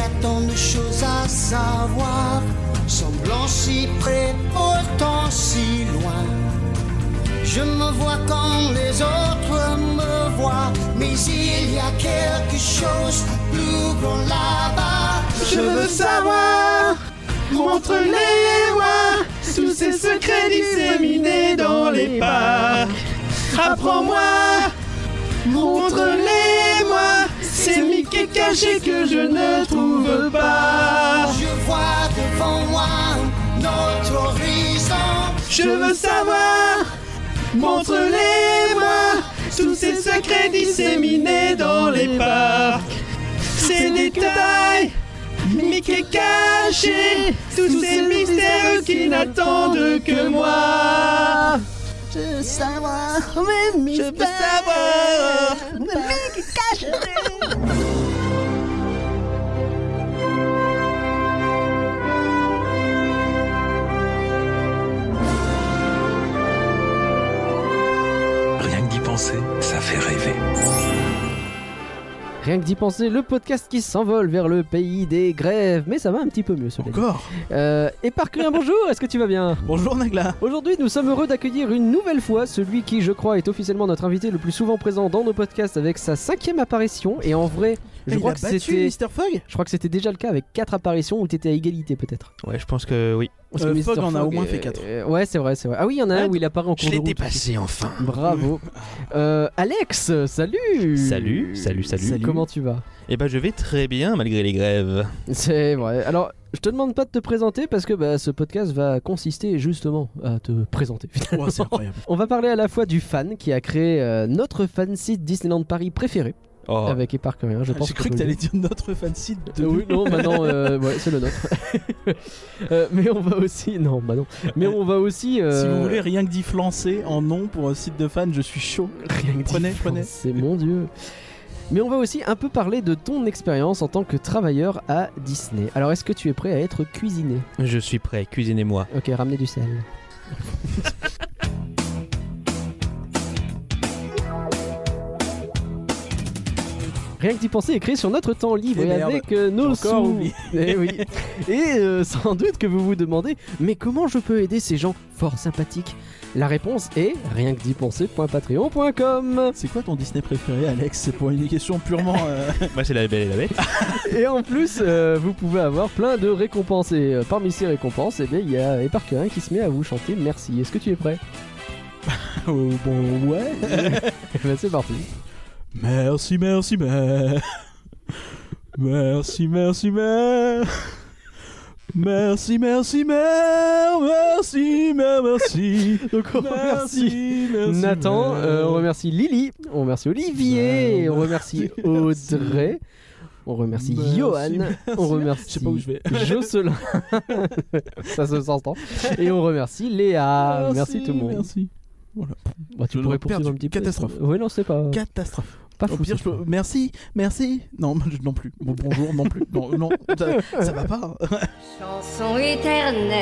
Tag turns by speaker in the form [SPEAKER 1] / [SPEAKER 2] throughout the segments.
[SPEAKER 1] a tant de choses à savoir, semblant si près, pourtant si loin. Je me vois quand les autres me voient, mais il y a quelque chose de plus grand là-bas.
[SPEAKER 2] Je veux savoir, montre-les-moi, tous ces secrets disséminés dans les parcs. Apprends-moi, montre-les-moi, ces Mickey cachés que je ne trouve pas.
[SPEAKER 1] Je vois devant moi notre horizon.
[SPEAKER 2] Je veux savoir, montre-les-moi, tous ces secrets disséminés dans les parcs. Ces détails, Mickey cachés, tous ces mystères qui n'attendent que moi.
[SPEAKER 3] Je veux savoir, mais
[SPEAKER 2] Je veux savoir.
[SPEAKER 4] Rien que d'y penser, ça fait rêver.
[SPEAKER 5] Rien que d'y penser, le podcast qui s'envole vers le pays des grèves. Mais ça va un petit peu mieux, cela dit.
[SPEAKER 2] Encore
[SPEAKER 5] Euh, et par bonjour, est-ce que tu vas bien
[SPEAKER 2] Bonjour Nagla.
[SPEAKER 5] Aujourd'hui, nous sommes heureux d'accueillir une nouvelle fois celui qui, je crois, est officiellement notre invité le plus souvent présent dans nos podcasts avec sa cinquième apparition. Et en vrai, je
[SPEAKER 2] Il
[SPEAKER 5] crois
[SPEAKER 2] a
[SPEAKER 5] que
[SPEAKER 2] battu
[SPEAKER 5] c'était.
[SPEAKER 2] Mr. Fogg
[SPEAKER 5] Je crois que c'était déjà le cas avec quatre apparitions où t'étais à égalité peut-être.
[SPEAKER 6] Ouais, je pense que oui.
[SPEAKER 5] Parce
[SPEAKER 2] Euh,
[SPEAKER 5] que Mr.
[SPEAKER 2] Fogg Euh, en a au moins
[SPEAKER 5] euh,
[SPEAKER 2] fait quatre.
[SPEAKER 5] euh, ouais, c'est vrai, c'est vrai. Ah oui, il y en a un
[SPEAKER 2] Ouais,
[SPEAKER 5] où il apparaît en cours
[SPEAKER 6] Je
[SPEAKER 5] de
[SPEAKER 6] l'ai
[SPEAKER 5] route.
[SPEAKER 6] dépassé enfin.
[SPEAKER 5] Bravo. Euh, Alex, salut
[SPEAKER 6] Salut, salut, salut.
[SPEAKER 5] Comment tu vas
[SPEAKER 6] Et bah, je vais très bien malgré les grèves.
[SPEAKER 5] C'est vrai. Alors, je te demande pas de te présenter parce que bah, ce podcast va consister justement à te présenter.
[SPEAKER 2] Oh, c'est incroyable.
[SPEAKER 5] On va parler à la fois du fan qui a créé euh, notre fan site Disneyland Paris préféré
[SPEAKER 6] Oh,
[SPEAKER 5] avec Épargne je pense.
[SPEAKER 2] Ah, J'ai cru
[SPEAKER 5] qu'on
[SPEAKER 2] que
[SPEAKER 5] peut le
[SPEAKER 2] t'allais dire notre fan site
[SPEAKER 5] euh,
[SPEAKER 2] de
[SPEAKER 5] oui, non, bah non, euh, ouais, c'est le nôtre. Euh, mais on va aussi, non, bah non. Mais on va aussi. euh,
[SPEAKER 2] Si vous voulez rien que d'y flancer en nom pour un site de fan, je suis chaud.
[SPEAKER 5] rien que
[SPEAKER 2] prenez,
[SPEAKER 5] dire,
[SPEAKER 2] prenez.
[SPEAKER 5] C'est mon dieu. Mais on va aussi un peu parler de ton expérience en tant que travailleur à Disney. Alors, est-ce que tu es prêt à être cuisiné
[SPEAKER 6] je suis prêt, cuisinez-moi.
[SPEAKER 5] Ok, ramenez du sel. Rien que d'y penser est créé sur notre temps libre
[SPEAKER 2] Eh
[SPEAKER 5] et
[SPEAKER 2] merde,
[SPEAKER 5] avec euh, nos
[SPEAKER 2] j'ai encore
[SPEAKER 5] sous.
[SPEAKER 2] oublié.
[SPEAKER 5] Eh oui. Et euh, sans doute que vous vous demandez, mais comment je peux aider ces gens fort sympathiques La réponse est rien que d'y penser.patreon.com.
[SPEAKER 2] C'est quoi ton Disney préféré, Alex C'est pour une question purement. euh,
[SPEAKER 6] Moi, c'est la belle et la bête.
[SPEAKER 5] Et en plus, euh, vous pouvez avoir plein de récompenses. Et euh, parmi ces récompenses, eh bien, il y a Eparquerin qui se met à vous chanter merci. Est-ce que tu es prêt
[SPEAKER 2] oh, bon, ouais.
[SPEAKER 5] Eh ben, C'est parti.
[SPEAKER 2] Merci, merci, merci. Merci, merci, merci. Merci, merci, merci, merci, merci.
[SPEAKER 5] Donc on remercie
[SPEAKER 2] Merci, merci.
[SPEAKER 5] Nathan,
[SPEAKER 2] merci.
[SPEAKER 5] euh, on remercie Lily, on remercie
[SPEAKER 2] Ouais,
[SPEAKER 5] Olivier,
[SPEAKER 2] on
[SPEAKER 5] on remercie
[SPEAKER 2] Bah, merci.
[SPEAKER 5] Audrey, on remercie
[SPEAKER 2] Merci,
[SPEAKER 5] Johan,
[SPEAKER 2] merci.
[SPEAKER 5] on remercie
[SPEAKER 2] Je sais pas où je vais.
[SPEAKER 5] Jocelyn, ça se s'entend, et on remercie Léa. Ah, Merci, tout le monde.
[SPEAKER 2] Merci.
[SPEAKER 5] Bah, tu
[SPEAKER 2] Je
[SPEAKER 5] pourrais
[SPEAKER 2] l'aurais perdu.
[SPEAKER 5] poursuivre un petit peu.
[SPEAKER 2] Catastrophe.
[SPEAKER 5] Oui, non, c'est pas,
[SPEAKER 2] Catastrophe.
[SPEAKER 5] pas
[SPEAKER 2] Au
[SPEAKER 5] Ah, fou,
[SPEAKER 2] pire, je
[SPEAKER 5] c'est
[SPEAKER 2] peux-
[SPEAKER 5] pas.
[SPEAKER 2] Merci, merci. Non, je- non plus. Bon, bonjour, non plus. Non, non, ça, ça va pas.
[SPEAKER 7] Chanson éternelle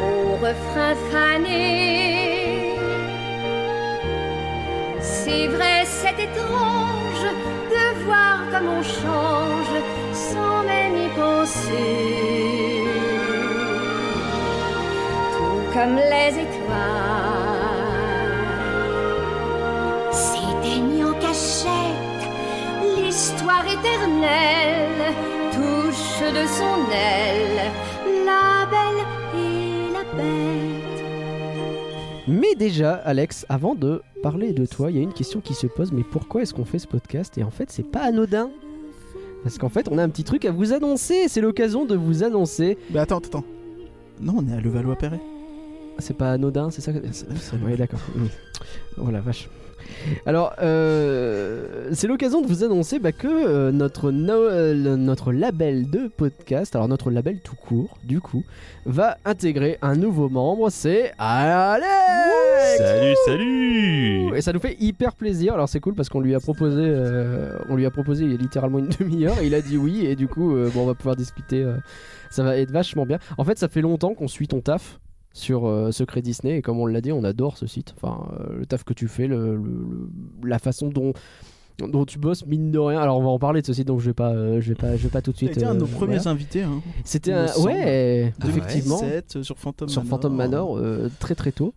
[SPEAKER 7] au refrain fané. C'est vrai, c'est étrange de voir comme on change sans même y penser. Tout comme les étoiles s'éteignent en cachette. L'histoire éternelle touche de son aile la belle et la bête.
[SPEAKER 5] Mais déjà, Alex, avant de parler de toi, il y a une question qui se pose mais pourquoi est-ce qu'on fait ce podcast Et en fait, c'est pas anodin. Parce qu'en fait, on a un petit truc à vous annoncer. C'est l'occasion de vous annoncer
[SPEAKER 2] Mais attends, attends. Non, on est à Levallois-Perret.
[SPEAKER 5] C'est pas anodin, c'est ça que- c'est- c'est- Oui, d'accord. Oui. Oh la vache. Alors, euh, c'est l'occasion de vous annoncer bah, que euh, notre, no- euh, notre label de podcast, alors notre label tout court, du coup, va intégrer un nouveau membre, c'est Alex
[SPEAKER 6] Salut, salut
[SPEAKER 5] et ça nous fait hyper plaisir. Alors c'est cool parce qu'on lui a proposé, euh, on lui a proposé il y a littéralement une demi-heure. et Il a dit oui et du coup euh, bon on va pouvoir discuter. euh, ça va être vachement bien. En fait ça fait longtemps qu'on suit ton taf sur euh, Secret Disney et comme on l'a dit on adore ce site. Enfin euh, le taf que tu fais, le- le- le- la façon dont dont tu bosses mine de rien. Alors on va en parler de ceci, donc je vais pas, euh, je vais pas, je vais pas tout de suite.
[SPEAKER 2] C'était un de nos
[SPEAKER 5] euh,
[SPEAKER 2] premiers
[SPEAKER 5] voilà.
[SPEAKER 2] invités. hein.
[SPEAKER 5] C'était
[SPEAKER 2] il me
[SPEAKER 5] un,
[SPEAKER 2] semble.
[SPEAKER 5] ouais,
[SPEAKER 6] Ah ouais.
[SPEAKER 5] effectivement,
[SPEAKER 2] 2007, euh, sur Phantom
[SPEAKER 5] sur
[SPEAKER 2] Manor.
[SPEAKER 5] Phantom Manor euh, très très tôt.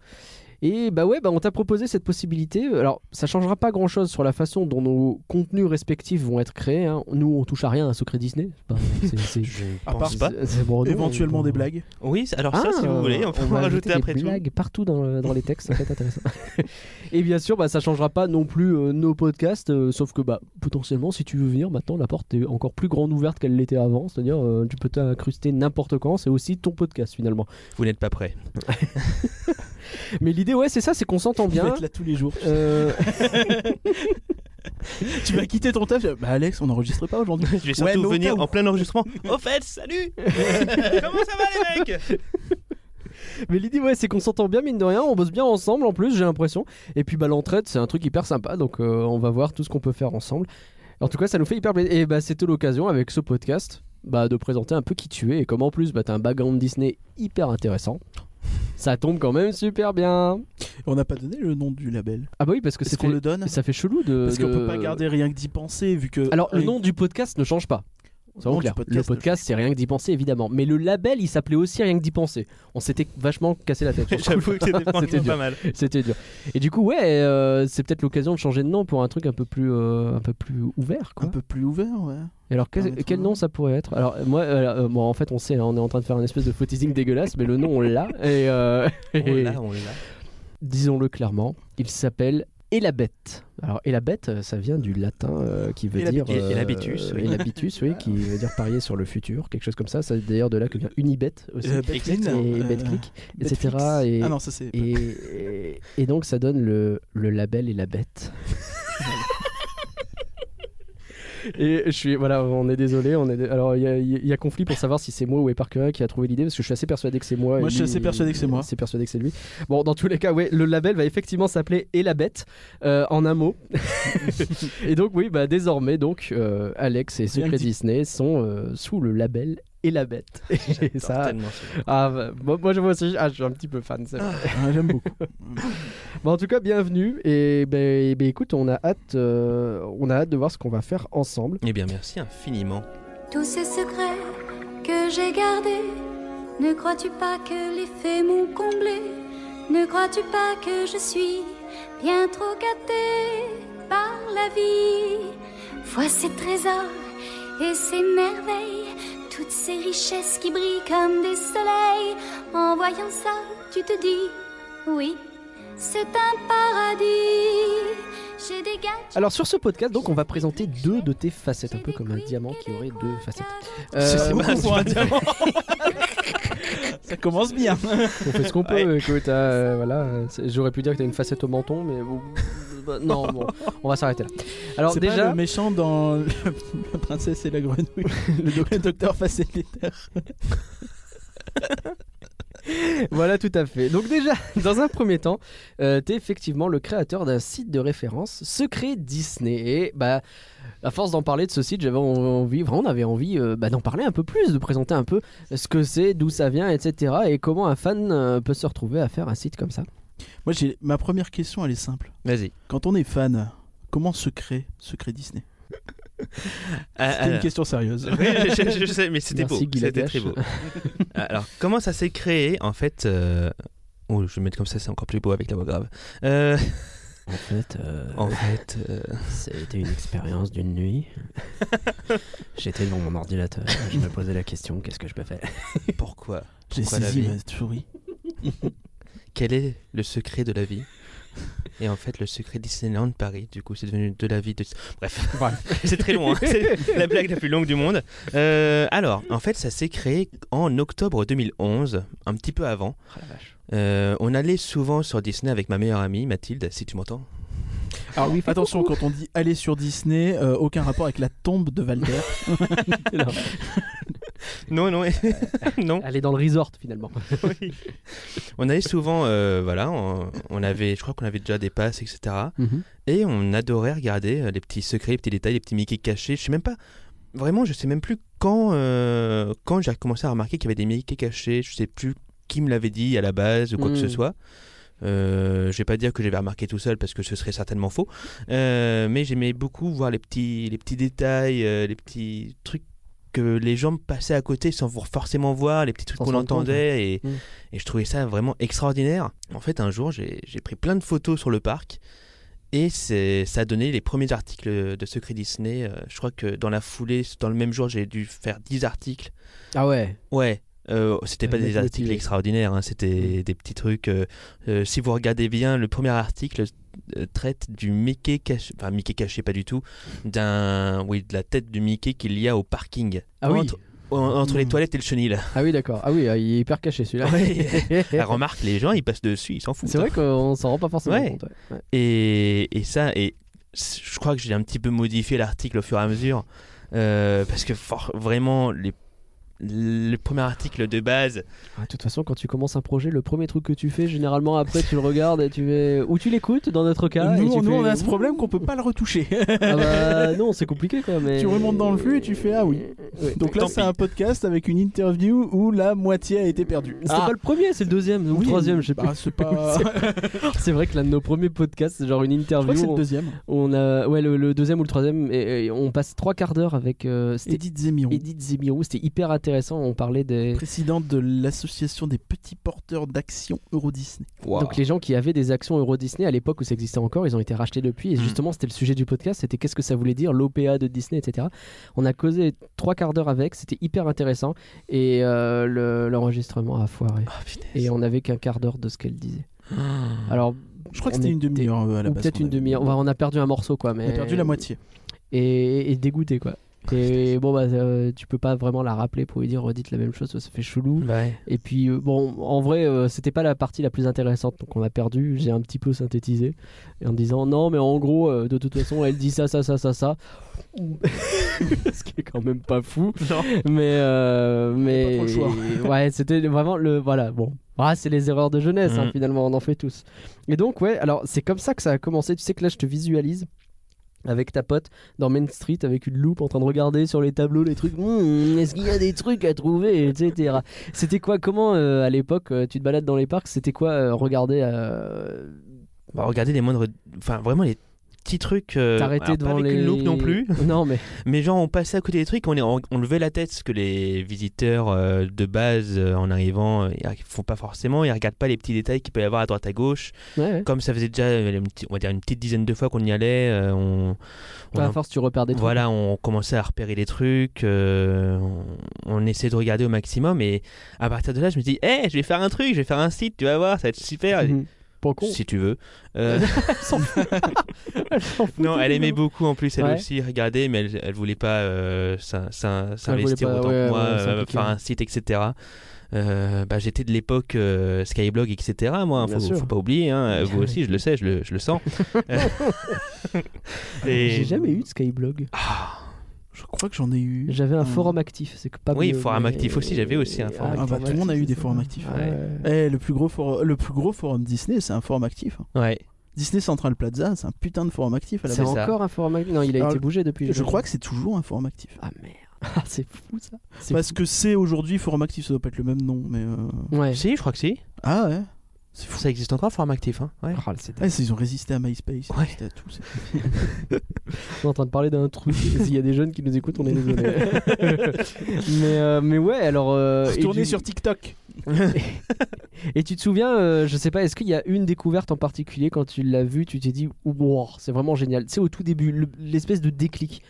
[SPEAKER 5] Et bah ouais, bah on t'a proposé cette possibilité. Alors ça changera pas grand chose sur la façon dont nos contenus respectifs vont être créés. hein. Nous on touche à rien à Secret Disney. C'est pas- c'est- c'est-
[SPEAKER 6] Je ne
[SPEAKER 2] À part-
[SPEAKER 6] pense pas.
[SPEAKER 5] c'est- c'est bon, non,
[SPEAKER 2] Oh, Éventuellement
[SPEAKER 5] on- Ah,
[SPEAKER 2] des blagues.
[SPEAKER 6] Oui, c'est- alors ça, si vous voulez, on peut en
[SPEAKER 5] va
[SPEAKER 6] rajouter
[SPEAKER 5] des
[SPEAKER 6] après tout.
[SPEAKER 5] blagues partout dans, le- dans les textes, ça peut être intéressant. et bien sûr, bah, ça changera pas non plus euh, nos podcasts, euh, sauf que bah, potentiellement, si tu veux venir, maintenant la porte est encore plus grande ouverte qu'elle l'était avant, c'est-à-dire euh, tu peux t'incruster n'importe quand, c'est aussi ton podcast finalement.
[SPEAKER 6] Vous n'êtes pas prêts.
[SPEAKER 5] Mais l'idée, ouais, c'est ça, c'est qu'on s'entend
[SPEAKER 2] Tu vas
[SPEAKER 5] bien.
[SPEAKER 2] être là tous les jours.
[SPEAKER 5] Euh,
[SPEAKER 2] tu vas quitter ton taf. tu vas- Bah Alex, on n'enregistre pas aujourd'hui.
[SPEAKER 6] Je vais surtout
[SPEAKER 2] Ouais, no
[SPEAKER 6] venir
[SPEAKER 2] doubt.
[SPEAKER 6] en plein enregistrement. Au fait, salut Comment ça va les mecs
[SPEAKER 5] mais l'idée, ouais, c'est qu'on s'entend bien, mine de rien, on bosse bien ensemble en plus, j'ai l'impression. Et puis, bah, l'entraide, c'est un truc hyper sympa, donc euh, on va voir tout ce qu'on peut faire ensemble. En tout cas, ça nous fait hyper plaisir. Et bah, c'était l'occasion avec ce podcast bah, de présenter un peu qui tu es et comment en plus, bah, t'as un background Disney hyper intéressant. Ça tombe quand même super bien.
[SPEAKER 2] On n'a pas donné le nom du label.
[SPEAKER 5] Ah, bah oui, parce que
[SPEAKER 2] Est-ce
[SPEAKER 5] c'est
[SPEAKER 2] qu'on le donne
[SPEAKER 5] ça fait chelou de.
[SPEAKER 2] Parce qu'on
[SPEAKER 5] de-
[SPEAKER 2] peut pas garder rien que d'y penser vu que.
[SPEAKER 5] Alors, le nom du podcast ne change pas. Soyons
[SPEAKER 2] nom du
[SPEAKER 5] clairs.
[SPEAKER 2] podcast
[SPEAKER 5] le
[SPEAKER 2] ne
[SPEAKER 5] podcast, c'est rien que d'y penser, évidemment. Mais le label, il s'appelait aussi rien que d'y penser. On s'était vachement cassé la tête. sur ce
[SPEAKER 6] J'avoue
[SPEAKER 5] coup-là.
[SPEAKER 6] que c'était
[SPEAKER 5] C'était
[SPEAKER 6] franchement
[SPEAKER 5] dur.
[SPEAKER 6] pas mal.
[SPEAKER 5] C'était dur. Et du coup, ouais, euh, c'est peut-être l'occasion de changer de nom pour un truc un peu plus, euh, un peu plus ouvert, quoi.
[SPEAKER 2] Un peu plus ouvert, ouais.
[SPEAKER 5] Et Alors, que-
[SPEAKER 2] Permettre
[SPEAKER 5] quel
[SPEAKER 2] aux
[SPEAKER 5] nom
[SPEAKER 2] gens.
[SPEAKER 5] ça pourrait être Alors, euh, moi, euh, euh, bon, en fait, on sait, hein, on est en train de faire une espèce de faux teasing dégueulasse, mais le nom, on l'a. Et, euh,
[SPEAKER 6] On
[SPEAKER 5] et-
[SPEAKER 6] l'a, on l'a.
[SPEAKER 5] disons-le clairement, il s'appelle Elabette. Alors, Elabette, euh, ça vient du latin euh, qui veut dire.
[SPEAKER 6] Elabet- Elabetus, oui.
[SPEAKER 5] Elabetus, oui, qui veut dire parier sur le futur, quelque chose comme ça. C'est d'ailleurs de là que vient Unibet aussi.
[SPEAKER 2] Euh,
[SPEAKER 5] et
[SPEAKER 2] Betclic, euh,
[SPEAKER 5] Betclic,
[SPEAKER 2] Netflix.
[SPEAKER 5] etc. Et,
[SPEAKER 2] Ah non, ça c'est.
[SPEAKER 5] et, et- et donc ça donne le, le label et la bête. Et je suis voilà, on est désolé, on est dé- alors il y, a- il y a conflit pour savoir si c'est moi ou Eparcurin qui a trouvé l'idée parce que je suis assez persuadé que c'est moi. et
[SPEAKER 2] Moi, je suis
[SPEAKER 5] lui,
[SPEAKER 2] assez
[SPEAKER 5] il-
[SPEAKER 2] persuadé que c'est
[SPEAKER 5] il est
[SPEAKER 2] moi.
[SPEAKER 5] assez persuadé que c'est lui. Bon, dans tous les cas, ouais, le label va effectivement s'appeler et la bête euh, en un mot. et donc oui, bah désormais donc euh, Alex et
[SPEAKER 2] Rien que
[SPEAKER 5] Secret
[SPEAKER 2] dit.
[SPEAKER 5] Disney sont euh, sous le label et la bête. Et ça,
[SPEAKER 6] Certainement.
[SPEAKER 5] ah, bah, moi, moi, je vois aussi, ah, je suis un petit peu fan. c'est vrai.
[SPEAKER 2] Ah, J'aime beaucoup.
[SPEAKER 5] Bon, en tout cas, bienvenue. Et ben, eh ben, écoute, on a hâte, euh, on a hâte de voir ce qu'on va faire ensemble.
[SPEAKER 6] Eh bien, merci infiniment.
[SPEAKER 7] Tous ces secrets que j'ai gardés, ne crois-tu pas que les faits m'ont comblé Ne crois-tu pas que je suis bien trop gâtée par la vie Vois ces trésors et ces merveilles, toutes ces richesses qui brillent comme des soleils. En voyant ça, tu te dis, oui, c'est un paradis. J'ai des gadgets.
[SPEAKER 5] Alors sur ce podcast, donc, on va présenter deux de tes facettes, un peu comme un diamant qui aurait deux facettes.
[SPEAKER 2] C'est-
[SPEAKER 5] Euh,
[SPEAKER 2] c'est
[SPEAKER 5] on
[SPEAKER 2] beaucoup pour un diamant. ça commence bien.
[SPEAKER 5] fait ce qu'on peut. écoute, euh, voilà, euh, c'est- j'aurais pu dire que t'as une facette au menton, mais bon, bah, non, bon, on va s'arrêter là. Alors
[SPEAKER 2] C'est pas
[SPEAKER 5] déjà,
[SPEAKER 2] le méchant dans le- La princesse et la grenouille. le docteur, facilitaire.
[SPEAKER 5] voilà, tout à fait. Donc déjà, dans un premier temps, euh, t'es effectivement le créateur d'un site de référence secret Disney. Et bah, à force d'en parler de ce site, j'avais en- envie, vraiment, on avait envie euh, bah, d'en parler un peu plus, de présenter un peu ce que c'est, d'où ça vient, etc. Et comment un fan euh, peut se retrouver à faire un site comme ça.
[SPEAKER 2] Moi, j'ai ma première question, elle est simple.
[SPEAKER 6] Vas-y.
[SPEAKER 2] Quand on est fan, comment se crée Secret Disney
[SPEAKER 6] Ah,
[SPEAKER 5] Euh,
[SPEAKER 2] C'était une
[SPEAKER 6] alors.
[SPEAKER 2] question sérieuse.
[SPEAKER 6] Oui, je, je- je sais, mais c'était beau.
[SPEAKER 5] Merci, Guy
[SPEAKER 6] C'était
[SPEAKER 5] Lagache.
[SPEAKER 6] très beau. Ah, Alors, comment ça s'est créé En fait, euh, oh, je vais mettre comme ça, c'est encore plus beau avec la voix grave. Euh,
[SPEAKER 5] En fait,
[SPEAKER 6] en fait, euh,
[SPEAKER 5] C'était une expérience d'une nuit. J'étais devant mon ordinateur, je me posais la question, qu'est-ce que je peux faire
[SPEAKER 6] pourquoi
[SPEAKER 2] J'ai
[SPEAKER 6] Pourquoi la
[SPEAKER 2] saisi
[SPEAKER 6] vie
[SPEAKER 2] ma souris.
[SPEAKER 6] Quel est le secret de la vie Et en fait, le secret Disneyland de Paris, du coup, c'est devenu de la vie de. Bref, c'est très long. hein. C'est la blague la plus longue du monde. Euh, alors, en fait, ça s'est créé en octobre 2011, un petit peu avant.
[SPEAKER 5] Oh
[SPEAKER 6] Euh, on allait souvent sur Disney avec ma meilleure amie Mathilde, si tu m'entends.
[SPEAKER 2] Alors, Ah attention, quand on dit aller sur Disney, euh, aucun rapport avec la tombe de Valder.
[SPEAKER 6] Non, non, non.
[SPEAKER 5] Elle est dans le resort finalement.
[SPEAKER 6] Oui. on allait souvent, euh, voilà, on, on avait, je crois qu'on avait déjà des passes, etc.
[SPEAKER 5] Mhm.
[SPEAKER 6] Et on adorait regarder euh, les petits secrets, les petits détails, les petits Mickey cachés. Je sais même pas, vraiment, je sais même plus quand, euh, quand j'ai commencé à remarquer qu'il y avait des Mickey cachés. Je sais plus qui me l'avait dit à la base ou quoi que
[SPEAKER 5] Mm.
[SPEAKER 6] ce soit. Euh, je vais pas dire que j'avais remarqué tout seul parce que ce serait certainement faux, Euh, mais j'aimais beaucoup voir les petits, les petits détails, euh, les petits trucs que les gens passaient à côté sans vous forcément voir, les petits trucs
[SPEAKER 5] Sans
[SPEAKER 6] qu'on
[SPEAKER 5] s'en rendre compte,
[SPEAKER 6] entendait, et,
[SPEAKER 5] Mm.
[SPEAKER 6] et je trouvais ça vraiment extraordinaire. En fait, un jour, j'ai j'ai pris plein de photos sur le parc, et c'est- ça a donné les premiers articles de Secret Disney. Euh, je crois que dans la foulée, dans le même jour, j'ai dû faire 10 articles.
[SPEAKER 5] Ah ouais.
[SPEAKER 6] Ouais. euh, c'était pas
[SPEAKER 5] Ouais,
[SPEAKER 6] des
[SPEAKER 5] motivé.
[SPEAKER 6] articles extraordinaires, hein, c'était
[SPEAKER 5] Mm.
[SPEAKER 6] des petits trucs. euh, euh, si vous regardez bien, le premier article euh, traite du Mickey caché, enfin Mickey caché pas du tout, d'un, oui, de la tête du Mickey qu'il y a au parking
[SPEAKER 5] Ah oui.
[SPEAKER 6] Entre- en- entre les
[SPEAKER 5] Mm.
[SPEAKER 6] toilettes et le chenil.
[SPEAKER 5] Ah oui, d'accord. Ah oui, euh, il est hyper caché celui-là.
[SPEAKER 6] Ouais. La remarque, les gens ils passent dessus, ils s'en foutent.
[SPEAKER 5] C'est vrai qu'on s'en rend pas forcément
[SPEAKER 6] Ouais.
[SPEAKER 5] compte. ouais. Ouais.
[SPEAKER 6] Et, et ça, et c- je crois que j'ai un petit peu modifié l'article au fur et à mesure. euh, parce que for- vraiment, les, le premier article de base,
[SPEAKER 5] Ah, de toute façon, quand tu commences un projet, le premier truc que tu fais, généralement après, tu le regardes et tu fais ou tu l'écoutes dans notre cas. et
[SPEAKER 2] nous,
[SPEAKER 5] tu
[SPEAKER 2] nous,
[SPEAKER 5] fais-
[SPEAKER 2] on a ce problème qu'on peut pas le retoucher.
[SPEAKER 5] Ah bah non, c'est compliqué quoi. Mais
[SPEAKER 2] Tu remontes dans le flux et tu fais, ah oui.
[SPEAKER 5] Ouais.
[SPEAKER 2] Donc là,
[SPEAKER 6] Tant
[SPEAKER 2] c'est
[SPEAKER 6] pis.
[SPEAKER 2] un podcast avec une interview où la moitié a été perdue.
[SPEAKER 5] C'est pas le premier, c'est le deuxième ou le Ah, troisième, je sais
[SPEAKER 2] pas.
[SPEAKER 5] pas.
[SPEAKER 2] bah, c'est pas.
[SPEAKER 5] C'est- C'est vrai que l'un de nos premiers podcasts, c'est genre une
[SPEAKER 2] Je crois
[SPEAKER 5] interview.
[SPEAKER 2] que c'est le
[SPEAKER 5] on-
[SPEAKER 2] deuxième.
[SPEAKER 5] où on a, ouais, le, le deuxième ou le troisième, et, et on passe trois quarts d'heure avec. euh, c'était
[SPEAKER 2] Edith Zemiron,
[SPEAKER 5] Edith Zemirou, c'était hyper intéressant. On parlait des
[SPEAKER 2] présidente de l'association des petits porteurs d'action Euro Disney.
[SPEAKER 5] donc les gens qui avaient des actions Euro Disney à l'époque où ça existait encore, ils ont été rachetés depuis. Et
[SPEAKER 2] Hmm.
[SPEAKER 6] Mm.
[SPEAKER 5] justement, c'était le sujet du podcast, c'était qu'est-ce que ça voulait dire l'OPA de Disney, etc. On a causé trois quarts d'heure avec, c'était hyper intéressant et euh, le- l'enregistrement a foiré.
[SPEAKER 6] Ah, putain,
[SPEAKER 5] Et on n'avait qu'un quart d'heure de ce qu'elle disait. Alors
[SPEAKER 2] Je crois que
[SPEAKER 5] On
[SPEAKER 2] c'était une
[SPEAKER 5] était-
[SPEAKER 2] demi-heure euh, Ah. à la
[SPEAKER 5] ou
[SPEAKER 2] base.
[SPEAKER 5] peut-être
[SPEAKER 2] qu'on
[SPEAKER 5] une
[SPEAKER 2] avait.
[SPEAKER 5] demi-heure. Enfin, on a perdu un morceau quoi,
[SPEAKER 2] On
[SPEAKER 5] mais
[SPEAKER 2] a perdu la moitié.
[SPEAKER 5] et, et dégoûté quoi. Et bon bah euh, tu peux pas vraiment la rappeler pour lui dire redites la même chose, ça fait chelou.
[SPEAKER 6] Ouais.
[SPEAKER 5] Et puis euh, bon en vrai euh, c'était pas la partie la plus intéressante donc on a perdu. J'ai un petit peu synthétisé et en disant non mais en gros euh, de toute façon elle dit ça ça ça ça ça. Ce qui est quand même pas fou.
[SPEAKER 6] Non.
[SPEAKER 5] Mais euh, mais
[SPEAKER 2] Pas trop
[SPEAKER 5] ouais c'était vraiment le voilà bon. Ah, c'est les erreurs de jeunesse, hein,
[SPEAKER 6] Mhm.
[SPEAKER 5] finalement, on en fait tous. Et donc, ouais, alors c'est comme ça que ça a commencé. Tu sais que là, je te visualise avec ta pote dans Main Street avec une loupe en train de regarder sur les tableaux les trucs. Hmm, Est-ce qu'il y a des trucs à trouver, etc. C'était quoi Comment euh, à l'époque euh, tu te balades dans les parcs C'était quoi euh, regarder euh,
[SPEAKER 6] Bah, regardez les moindres. Enfin, vraiment les petits trucs. euh,
[SPEAKER 5] T'arrêter
[SPEAKER 6] alors, pas
[SPEAKER 5] devant
[SPEAKER 6] avec
[SPEAKER 5] les
[SPEAKER 6] une loupe non plus.
[SPEAKER 5] Non mais
[SPEAKER 6] Mais genre, on passait à côté des trucs, on, est, on, on levait la tête, ce que les visiteurs euh, de base, euh, en arrivant, euh, ils font pas forcément. Ils regardent pas les petits détails qu'il peut y avoir à droite à gauche.
[SPEAKER 5] ouais, ouais.
[SPEAKER 6] Comme ça faisait déjà, euh, une, petite- on va dire, une petite dizaine de fois qu'on y allait, euh, on. on
[SPEAKER 5] Enfin, à
[SPEAKER 6] en-
[SPEAKER 5] force tu repères des trucs.
[SPEAKER 6] voilà, on commençait à repérer des trucs, euh, on, on essayait de regarder au maximum, et à partir de là, je me dis, hé, je vais faire un truc, je vais faire un site, tu vas voir, ça va être super.
[SPEAKER 5] Mhm. Pas con.
[SPEAKER 6] Si tu veux. Euh, non, elle aimait beaucoup en plus, elle
[SPEAKER 5] Ouais.
[SPEAKER 6] aussi regarder, mais elle, elle voulait pas euh, s'in- s'in-
[SPEAKER 5] Elle voulait
[SPEAKER 6] s'investir
[SPEAKER 5] pas,
[SPEAKER 6] autant
[SPEAKER 5] ouais,
[SPEAKER 6] que moi,
[SPEAKER 5] ouais,
[SPEAKER 6] euh,
[SPEAKER 5] s'impliquer.
[SPEAKER 6] faire un site, etc. Euh, bah, J'étais de l'époque euh, Skyblog, etc. Moi,
[SPEAKER 5] Bien
[SPEAKER 6] faut,
[SPEAKER 5] sûr. Ah,
[SPEAKER 6] faut pas oublier, hein, vous aussi, je le sais, je le, je le sens. Euh, et-
[SPEAKER 5] J'ai jamais eu de Skyblog.
[SPEAKER 6] Ah,
[SPEAKER 2] Je crois que j'en ai eu.
[SPEAKER 5] J'avais un
[SPEAKER 2] Ah.
[SPEAKER 5] forum actif, c'est que pas
[SPEAKER 6] Oui,
[SPEAKER 5] mieux,
[SPEAKER 6] forum
[SPEAKER 5] mais-
[SPEAKER 6] actif aussi, j'avais aussi un
[SPEAKER 5] Ah,
[SPEAKER 6] forum
[SPEAKER 2] Ah, bah, tout le monde a eu des forums actifs.
[SPEAKER 5] Ah, ouais.
[SPEAKER 2] Eh, le, plus gros for- le plus gros forum Disney, c'est un forum actif. hein.
[SPEAKER 6] ouais.
[SPEAKER 2] Disney Central Plaza, c'est un putain de forum actif à la
[SPEAKER 5] C'est
[SPEAKER 2] base.
[SPEAKER 6] ça.
[SPEAKER 5] encore un forum actif. Non, il a
[SPEAKER 2] Alors,
[SPEAKER 5] été bougé depuis.
[SPEAKER 2] Je crois que c'est toujours un forum actif.
[SPEAKER 5] Ah merde. Ah, c'est fou ça. C'est
[SPEAKER 2] Parce que c'est aujourd'hui forum actif, ça doit pas être le même nom, mais. euh,
[SPEAKER 5] Ouais.
[SPEAKER 6] Si, je crois que si.
[SPEAKER 2] Ah ouais C'est fou.
[SPEAKER 6] Ça existe encore, Forum Actif. Hein. Ouais.
[SPEAKER 5] Ah, c'est
[SPEAKER 2] Ah, ils ont résisté à MySpace, ils ont
[SPEAKER 6] Ouais.
[SPEAKER 2] résisté à tout. c'est-
[SPEAKER 5] On est en train de parler d'un truc. S'il y a des jeunes qui nous écoutent, on est désolé. mais, euh, mais ouais, alors. euh, et
[SPEAKER 2] Retournez
[SPEAKER 5] du-
[SPEAKER 2] sur TikTok.
[SPEAKER 5] Et tu te souviens, euh, je sais pas, est-ce qu'il y a une découverte en particulier quand tu l'as vue, tu t'es dit, wow, c'est vraiment génial. C'est au tout début, le- l'espèce de déclic.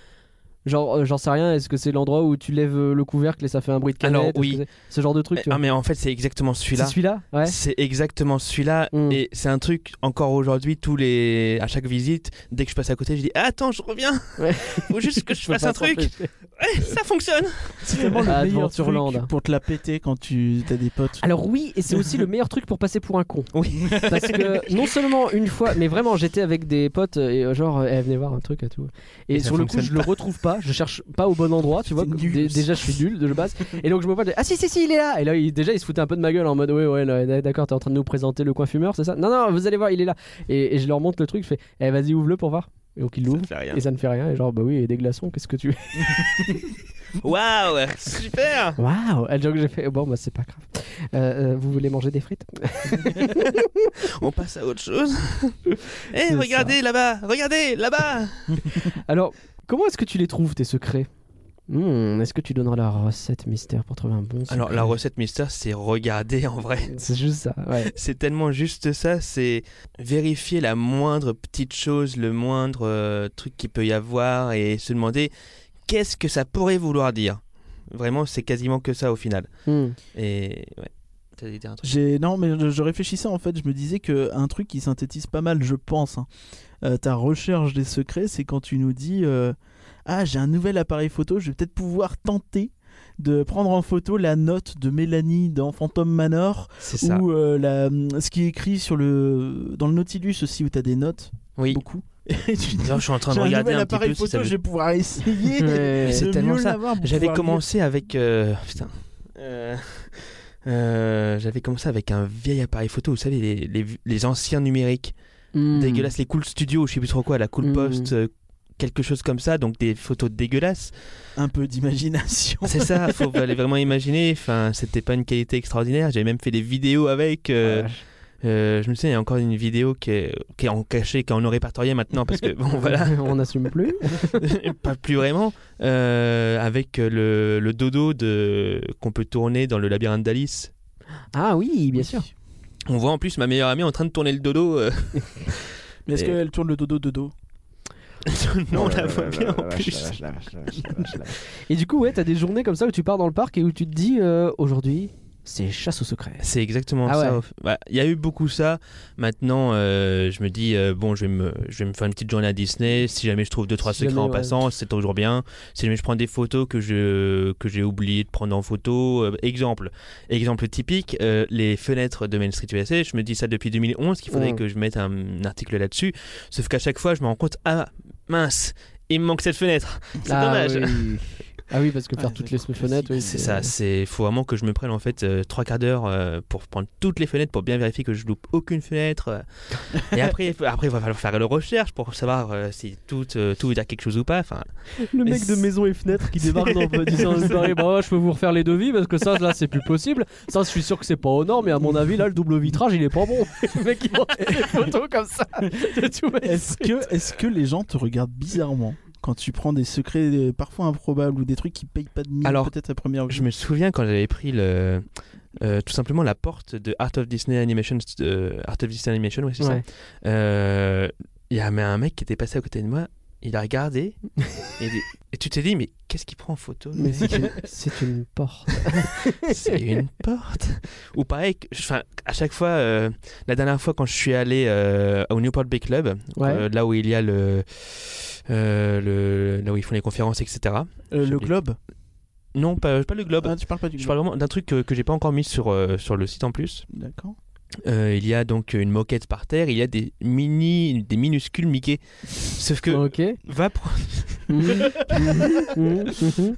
[SPEAKER 5] Genre, euh, j'en sais rien, est-ce que c'est l'endroit où tu lèves euh, le couvercle et ça fait un bruit de canette
[SPEAKER 6] Alors,
[SPEAKER 5] est-ce que
[SPEAKER 6] oui.
[SPEAKER 5] c'est- Ce genre de truc, tu
[SPEAKER 6] Ah,
[SPEAKER 5] vois.
[SPEAKER 6] mais en fait, c'est exactement
[SPEAKER 5] C'est
[SPEAKER 6] celui-là.
[SPEAKER 5] celui-là Ouais.
[SPEAKER 6] C'est exactement celui-là.
[SPEAKER 5] Mm.
[SPEAKER 6] Et c'est un truc, encore aujourd'hui, tous les... à chaque visite, dès que je passe à côté, je dis Attends, je reviens.
[SPEAKER 5] Ouais.
[SPEAKER 6] Faut juste que je
[SPEAKER 5] peux
[SPEAKER 6] fasse
[SPEAKER 5] pas
[SPEAKER 6] un truc.
[SPEAKER 5] s'empêcher.
[SPEAKER 6] Ouais, Eh, ça fonctionne.
[SPEAKER 2] C'est vraiment le
[SPEAKER 5] Ah,
[SPEAKER 2] meilleur
[SPEAKER 5] Adventureland.
[SPEAKER 2] truc pour te la péter quand tu t'as des potes.
[SPEAKER 5] Alors oui, et c'est aussi le meilleur truc pour passer pour un con.
[SPEAKER 6] Oui.
[SPEAKER 5] Parce que non seulement une fois, mais vraiment, j'étais avec des potes et euh, genre, euh, eh, venez voir un truc à tout. Et,
[SPEAKER 6] Et ça
[SPEAKER 5] sur le coup,
[SPEAKER 6] fonctionne
[SPEAKER 5] je le retrouve pas, je cherche pas au bon endroit, tu vois.
[SPEAKER 2] C'était
[SPEAKER 5] que-
[SPEAKER 2] nul.
[SPEAKER 5] dé- déjà, je suis nul de base. Et donc, je me vois, je dis, ah si, si, si, il est là. Et là, il- déjà, il se foutait un peu de ma gueule en mode, ouais, ouais, là, d'accord, t'es en train de nous présenter le coin fumeur, c'est ça Non, non, vous allez voir, il est là. Et, et je leur montre le truc, je fais, eh, vas-y, ouvre-le pour voir. Et donc, il l'ouvre.
[SPEAKER 6] Ça fait rien.
[SPEAKER 5] Et ça ne fait rien, et genre, bah oui, et des glaçons, qu'est-ce que tu
[SPEAKER 6] Waouh, super.
[SPEAKER 5] Waouh! Et donc j'ai fait, bon, bah c'est pas grave. Euh, euh, vous voulez manger des frites
[SPEAKER 6] On passe à autre chose. Eh,
[SPEAKER 5] C'est
[SPEAKER 6] regardez là-bas, regardez là-bas.
[SPEAKER 5] Alors, comment est-ce que tu les trouves, tes secrets Hmm, Est-ce que tu donneras la recette mystère pour trouver un bon secret
[SPEAKER 6] Alors la recette mystère, c'est regarder en vrai.
[SPEAKER 5] C'est juste ça, ouais.
[SPEAKER 6] C'est tellement juste ça, c'est vérifier la moindre petite chose, le moindre euh, truc qu'il peut y avoir et se demander qu'est-ce que ça pourrait vouloir dire. Vraiment, c'est quasiment que ça au final.
[SPEAKER 5] Hmm.
[SPEAKER 6] Et ouais, t'allais dire un truc.
[SPEAKER 2] J'ai non mais je, je réfléchissais en fait, je me disais que un truc qui synthétise pas mal, je pense, hein, euh, ta recherche des secrets, c'est quand tu nous dis euh, ah j'ai un nouvel appareil photo, je vais peut-être pouvoir tenter de prendre en photo la note de Mélanie dans Phantom Manor
[SPEAKER 6] C'est ça.
[SPEAKER 2] ou euh, la, ce qui est écrit sur le dans le Nautilus aussi où t'as des notes
[SPEAKER 6] Oui.
[SPEAKER 2] beaucoup. Et tu dis,
[SPEAKER 6] D'ailleurs, je suis en train de
[SPEAKER 2] j'ai un
[SPEAKER 6] regarder
[SPEAKER 2] nouvel
[SPEAKER 6] un petit
[SPEAKER 2] appareil
[SPEAKER 6] peu si
[SPEAKER 2] photo,
[SPEAKER 6] ça veut
[SPEAKER 2] je vais pouvoir essayer.
[SPEAKER 5] Ouais.
[SPEAKER 2] de
[SPEAKER 6] c'est tellement
[SPEAKER 2] mieux
[SPEAKER 6] ça.
[SPEAKER 2] l'avoir pour
[SPEAKER 6] J'avais
[SPEAKER 2] pouvoir lire.
[SPEAKER 6] commencé avec. euh, putain. Euh, euh, J'avais commencé avec un vieil appareil photo, vous savez, les, les- les anciens numériques.
[SPEAKER 5] Hmm.
[SPEAKER 6] Dégueulasses, les Cool Studio, je sais plus trop quoi, la Cool
[SPEAKER 5] Mm.
[SPEAKER 6] Post, euh, quelque chose comme ça, donc des photos dégueulasses.
[SPEAKER 2] un peu d'imagination.
[SPEAKER 6] C'est ça, faut aller vraiment imaginer. Enfin, c'était pas une qualité extraordinaire. J'avais même fait des vidéos avec. euh,
[SPEAKER 5] Ouais.
[SPEAKER 6] euh, je me souviens, il y a encore une vidéo qui est, qui est en cachet, qui est en non répertorié maintenant, parce que bon, voilà.
[SPEAKER 5] On n'assume plus.
[SPEAKER 6] pas plus vraiment, euh, avec le, le dodo de qu'on peut tourner dans le labyrinthe d'Alice.
[SPEAKER 5] Ah oui, bien sûr.
[SPEAKER 6] On voit en plus ma meilleure amie en train de tourner le dodo. euh,
[SPEAKER 2] Mais est-ce
[SPEAKER 6] Et-
[SPEAKER 2] qu'elle tourne le dodo de dos
[SPEAKER 6] non, on la voit bien en plus.
[SPEAKER 5] Et du coup, ouais, t'as des journées comme ça où tu pars dans le parc et où tu te dis euh, aujourd'hui, c'est chasse au secret.
[SPEAKER 6] C'est exactement
[SPEAKER 5] Ah
[SPEAKER 6] ça.
[SPEAKER 5] ouais.
[SPEAKER 6] Bah, Il y a eu beaucoup ça. Maintenant, euh, je me dis euh, bon, je vais me, je vais me faire une petite journée à Disney. Si jamais je trouve deux trois
[SPEAKER 5] Si
[SPEAKER 6] secrets
[SPEAKER 5] jamais,
[SPEAKER 6] en
[SPEAKER 5] ouais.
[SPEAKER 6] passant, c'est toujours bien. Si jamais je prends des photos que je que j'ai oublié de prendre en photo, euh, exemple, exemple typique, euh, les fenêtres de Main Street USA. Je me dis ça depuis 2011 qu'il faudrait
[SPEAKER 5] Mm.
[SPEAKER 6] que je mette un, article là-dessus. Sauf qu'à chaque fois, je me rends compte ah mince, il me manque cette fenêtre. C'est
[SPEAKER 5] ah,
[SPEAKER 6] dommage.
[SPEAKER 5] Oui. Ah oui, parce que faire
[SPEAKER 2] Ouais,
[SPEAKER 5] toutes les
[SPEAKER 2] j'ai
[SPEAKER 5] fenêtres, oui,
[SPEAKER 6] C'est ça, c'est faut vraiment que je me prenne en fait euh, trois quarts d'heure euh, pour prendre toutes les fenêtres pour bien vérifier que je loupe aucune fenêtre. euh. Et après, après il va falloir faire une recherche pour savoir euh, si tout, euh, tout veut dire quelque chose ou pas. Enfin,
[SPEAKER 5] Le
[SPEAKER 6] Mais
[SPEAKER 5] mec de
[SPEAKER 6] c'est-
[SPEAKER 5] maison et fenêtre qui débarque dans disant Paris, bah ouais, je peux vous refaire les devis parce que ça là c'est plus possible. Ça je suis sûr que c'est pas aux normes mais à mon avis là le double vitrage il est pas bon. le mec il prend des photos comme ça. de tout Main
[SPEAKER 2] Est-ce
[SPEAKER 5] Street.
[SPEAKER 2] que, est que les gens te regardent bizarrement quand tu prends des secrets euh, parfois improbables ou des trucs qui payent pas de mine
[SPEAKER 6] Alors,
[SPEAKER 2] peut-être à première vue
[SPEAKER 6] je me souviens quand j'avais pris le, euh, tout simplement la porte de Art of Disney Animation, euh, Art of Disney Animation, ouais, c'est ça.
[SPEAKER 5] Ouais.
[SPEAKER 6] Euh, Il y a mais un mec qui était passé à côté de moi, il a regardé et, il dit- et tu t'es dit mais qu'est-ce qu'il prend en photo le
[SPEAKER 5] Mais
[SPEAKER 6] mec
[SPEAKER 5] c'est une- c'est une porte.
[SPEAKER 6] c'est une porte. Ou pareil, que- enfin, à chaque fois, euh, la dernière fois quand je suis allé euh, au Newport Bay Club,
[SPEAKER 5] Ouais.
[SPEAKER 6] euh, là où il y a le, euh, le, là où ils font les conférences, etc.
[SPEAKER 2] Euh,
[SPEAKER 6] j'ai
[SPEAKER 2] Le
[SPEAKER 6] oublié.
[SPEAKER 2] globe
[SPEAKER 6] Non, pas, pas le globe.
[SPEAKER 2] Ah, Tu parles pas du
[SPEAKER 6] bah, je parle
[SPEAKER 2] globe
[SPEAKER 6] vraiment d'un truc que, que j'ai pas encore mis sur, euh, sur le site en plus.
[SPEAKER 2] D'accord.
[SPEAKER 6] Euh, il y a donc une moquette par terre, il y a des mini, des minuscules Mickey. Sauf que,
[SPEAKER 5] Ok.
[SPEAKER 6] va prendre-
[SPEAKER 5] Mhm. Mhm. Mhm. Mhm.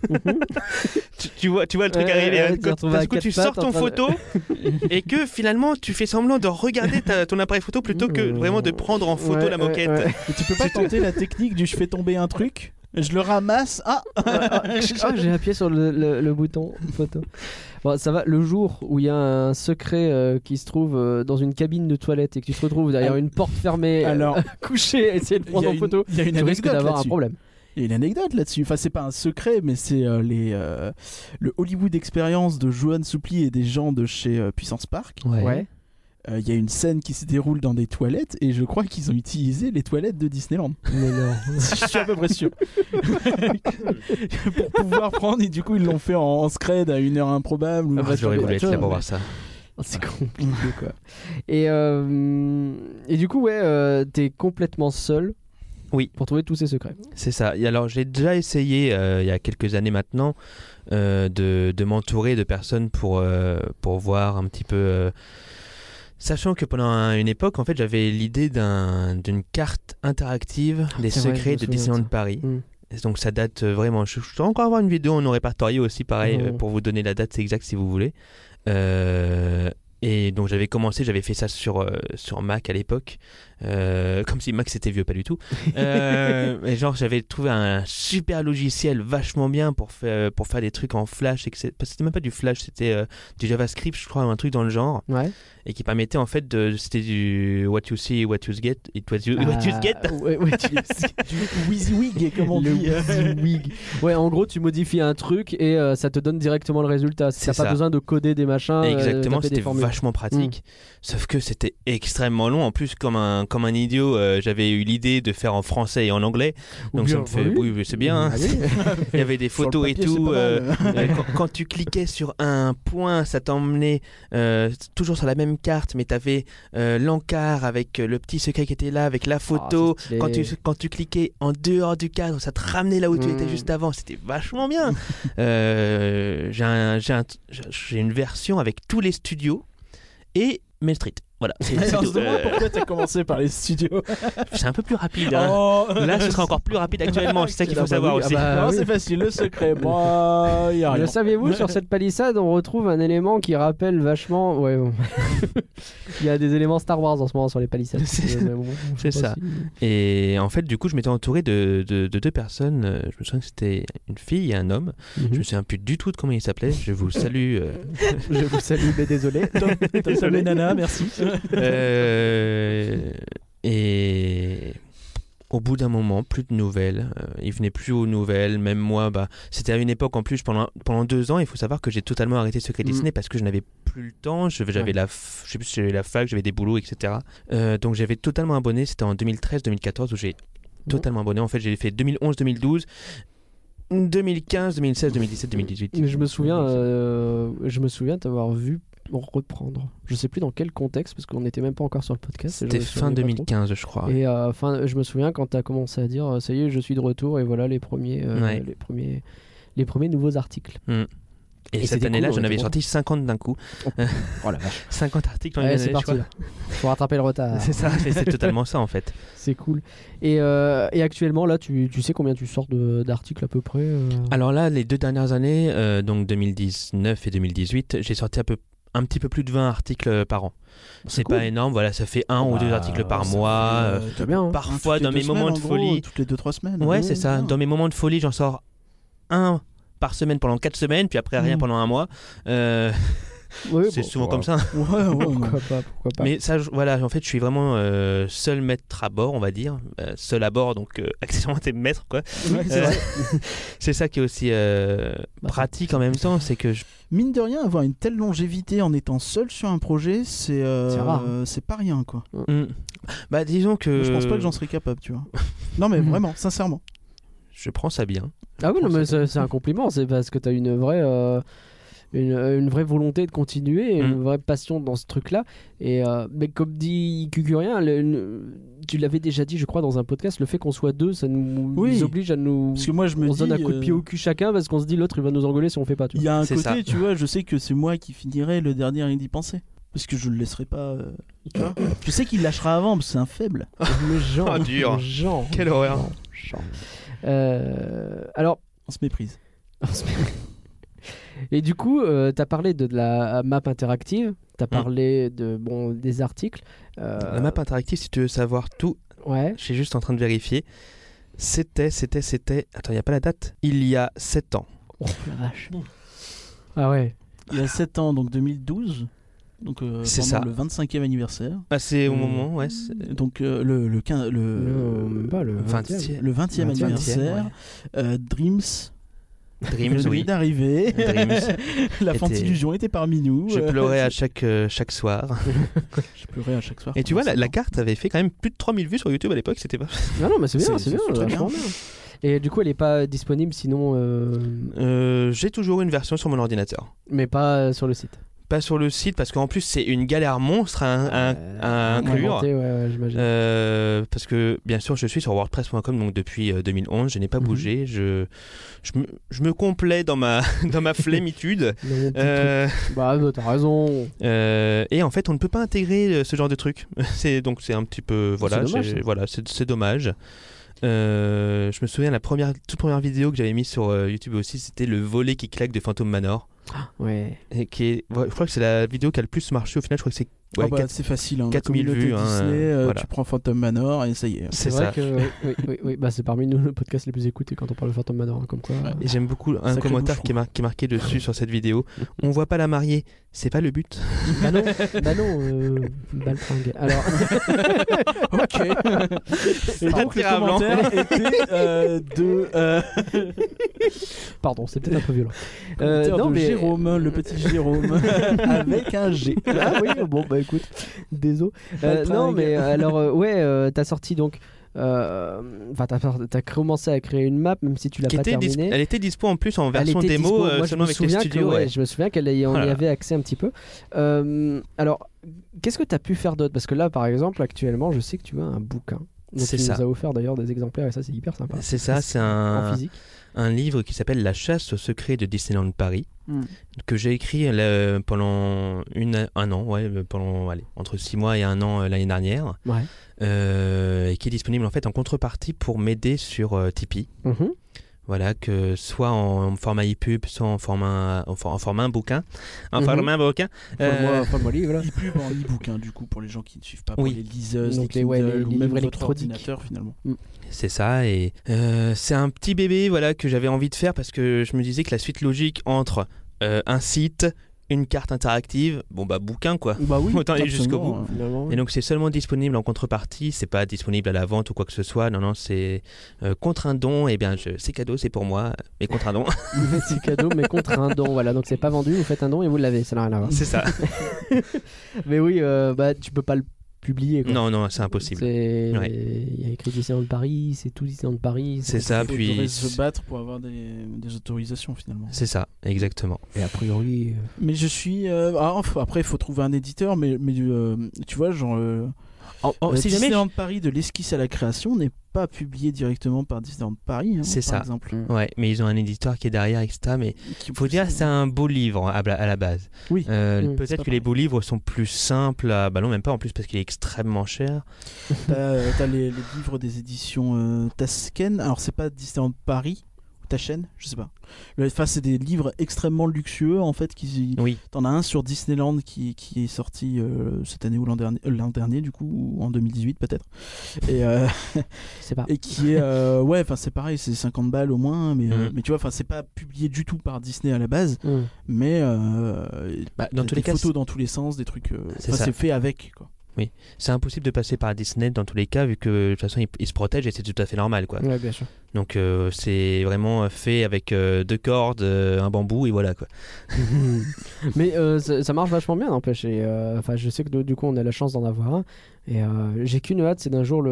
[SPEAKER 6] tu, tu vois, tu vois le truc
[SPEAKER 5] Ouais,
[SPEAKER 6] arriver.
[SPEAKER 5] ouais,
[SPEAKER 6] hein,
[SPEAKER 5] ouais, tu te
[SPEAKER 6] quand-
[SPEAKER 5] retrouves
[SPEAKER 6] parce
[SPEAKER 5] à
[SPEAKER 6] que tu
[SPEAKER 5] quatre
[SPEAKER 6] sors
[SPEAKER 5] pattes
[SPEAKER 6] ton
[SPEAKER 5] en train de-
[SPEAKER 6] photo et que finalement tu fais semblant de regarder ta- ton appareil photo plutôt que vraiment de prendre en photo
[SPEAKER 5] Ouais,
[SPEAKER 6] la
[SPEAKER 5] ouais,
[SPEAKER 6] moquette.
[SPEAKER 5] ouais.
[SPEAKER 2] Et tu peux pas tenter la technique du je fais tomber un truc, je le ramasse, ah
[SPEAKER 5] Ah, j'ai appuyé sur le, le- le bouton photo. Bon, ça va, le jour où il y a un secret euh, qui se trouve euh, dans une cabine de toilette et que tu te retrouves derrière
[SPEAKER 2] Ah.
[SPEAKER 5] une porte
[SPEAKER 6] euh,
[SPEAKER 5] fermée, euh,
[SPEAKER 2] Alors,
[SPEAKER 5] couché, à essayer de
[SPEAKER 2] il y
[SPEAKER 5] prendre
[SPEAKER 2] a
[SPEAKER 5] en
[SPEAKER 2] une-
[SPEAKER 5] photo,
[SPEAKER 2] il y a une
[SPEAKER 5] tu risques
[SPEAKER 2] anecdote
[SPEAKER 5] d'avoir un
[SPEAKER 2] là-dessus.
[SPEAKER 5] problème.
[SPEAKER 2] Il y a une anecdote là-dessus. Enfin, c'est pas un secret, mais c'est euh, les euh, le Hollywood Experience de Johan Soupli et des gens de chez euh, Puissance Park. Euh, Il y a une scène qui se déroule dans des toilettes et je crois qu'ils ont utilisé les toilettes de Disneyland.
[SPEAKER 5] Mais non.
[SPEAKER 2] je suis à peu près sûr. pour pouvoir prendre et du coup ils l'ont fait en, en scred à une heure improbable. Ou
[SPEAKER 6] Ah,
[SPEAKER 2] bref,
[SPEAKER 6] J'aurais
[SPEAKER 2] sur
[SPEAKER 6] voulu
[SPEAKER 2] des-
[SPEAKER 6] être là pour voir ça.
[SPEAKER 5] C'est compliqué quoi. Et, euh, et du coup, ouais, euh, t'es complètement seul.
[SPEAKER 6] Oui.
[SPEAKER 5] Pour trouver tous ces secrets.
[SPEAKER 6] C'est ça. Et alors j'ai déjà essayé euh, il y a quelques années maintenant euh, de, de m'entourer de personnes pour, euh, pour voir un petit peu. euh, Sachant que pendant un- une époque, en fait, j'avais l'idée d'un- d'une carte interactive des
[SPEAKER 5] c'est vrai, je
[SPEAKER 6] secrets
[SPEAKER 5] me
[SPEAKER 6] de
[SPEAKER 5] souviens de
[SPEAKER 6] Disneyland
[SPEAKER 5] ça.
[SPEAKER 6] Paris.
[SPEAKER 5] Mm.
[SPEAKER 6] Et donc ça date euh, vraiment. Je, je dois encore avoir une vidéo en non répertorié aussi, pareil,
[SPEAKER 5] Mm.
[SPEAKER 6] euh, pour vous donner la date exacte si vous voulez. Euh, et donc j'avais commencé, j'avais fait ça sur, euh, sur Mac à l'époque. Euh, comme si Max était vieux, pas du tout. Euh, mais genre, j'avais trouvé un super logiciel vachement bien pour faire, pour faire des trucs en Flash. et que c'est- parce que C'était même pas du Flash, c'était euh, du JavaScript, je crois, ou un truc dans le genre
[SPEAKER 5] Ouais.
[SPEAKER 6] et qui permettait en fait de c'était du what you see what you get it was you, what you get
[SPEAKER 5] Ah, ouais, ouais, tu-
[SPEAKER 2] Du WYSIWYG, comme on
[SPEAKER 5] Le
[SPEAKER 2] dit. euh,
[SPEAKER 5] WYSIWYG. hein. Ouais, en gros, tu modifies un truc et euh, ça te donne directement le résultat.
[SPEAKER 6] C'est
[SPEAKER 5] T'as pas
[SPEAKER 6] ça.
[SPEAKER 5] besoin de coder des machins. euh,
[SPEAKER 6] exactement
[SPEAKER 5] taper des
[SPEAKER 6] c'était
[SPEAKER 5] formules.
[SPEAKER 6] vachement pratique sauf que c'était extrêmement long en plus comme un comme un idiot euh, j'avais eu l'idée de faire en français et en anglais
[SPEAKER 5] Ou
[SPEAKER 6] donc
[SPEAKER 5] bien
[SPEAKER 6] ça me fait
[SPEAKER 5] relu.
[SPEAKER 6] oui, oui, c'est bien hein.
[SPEAKER 5] Ah oui.
[SPEAKER 6] il y avait des
[SPEAKER 2] Sur le
[SPEAKER 6] photos et
[SPEAKER 2] papier, c'est
[SPEAKER 6] tout
[SPEAKER 2] pas mal.
[SPEAKER 6] euh, Euh, quand, quand tu cliquais sur un point, ça t'emmenait euh, toujours sur la même carte, mais t'avais euh, l'encart avec euh, le petit secret qui était là, avec la photo.
[SPEAKER 5] Ah, c'est stylé.
[SPEAKER 6] quand, tu, quand tu cliquais en dehors du cadre, ça te ramenait là où tu
[SPEAKER 5] Mm.
[SPEAKER 6] étais juste avant. C'était vachement bien. Euh, j'ai un- j'ai un- j'ai une version avec tous les studios et Main Street. Voilà. C'est c'est
[SPEAKER 2] Ah, Alors,
[SPEAKER 6] tout.
[SPEAKER 2] je me demande
[SPEAKER 6] Euh,
[SPEAKER 2] pourquoi t'as commencé par les studios.
[SPEAKER 6] c'est un peu plus rapide. hein.
[SPEAKER 2] Oh.
[SPEAKER 6] Là, ce sera encore plus rapide actuellement. C'est ça qu'il
[SPEAKER 5] Ah
[SPEAKER 6] faut
[SPEAKER 5] bah
[SPEAKER 6] savoir
[SPEAKER 5] oui, ah
[SPEAKER 6] aussi.
[SPEAKER 5] bah
[SPEAKER 2] Non,
[SPEAKER 5] oui.
[SPEAKER 2] c'est facile, le secret. Bah, y a rien.
[SPEAKER 5] Le saviez-vous, sur cette palissade, on retrouve un élément qui rappelle vachement. Ouais, bon. Il y a des éléments Star Wars en ce moment sur les palissades.
[SPEAKER 6] C'est-
[SPEAKER 5] Mais bon, je sais
[SPEAKER 6] c'est
[SPEAKER 5] pas
[SPEAKER 6] ça.
[SPEAKER 5] si-
[SPEAKER 6] Et en fait, du coup, je m'étais entouré de, de- de deux personnes. Euh, Je me souviens que c'était une fille et un homme.
[SPEAKER 5] Hmm.
[SPEAKER 6] Je me
[SPEAKER 5] Mhm.
[SPEAKER 6] souviens plus du tout de comment ils s'appelaient. Je vous salue. euh.
[SPEAKER 5] Je vous salue, mais désolé.
[SPEAKER 2] Tom, Tom et Nana, merci.
[SPEAKER 6] Euh, et au bout d'un moment, plus de nouvelles. Euh, Ils venaient plus aux nouvelles. Même moi, bah, c'était à une époque en plus pendant pendant deux ans. Il faut savoir que j'ai totalement arrêté Secret
[SPEAKER 5] Mm.
[SPEAKER 6] Disney parce que je n'avais plus le temps. Je- J'avais
[SPEAKER 5] Ouais.
[SPEAKER 6] la, f- je sais plus si j'avais la fac, j'avais des boulots, etc. Euh, donc j'avais totalement abonné. C'était en 2013-2014 où j'ai totalement abonné. En fait, j'ai fait 2011-2012. 2015, 2016, 2017, 2018.
[SPEAKER 5] Mais je me souviens, euh, je me souviens t'avoir vu reprendre. Je sais plus dans quel contexte parce qu'on n'était même pas encore sur le podcast. et je me
[SPEAKER 6] C'était fin
[SPEAKER 5] souvenais pas trop.
[SPEAKER 6] 2015, je crois.
[SPEAKER 5] Et euh, enfin, je me souviens quand t'as commencé à dire, euh, ça y est, je suis de retour et voilà les premiers, euh,
[SPEAKER 6] Ouais.
[SPEAKER 5] les premiers, les premiers nouveaux articles.
[SPEAKER 6] Et,
[SPEAKER 5] et
[SPEAKER 6] cette
[SPEAKER 5] c'était
[SPEAKER 6] année-là,
[SPEAKER 5] cool,
[SPEAKER 6] j'en
[SPEAKER 5] on
[SPEAKER 6] avais
[SPEAKER 5] était
[SPEAKER 6] sorti 50 d'un coup.
[SPEAKER 5] Oh la vache.
[SPEAKER 6] 50 articles en une
[SPEAKER 5] Ouais,
[SPEAKER 6] année,
[SPEAKER 5] c'est
[SPEAKER 6] je
[SPEAKER 5] parti.
[SPEAKER 6] crois.
[SPEAKER 5] là. Faut rattraper le retard.
[SPEAKER 6] C'est ça, c'est c'est totalement ça en fait.
[SPEAKER 5] C'est cool. Et, euh, et actuellement, là, tu, tu sais combien tu sors de- d'articles à peu près euh
[SPEAKER 6] Alors là, les deux dernières années, euh, donc 2019 et 2018, j'ai sorti un, peu, un petit peu plus de 20 articles euh, par an. C'est
[SPEAKER 5] cool.
[SPEAKER 6] pas énorme, voilà, ça fait un ou deux
[SPEAKER 2] Bah,
[SPEAKER 6] articles par
[SPEAKER 2] ça
[SPEAKER 6] mois.
[SPEAKER 2] fait, euh,
[SPEAKER 6] euh,
[SPEAKER 5] C'est bien. hein.
[SPEAKER 2] Un
[SPEAKER 6] parfois,
[SPEAKER 2] toutes les
[SPEAKER 6] dans
[SPEAKER 2] deux
[SPEAKER 6] mes
[SPEAKER 2] semaines,
[SPEAKER 6] moments
[SPEAKER 2] en
[SPEAKER 6] de
[SPEAKER 2] gros,
[SPEAKER 6] folie,
[SPEAKER 2] Toutes les 2-3 semaines.
[SPEAKER 6] Ouais,
[SPEAKER 2] Mmh,
[SPEAKER 6] c'est ça.
[SPEAKER 2] bien.
[SPEAKER 6] Dans mes moments de folie, j'en sors un par semaine pendant 4 semaines, puis après rien
[SPEAKER 2] Mm.
[SPEAKER 6] pendant un mois. Euh,
[SPEAKER 5] Oui,
[SPEAKER 6] c'est
[SPEAKER 5] bon, bah,
[SPEAKER 6] souvent comme ça.
[SPEAKER 2] Ouais, ouais, ouais.
[SPEAKER 5] Pourquoi pas, pourquoi pas.
[SPEAKER 6] Mais ça, je- voilà, en fait, je suis vraiment euh, seul maître à bord, on va dire. Euh, seul à bord, donc euh, accessoirement, t'es maître, quoi.
[SPEAKER 2] Ouais, c'est
[SPEAKER 6] Euh,
[SPEAKER 2] vrai.
[SPEAKER 6] c'est ça qui est aussi euh,
[SPEAKER 5] Bah,
[SPEAKER 6] pratique en même temps, c'est que je-
[SPEAKER 2] Mine de rien, avoir une telle longévité en étant seul sur un projet, c'est euh,
[SPEAKER 5] C'est rare, hein.
[SPEAKER 2] c'est pas rien quoi.
[SPEAKER 6] Mm. Bah, disons que.
[SPEAKER 2] Je pense pas que j'en serais capable, tu vois. Non mais
[SPEAKER 5] Mhm.
[SPEAKER 2] vraiment, sincèrement.
[SPEAKER 6] Je prends ça bien.
[SPEAKER 5] Ah oui, non,
[SPEAKER 6] pense
[SPEAKER 5] mais
[SPEAKER 6] que ça
[SPEAKER 5] c'est c'est un compliment, c'est parce que tu as une vraie, euh, une, une vraie volonté de continuer, et une
[SPEAKER 6] Mm.
[SPEAKER 5] vraie passion dans ce truc-là. Et euh, mais comme dit Cucurien, le- le- tu l'avais déjà dit, je crois, dans un podcast, le fait qu'on soit deux, ça nous
[SPEAKER 2] Oui.
[SPEAKER 5] oblige à nous.
[SPEAKER 2] Parce que moi je me
[SPEAKER 5] On
[SPEAKER 2] dis,
[SPEAKER 5] se donne un coup de pied
[SPEAKER 2] euh,
[SPEAKER 5] au cul chacun parce qu'on se dit l'autre il va nous engueuler si on fait pas. Tu
[SPEAKER 2] Il
[SPEAKER 5] vois.
[SPEAKER 2] y a un
[SPEAKER 6] C'est
[SPEAKER 2] côté,
[SPEAKER 6] ça.
[SPEAKER 2] tu vois, je sais que c'est moi qui finirai le dernier à y penser. Parce que je le laisserai pas. euh, tu vois je sais qu'il lâchera avant, parce que c'est un faible.
[SPEAKER 5] Le genre.
[SPEAKER 6] Ah, dur.
[SPEAKER 5] le genre.
[SPEAKER 6] Quelle horreur.
[SPEAKER 5] Genre, genre. Euh, alors,
[SPEAKER 2] On se méprise.
[SPEAKER 5] Et du coup, euh, t'as parlé de, de la euh, map interactive, t'as parlé de bon des articles. euh,
[SPEAKER 6] La map interactive, si tu veux savoir tout,
[SPEAKER 5] Ouais.
[SPEAKER 6] je suis juste en train de vérifier. C'était, c'était, c'était. Attends, il n'y a pas la date Il y a 7 ans.
[SPEAKER 5] Oh la vache. Ah ouais.
[SPEAKER 2] Il y a 7 ans, donc 2012. Donc euh,
[SPEAKER 6] C'est
[SPEAKER 2] pendant
[SPEAKER 6] ça.
[SPEAKER 2] le 25e anniversaire.
[SPEAKER 6] Ah, c'est au
[SPEAKER 5] Mm.
[SPEAKER 6] moment, ouais. c'est-
[SPEAKER 2] Donc euh, le, le, quin- le,
[SPEAKER 5] Le, pas le
[SPEAKER 6] 20e.
[SPEAKER 5] 20e.
[SPEAKER 2] le 20e
[SPEAKER 5] 20e,
[SPEAKER 2] anniversaire, euh, Dreams
[SPEAKER 6] Dreams,
[SPEAKER 2] venait
[SPEAKER 6] oui.
[SPEAKER 2] d'arriver.
[SPEAKER 6] Dreams.
[SPEAKER 2] La
[SPEAKER 6] Était-
[SPEAKER 2] fantilusion était parmi nous.
[SPEAKER 6] Je
[SPEAKER 2] Euh,
[SPEAKER 6] pleurais à chaque, euh, chaque soir.
[SPEAKER 2] je pleurais à chaque soir.
[SPEAKER 6] Et tu vois, la,
[SPEAKER 2] pendant
[SPEAKER 6] la
[SPEAKER 2] sept ans.
[SPEAKER 6] carte avait fait quand même plus de 3000 vues sur YouTube à l'époque, c'était pas.
[SPEAKER 5] Non non mais c'est bien,
[SPEAKER 2] C'est-
[SPEAKER 5] c'est
[SPEAKER 2] c'est
[SPEAKER 5] bien,
[SPEAKER 2] très
[SPEAKER 5] vachement
[SPEAKER 2] bien.
[SPEAKER 5] bien. Et du coup, elle est pas disponible sinon, euh,
[SPEAKER 6] Euh, J'ai toujours une version sur mon ordinateur.
[SPEAKER 5] mais pas euh, sur le site.
[SPEAKER 6] Pas sur le site, parce qu'en plus, c'est une galère monstre à, à-
[SPEAKER 5] Euh,
[SPEAKER 6] à inclure.
[SPEAKER 5] inventer, ouais, ouais, j'imagine.
[SPEAKER 6] Euh, parce que bien sûr, je suis sur WordPress.com donc depuis euh, 2011, je n'ai pas
[SPEAKER 5] Mhm.
[SPEAKER 6] bougé. Je, je, me, je me complais dans ma, dans ma flémitude.
[SPEAKER 5] Dans mon petit
[SPEAKER 6] Euh,
[SPEAKER 5] truc. Bah bah, t'as raison.
[SPEAKER 6] euh, et en fait, on ne peut pas intégrer euh, ce genre de truc. C'est donc c'est un petit peu voilà,
[SPEAKER 5] C'est dommage,
[SPEAKER 6] j'ai-
[SPEAKER 5] ça.
[SPEAKER 6] voilà, c'est c'est dommage. Euh, je me souviens la première, toute première vidéo que j'avais mise sur euh, YouTube aussi, c'était le volet qui claque de Phantom Manor.
[SPEAKER 5] Ouais.
[SPEAKER 6] et qui est, ouais, je crois que c'est la vidéo qui a le plus marché au final. Je crois que c'est ouais,
[SPEAKER 2] Ah bah,
[SPEAKER 6] quatre-
[SPEAKER 2] c'est facile. Hein,
[SPEAKER 6] 4000
[SPEAKER 2] communauté
[SPEAKER 6] vues, hein,
[SPEAKER 2] Disney, euh,
[SPEAKER 6] voilà.
[SPEAKER 2] Tu prends Phantom Manor et ça y est.
[SPEAKER 6] c'est
[SPEAKER 5] vrai
[SPEAKER 6] ça.
[SPEAKER 5] que oui, oui, oui, oui. Bah, c'est parmi nous le podcast le plus écouté quand on parle de Phantom Manor, hein, comme quoi.
[SPEAKER 2] Ouais.
[SPEAKER 6] Et j'aime beaucoup un
[SPEAKER 2] Sacré
[SPEAKER 6] commentaire
[SPEAKER 2] boucheron.
[SPEAKER 6] qui est, mar- qui est marqué dessus sur cette vidéo. On voit pas la mariée, c'est pas le but.
[SPEAKER 5] Bah non, bah non, euh, Baltringue. Alors,
[SPEAKER 2] Ok.
[SPEAKER 6] Euh,
[SPEAKER 2] et donc le
[SPEAKER 6] Tirable, hein.
[SPEAKER 2] commentaire était euh, de, euh,
[SPEAKER 5] pardon, c'est peut-être un peu violent. Euh,
[SPEAKER 2] commentaire
[SPEAKER 5] non,
[SPEAKER 2] de
[SPEAKER 5] mais-
[SPEAKER 2] Jérôme, le petit Jérôme, avec un G.
[SPEAKER 5] ah oui,
[SPEAKER 6] oh,
[SPEAKER 5] bon bah écoute, désolé. Euh,
[SPEAKER 2] Baltringue.
[SPEAKER 5] non mais euh, alors euh, ouais, euh, t'as sorti donc, euh, enfin t'as t'as commencé à créer une map même si tu l'as
[SPEAKER 6] Qui
[SPEAKER 5] pas
[SPEAKER 6] était dis-
[SPEAKER 5] terminée.
[SPEAKER 6] elle était dispo en plus en version
[SPEAKER 5] Elle était
[SPEAKER 6] démo
[SPEAKER 5] dispo.
[SPEAKER 6] euh,
[SPEAKER 5] Moi, je
[SPEAKER 6] seulement
[SPEAKER 5] me
[SPEAKER 6] avec les
[SPEAKER 5] souviens que,
[SPEAKER 6] studios.
[SPEAKER 5] ouais,
[SPEAKER 6] ouais.
[SPEAKER 5] Je me souviens qu'elle y- on
[SPEAKER 6] Voilà.
[SPEAKER 5] y avait accès un petit peu. Euh, alors, qu'est-ce que tu as pu faire d'autre Parce que là, par exemple, actuellement, je sais que tu as un bouquin. dont
[SPEAKER 6] C'est
[SPEAKER 5] tu
[SPEAKER 6] ça.
[SPEAKER 5] nous as offert d'ailleurs des exemplaires et ça, c'est hyper sympa.
[SPEAKER 6] C'est ça, c'est
[SPEAKER 5] En
[SPEAKER 6] un,
[SPEAKER 5] physique.
[SPEAKER 6] un livre qui s'appelle La chasse au secret de Disneyland Paris,
[SPEAKER 2] Mm.
[SPEAKER 5] Hmm.
[SPEAKER 6] que j'ai écrit là, pendant une, un an, ouais, euh, pendant, allez, entre six mois et un an euh, l'année dernière,
[SPEAKER 5] Ouais.
[SPEAKER 6] euh, et qui est disponible en fait en contrepartie pour m'aider sur euh, Tipeee.
[SPEAKER 5] Mhm.
[SPEAKER 6] Voilà, que soit en format e-pub, soit en format, en, for- en format bouquin. En
[SPEAKER 5] Mhm.
[SPEAKER 6] format bouquin.
[SPEAKER 5] Enfin,
[SPEAKER 6] Euh,
[SPEAKER 5] moi- enfin, moi, lui, voilà.
[SPEAKER 2] E-pub en e-book, hein, du coup, pour les gens qui ne suivent pas, pour
[SPEAKER 6] Oui.
[SPEAKER 2] les liseuses,
[SPEAKER 5] Donc,
[SPEAKER 2] les,
[SPEAKER 5] les- ouais,
[SPEAKER 2] Kindle
[SPEAKER 5] les-
[SPEAKER 2] ou
[SPEAKER 5] les
[SPEAKER 2] même
[SPEAKER 5] livres
[SPEAKER 2] votre
[SPEAKER 5] électroniques.
[SPEAKER 2] ordinateur finalement.
[SPEAKER 6] C'est ça, et euh, c'est un petit bébé voilà, que j'avais envie de faire parce que je me disais que la suite logique entre euh, un site, une carte interactive, bon bah bouquin quoi.
[SPEAKER 2] Bah oui,
[SPEAKER 6] Autant aller jusqu'au
[SPEAKER 2] absolument, hein.
[SPEAKER 5] Finalement,
[SPEAKER 6] Et donc c'est seulement disponible en contrepartie, c'est pas disponible à la vente ou quoi que ce soit, non non c'est euh, contre un don, et bien je- c'est cadeau, c'est pour moi, mais contre un don,
[SPEAKER 5] c'est cadeau, mais contre un don. Voilà, donc c'est pas vendu, vous faites un don et vous l'avez, ça n'a rien à voir.
[SPEAKER 6] c'est ça.
[SPEAKER 5] Mais oui, euh, bah, tu peux pas le publier. quoi.
[SPEAKER 6] Non non c'est impossible.
[SPEAKER 5] C'est-
[SPEAKER 6] Ouais.
[SPEAKER 5] Il y a écrit Disneyland Paris, c'est tout Disneyland Paris.
[SPEAKER 6] C'est ça,
[SPEAKER 2] Il faut autoriser
[SPEAKER 6] puis
[SPEAKER 2] se battre pour avoir des, des autorisations finalement.
[SPEAKER 6] c'est ça, exactement.
[SPEAKER 5] Et a priori. euh,
[SPEAKER 2] Mais je suis. euh, ah, enfin, après, il faut trouver un éditeur, mais, mais euh, tu vois, genre. euh,
[SPEAKER 5] Oh,
[SPEAKER 2] euh,
[SPEAKER 6] Oh, si jamais
[SPEAKER 2] Disneyland Paris de l'esquisse à la création n'est pas publié directement par Disneyland Paris, hein,
[SPEAKER 6] C'est
[SPEAKER 2] par
[SPEAKER 6] ça.
[SPEAKER 2] exemple.
[SPEAKER 6] Ouais, mais ils ont un éditeur qui est derrière, etc. Mais
[SPEAKER 2] Qui-
[SPEAKER 6] faut dire, c'est un beau livre hein, à la à la base.
[SPEAKER 2] Oui.
[SPEAKER 6] Euh,
[SPEAKER 5] Mm.
[SPEAKER 2] C'est
[SPEAKER 6] Peut-être
[SPEAKER 2] pas
[SPEAKER 6] que
[SPEAKER 2] pareil.
[SPEAKER 6] les beaux livres sont plus simples à... Bah non, même pas en plus parce qu'il est extrêmement cher.
[SPEAKER 2] T'as euh, t'as les, les livres des éditions euh, Tasken. Alors, c'est pas Disneyland Paris ou ta chaîne, je sais pas. Le- Enfin, c'est des livres extrêmement luxueux en fait. Qui,
[SPEAKER 6] Oui.
[SPEAKER 2] t'en as un sur Disneyland qui, qui est sorti euh, cette année ou l'an dernier, euh, l'an dernier du coup, ou en 2018 peut-être. Et, euh,
[SPEAKER 5] C'est
[SPEAKER 6] Ah.
[SPEAKER 5] pas.
[SPEAKER 2] et qui est euh, ouais, enfin c'est pareil, c'est 50 balles au moins, mais euh,
[SPEAKER 6] Mhm.
[SPEAKER 2] mais tu vois, enfin c'est pas publié du tout par Disney à la base,
[SPEAKER 5] Hum.
[SPEAKER 2] mais euh,
[SPEAKER 6] Bah, dans
[SPEAKER 2] t'as des
[SPEAKER 6] tous les cas,
[SPEAKER 2] photos dans tous les sens, des trucs. euh,
[SPEAKER 6] C'est
[SPEAKER 2] enfin,
[SPEAKER 6] ça.
[SPEAKER 2] c'est fait avec quoi.
[SPEAKER 6] c'est impossible de passer par Disney dans tous les cas, vu que de toute façon, ils, ils se protègent et c'est tout à fait normal. quoi.
[SPEAKER 5] Ouais, bien sûr.
[SPEAKER 6] Donc euh, c'est vraiment fait avec euh, deux cordes, euh, un bambou et voilà. quoi.
[SPEAKER 5] Mais euh, ça, ça marche vachement bien, n'empêche. Et, euh, Enfin, je sais que nous, du coup, on a la chance d'en avoir un. Et euh, j'ai qu'une hâte, c'est d'un jour le,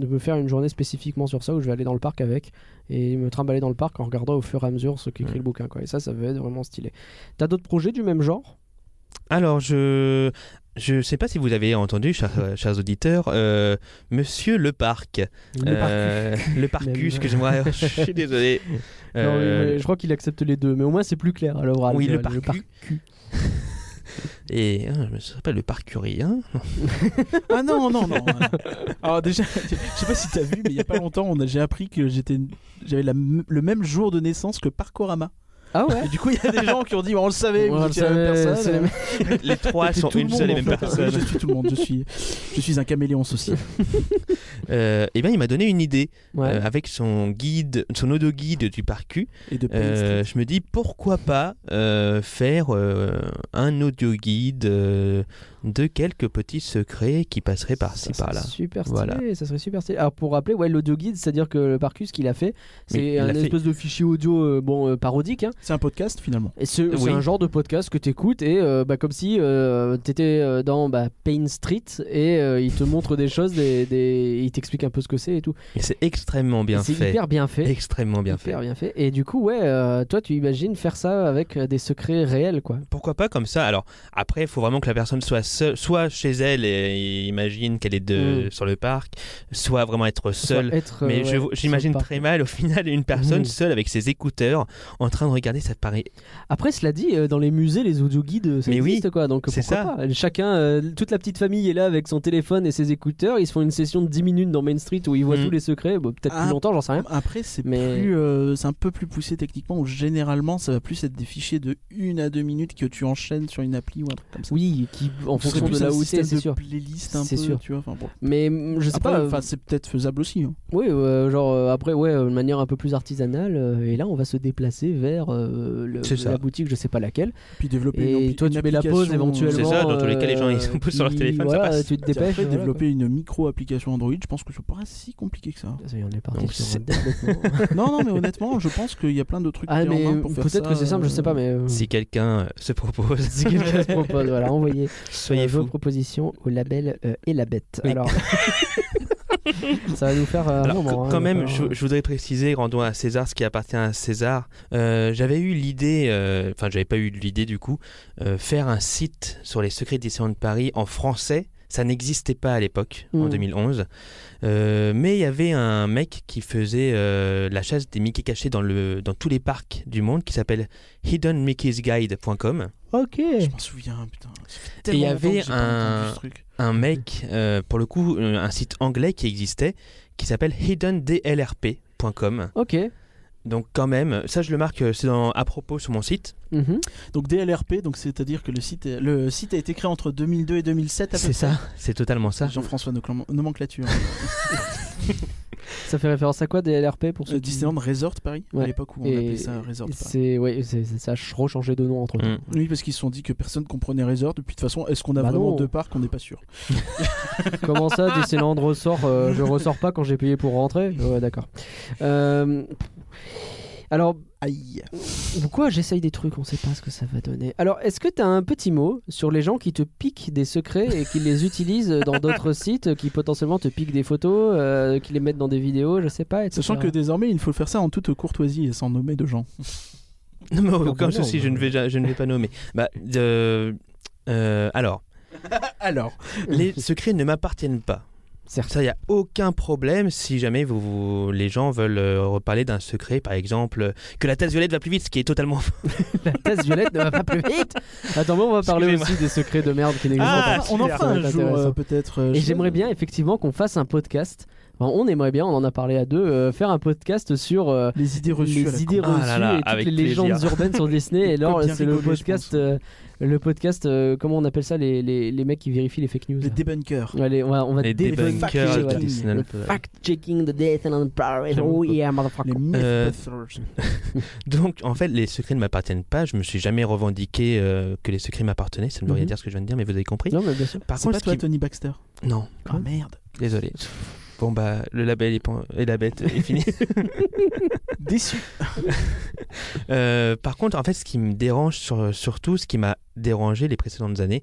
[SPEAKER 5] de me faire une journée spécifiquement sur ça où je vais aller dans le parc avec et me trimballer dans le parc en regardant au fur et à mesure ce qu'écrit
[SPEAKER 6] Ouais.
[SPEAKER 5] le bouquin. Quoi. Et ça, ça va être vraiment stylé. T'as d'autres projets du même genre
[SPEAKER 6] Alors je. Je sais pas si vous avez entendu, chers, chers auditeurs, euh, Monsieur Le Parc. Euh, le Parcus,
[SPEAKER 5] Même.
[SPEAKER 6] que j'aimerais. je suis désolé.
[SPEAKER 5] Non,
[SPEAKER 6] Euh,
[SPEAKER 5] mais je crois qu'il accepte les deux, mais au moins c'est plus clair. Alors, euh,
[SPEAKER 6] Oui, le parcu. Et hein, je me serais pas le parcurie, hein
[SPEAKER 2] Ah non, non, non. euh. Alors déjà, je sais pas si t'as vu, mais il y a pas longtemps, on a- j'ai appris que j'étais, j'avais la m- le même jour de naissance que Parkorama.
[SPEAKER 5] Ah ouais
[SPEAKER 2] Et du coup, il y a des gens qui ont dit, Bon, on le savait,
[SPEAKER 5] On
[SPEAKER 2] vous
[SPEAKER 5] le
[SPEAKER 2] étiez la même
[SPEAKER 5] savait,
[SPEAKER 2] personne.
[SPEAKER 5] c'est les mêmes.
[SPEAKER 6] Les trois
[SPEAKER 2] T'es
[SPEAKER 6] sont
[SPEAKER 2] tout le
[SPEAKER 6] une
[SPEAKER 2] monde,
[SPEAKER 6] seule et
[SPEAKER 2] en
[SPEAKER 6] même
[SPEAKER 2] fait. euh,
[SPEAKER 6] personne.
[SPEAKER 2] Je suis tout le monde, je suis, je suis un caméléon social.
[SPEAKER 6] Euh, eh bien, il m'a donné une idée.
[SPEAKER 5] Ouais.
[SPEAKER 6] Euh, avec son guide, son audio-guide du parcu,
[SPEAKER 2] Et de Paris
[SPEAKER 6] euh,
[SPEAKER 2] Street.
[SPEAKER 6] je me dis pourquoi pas euh, faire euh, un audio-guide euh, de quelques petits secrets qui passeraient par-ci
[SPEAKER 5] Ah, Ça serait
[SPEAKER 6] par-là.
[SPEAKER 5] Super stylé,
[SPEAKER 6] Voilà.
[SPEAKER 5] ça serait super stylé. Alors pour rappeler, ouais, l'audio guide, c'est-à-dire que le Parcus ce qu'il a fait,
[SPEAKER 6] Oui,
[SPEAKER 5] c'est
[SPEAKER 6] il
[SPEAKER 5] un
[SPEAKER 6] l'a fait.
[SPEAKER 5] espèce de fichier audio euh, bon euh, parodique. hein.
[SPEAKER 2] C'est un podcast finalement.
[SPEAKER 5] Et c'est
[SPEAKER 6] Oui.
[SPEAKER 5] c'est un genre de podcast que t'écoutes et euh, bah, comme si euh, t'étais euh, dans bah, Pain Street et euh, il te montre des choses, des, des... il t'explique un peu ce que c'est et tout.
[SPEAKER 6] Et c'est extrêmement
[SPEAKER 5] Et
[SPEAKER 6] bien
[SPEAKER 5] C'est
[SPEAKER 6] fait.
[SPEAKER 5] hyper bien fait.
[SPEAKER 6] Extrêmement bien
[SPEAKER 5] Hyper
[SPEAKER 6] fait.
[SPEAKER 5] bien fait. Et du coup, ouais, euh, toi, tu imagines faire ça avec euh, des secrets réels, quoi.
[SPEAKER 6] Pourquoi pas comme ça Alors après, il faut vraiment que la personne soit seule, soit chez elle et imagine qu'elle est de,
[SPEAKER 5] Mm.
[SPEAKER 6] sur le parc, soit vraiment être seule.
[SPEAKER 5] Soit être, euh,
[SPEAKER 6] Mais je-
[SPEAKER 5] ouais,
[SPEAKER 6] j'imagine
[SPEAKER 5] sur le
[SPEAKER 6] très
[SPEAKER 5] parc.
[SPEAKER 6] mal au final une personne
[SPEAKER 5] Mm.
[SPEAKER 6] seule avec ses écouteurs en train de regarder, ça paraît.
[SPEAKER 5] Après, cela dit, euh, dans les musées, les audio guides, ça
[SPEAKER 6] Mais oui,
[SPEAKER 5] existe quoi. Donc euh,
[SPEAKER 6] c'est
[SPEAKER 5] pourquoi
[SPEAKER 6] ça.
[SPEAKER 5] pas Chacun, euh, toute la petite famille est là avec son téléphone et ses écouteurs. Ils se font une session de 10 minutes dans Main Street où ils voient
[SPEAKER 6] Mm.
[SPEAKER 5] tous les secrets. Bon, Peut-être
[SPEAKER 2] Ah.
[SPEAKER 5] plus longtemps, j'en sais rien.
[SPEAKER 2] Après, c'est
[SPEAKER 5] Mais-
[SPEAKER 2] plus, euh, c'est un peu plus poussé techniquement, où généralement, ça va plus être des fichiers de 1 à 2 minutes que tu enchaînes sur une appli ou un truc comme ça.
[SPEAKER 5] Oui, qui en
[SPEAKER 2] Ce serait
[SPEAKER 5] fonction de
[SPEAKER 2] plus un
[SPEAKER 5] là où c'est,
[SPEAKER 2] système
[SPEAKER 5] c'est
[SPEAKER 2] de
[SPEAKER 5] sûr.
[SPEAKER 2] playlist un
[SPEAKER 5] C'est
[SPEAKER 2] peu,
[SPEAKER 5] sûr.
[SPEAKER 2] tu vois. Enfin, bon.
[SPEAKER 5] Mais mm, je sais
[SPEAKER 2] Après,
[SPEAKER 5] pas. euh,
[SPEAKER 2] enfin, c'est peut-être faisable aussi. hein.
[SPEAKER 5] Oui, euh, genre euh, après, ouais, euh, de manière un peu plus artisanale. euh, et là, on va se déplacer vers euh, le-
[SPEAKER 6] C'est ça.
[SPEAKER 5] la boutique, je sais pas laquelle.
[SPEAKER 2] Puis développer une,
[SPEAKER 5] Et
[SPEAKER 2] ampli-
[SPEAKER 5] toi,
[SPEAKER 2] une
[SPEAKER 5] tu mets la
[SPEAKER 2] application,
[SPEAKER 5] pause éventuellement.
[SPEAKER 6] C'est ça, dans tous les
[SPEAKER 5] euh,
[SPEAKER 6] cas, les gens, ils sont plus sur leur
[SPEAKER 5] qui-
[SPEAKER 6] téléphone, ça
[SPEAKER 5] voilà,
[SPEAKER 6] passe.
[SPEAKER 5] Tu te
[SPEAKER 2] Puis
[SPEAKER 5] dépêches.
[SPEAKER 2] après,
[SPEAKER 5] voilà,
[SPEAKER 2] développer une micro-application Android, je pense que c'est pas si compliqué que ça.
[SPEAKER 5] quoi. Ça y est, on est parti
[SPEAKER 6] Donc,
[SPEAKER 5] sur un
[SPEAKER 6] c'est-
[SPEAKER 5] développement.
[SPEAKER 2] non, non, mais honnêtement, je pense qu'il y a plein de trucs
[SPEAKER 5] Ah,
[SPEAKER 2] clés en
[SPEAKER 5] mais
[SPEAKER 2] main pour faire
[SPEAKER 5] peut-être
[SPEAKER 2] ça,
[SPEAKER 5] que c'est simple, je sais pas,
[SPEAKER 2] euh,
[SPEAKER 5] mais. euh,
[SPEAKER 6] Si quelqu'un euh, se propose,
[SPEAKER 5] si quelqu'un se propose, voilà, envoyez
[SPEAKER 6] soyez
[SPEAKER 5] euh, vos
[SPEAKER 6] fous.
[SPEAKER 5] propositions au label euh, et la bête.
[SPEAKER 6] Oui.
[SPEAKER 5] Alors, ça va nous faire euh, un
[SPEAKER 6] Alors,
[SPEAKER 5] moment.
[SPEAKER 6] qu-
[SPEAKER 5] hein,
[SPEAKER 6] quand même, je,
[SPEAKER 5] d'accord.
[SPEAKER 6] je voudrais préciser, rendons à César ce qui appartient à César. Euh, j'avais eu l'idée, euh, enfin, j'avais pas eu l'idée du coup, euh, faire un site sur les secrets des de Paris en français. Ça n'existait pas à l'époque, en
[SPEAKER 2] Hmm.
[SPEAKER 5] Mm.
[SPEAKER 6] 2011. Euh, mais il y avait un mec qui faisait euh, la chasse des Mickey cachés dans, le, dans tous les parcs du monde qui s'appelle hiddenmickey'sguide.com.
[SPEAKER 5] Ok.
[SPEAKER 2] Je m'en souviens, putain. Ça fait
[SPEAKER 6] Et il y
[SPEAKER 2] tellement longtemps
[SPEAKER 6] avait
[SPEAKER 2] que j'ai pas
[SPEAKER 6] un-
[SPEAKER 2] entendu ce truc.
[SPEAKER 6] un mec, euh, pour le coup, euh, un site anglais qui existait, qui s'appelle hiddendlrp.com.
[SPEAKER 5] Ok.
[SPEAKER 6] Donc quand même, ça je le marque, euh, c'est dans à propos sur mon site.
[SPEAKER 5] Mhm.
[SPEAKER 2] Donc DLRP, donc c'est-à-dire que le site, est- le site a été créé entre 2002 et 2007. à peu
[SPEAKER 6] C'est
[SPEAKER 2] près.
[SPEAKER 6] ça, c'est totalement ça.
[SPEAKER 2] Jean-François Noclam- Nomenclature.
[SPEAKER 5] Ça fait référence à quoi des LRP pour ceux
[SPEAKER 2] Euh,
[SPEAKER 5] qui-
[SPEAKER 2] Disneyland Resort Paris,
[SPEAKER 5] Ouais.
[SPEAKER 2] à l'époque où on
[SPEAKER 5] Et-
[SPEAKER 2] appelait ça Resort
[SPEAKER 5] et
[SPEAKER 2] Paris.
[SPEAKER 5] C'est ouais, c'est- c'est- ça a ch- rechangé de nom entre temps.
[SPEAKER 6] Mm.
[SPEAKER 2] Oui, parce qu'ils se sont dit que personne comprenait Resort. Puis de toute façon, est-ce qu'on a
[SPEAKER 5] Bah
[SPEAKER 2] vraiment
[SPEAKER 5] non.
[SPEAKER 2] deux parcs On n'est pas sûr.
[SPEAKER 5] Comment ça, Disneyland ressort euh, Je ressors pas quand j'ai payé pour rentrer Ouais, d'accord. Euh, Alors,
[SPEAKER 2] Aïe.
[SPEAKER 5] pourquoi j'essaye des trucs On sait pas ce que ça va donner. Alors, est-ce que t'as un petit mot sur les gens qui te piquent des secrets et qui les utilisent dans d'autres sites, qui potentiellement te piquent des photos, euh, qui les mettent dans des vidéos, je sais pas, etc.
[SPEAKER 2] Sachant que désormais, il faut faire ça en toute courtoisie et sans nommer de gens.
[SPEAKER 6] Non, mais
[SPEAKER 5] bah
[SPEAKER 6] aucun
[SPEAKER 5] non,
[SPEAKER 6] souci,
[SPEAKER 5] bah
[SPEAKER 6] je ne vais, ja- je ne vais pas nommer. Bah, de- euh, alors,
[SPEAKER 2] Alors,
[SPEAKER 6] les secrets ne m'appartiennent pas.
[SPEAKER 5] Certes.
[SPEAKER 6] Ça, il n'y a aucun problème si jamais vous, vous- les gens veulent euh, reparler d'un secret, par exemple, euh, que la tasse violette va plus vite, ce qui est totalement faux.
[SPEAKER 5] La tasse violette ne va pas plus vite Attends, mais on va parler
[SPEAKER 6] Excusez-moi.
[SPEAKER 5] aussi des secrets de merde qui n'existent
[SPEAKER 6] Ah,
[SPEAKER 5] pas.
[SPEAKER 2] on en fera
[SPEAKER 5] Ça va
[SPEAKER 2] un
[SPEAKER 5] être
[SPEAKER 2] jour
[SPEAKER 5] intéressant.
[SPEAKER 2] euh, peut-être. euh,
[SPEAKER 5] Et
[SPEAKER 2] je-
[SPEAKER 5] j'aimerais bien effectivement qu'on fasse un podcast. Enfin, on aimerait bien, on en a parlé à deux, euh, faire un podcast sur euh,
[SPEAKER 2] les idées reçues. à la
[SPEAKER 5] les idées
[SPEAKER 6] con. Ah
[SPEAKER 5] reçues
[SPEAKER 6] là là,
[SPEAKER 5] et toutes
[SPEAKER 6] avec
[SPEAKER 5] les légendes
[SPEAKER 6] plaisir.
[SPEAKER 5] urbaines sur Disney. Et
[SPEAKER 2] peut
[SPEAKER 5] alors,
[SPEAKER 2] bien
[SPEAKER 5] c'est le
[SPEAKER 2] rigoler, je
[SPEAKER 5] podcast,
[SPEAKER 2] pense.
[SPEAKER 5] euh, le podcast, euh, comment on appelle ça, les, les, les mecs qui vérifient les fake news.
[SPEAKER 2] Les
[SPEAKER 5] là.
[SPEAKER 2] débunkers.
[SPEAKER 5] Ouais, les- on va, on va
[SPEAKER 6] Les
[SPEAKER 5] débunker,
[SPEAKER 6] débunkers de
[SPEAKER 5] voilà.
[SPEAKER 6] Disney.
[SPEAKER 5] Le fact-checking de Disneyland Paris. Oh yeah, motherfucker.
[SPEAKER 2] Les
[SPEAKER 5] euh,
[SPEAKER 2] mythbusters.
[SPEAKER 6] Donc, en fait, les secrets ne m'appartiennent pas. Je me suis jamais revendiqué euh, que les secrets m'appartenaient. Ça ne veut rien
[SPEAKER 5] Mhm.
[SPEAKER 6] dire ce que je viens de dire, mais vous avez compris.
[SPEAKER 5] Non, mais bien sûr.
[SPEAKER 6] Par
[SPEAKER 2] C'est
[SPEAKER 6] contre,
[SPEAKER 2] pas
[SPEAKER 6] ce
[SPEAKER 2] toi,
[SPEAKER 6] qui-
[SPEAKER 2] Tony Baxter.
[SPEAKER 6] non,
[SPEAKER 2] Ah merde.
[SPEAKER 6] désolé. Bon, bah, le label est pen- et la bête est fini.
[SPEAKER 2] Déçu.
[SPEAKER 6] Euh, par contre, en fait, ce qui me dérange sur- surtout, ce qui m'a dérangé les précédentes années,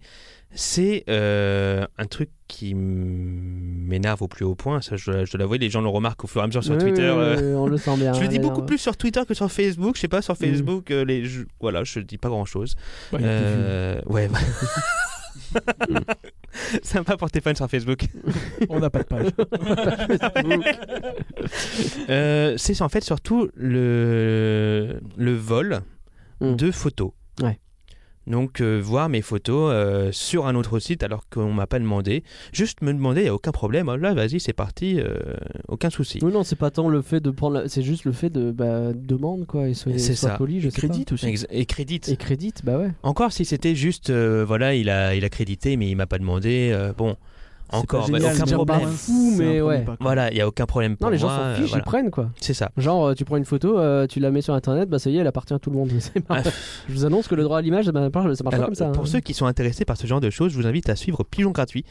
[SPEAKER 6] c'est euh, un truc qui m'énerve au plus haut point. Ça, je, dois- je dois l'avouer, les gens le remarquent au fur et à mesure sur
[SPEAKER 5] Oui, oui,
[SPEAKER 6] Twitter.
[SPEAKER 5] oui, Ah,
[SPEAKER 6] euh,
[SPEAKER 5] oui, on le sent bien.
[SPEAKER 6] Je le dis
[SPEAKER 5] d'ailleurs.
[SPEAKER 6] beaucoup plus sur Twitter que sur Facebook. Je sais pas, sur
[SPEAKER 5] Mm.
[SPEAKER 6] Facebook, euh, les, je, voilà, je dis pas grand chose.
[SPEAKER 5] Euh,
[SPEAKER 6] ouais, bah. Sympa pour tes fans sur Facebook.
[SPEAKER 2] On n'a pas de page.
[SPEAKER 6] Euh, c'est en fait surtout le, le vol
[SPEAKER 5] Mm.
[SPEAKER 6] de photos.
[SPEAKER 5] Ouais.
[SPEAKER 6] Donc euh, voir mes photos euh, sur un autre site alors qu'on m'a pas demandé. Juste me demander, il n'y a aucun problème. Oh Là, vas-y, c'est parti, euh, aucun souci.
[SPEAKER 5] Oui, non, c'est pas tant le fait de prendre, la- c'est juste le fait de bah, demande quoi et soyez
[SPEAKER 6] C'est
[SPEAKER 5] sois
[SPEAKER 6] ça.
[SPEAKER 5] poli, je sais
[SPEAKER 2] Crédit aussi.
[SPEAKER 6] Ex- Et crédite.
[SPEAKER 5] pas. Et crédit, bah ouais.
[SPEAKER 6] Encore si c'était juste, euh, voilà, il a, il a crédité mais il m'a pas demandé. euh, bon,
[SPEAKER 2] C'est
[SPEAKER 6] encore,
[SPEAKER 2] pas
[SPEAKER 6] bah,
[SPEAKER 2] génial,
[SPEAKER 6] aucun
[SPEAKER 2] Jack
[SPEAKER 6] problème.
[SPEAKER 2] Bauer,
[SPEAKER 5] Fou,
[SPEAKER 2] c'est un
[SPEAKER 5] mais
[SPEAKER 2] premier
[SPEAKER 5] ouais.
[SPEAKER 2] pas, quoi.
[SPEAKER 6] Voilà, il n'y a aucun problème pour
[SPEAKER 5] Non, les gens
[SPEAKER 6] moi,
[SPEAKER 5] s'en
[SPEAKER 6] euh,
[SPEAKER 5] fichent,
[SPEAKER 6] voilà.
[SPEAKER 5] ils prennent quoi.
[SPEAKER 6] C'est ça.
[SPEAKER 5] Genre, euh, tu prends une photo, euh, tu la mets sur internet, bah ça y est, elle appartient à tout le monde. C'est
[SPEAKER 2] Ah,
[SPEAKER 5] marrant. je vous annonce que le droit à l'image, ça marche, ça marche pas
[SPEAKER 6] Alors,
[SPEAKER 5] comme ça.
[SPEAKER 6] Pour
[SPEAKER 5] hein.
[SPEAKER 6] ceux qui sont intéressés par ce genre de choses, je vous invite à suivre Pigeon Gratuit,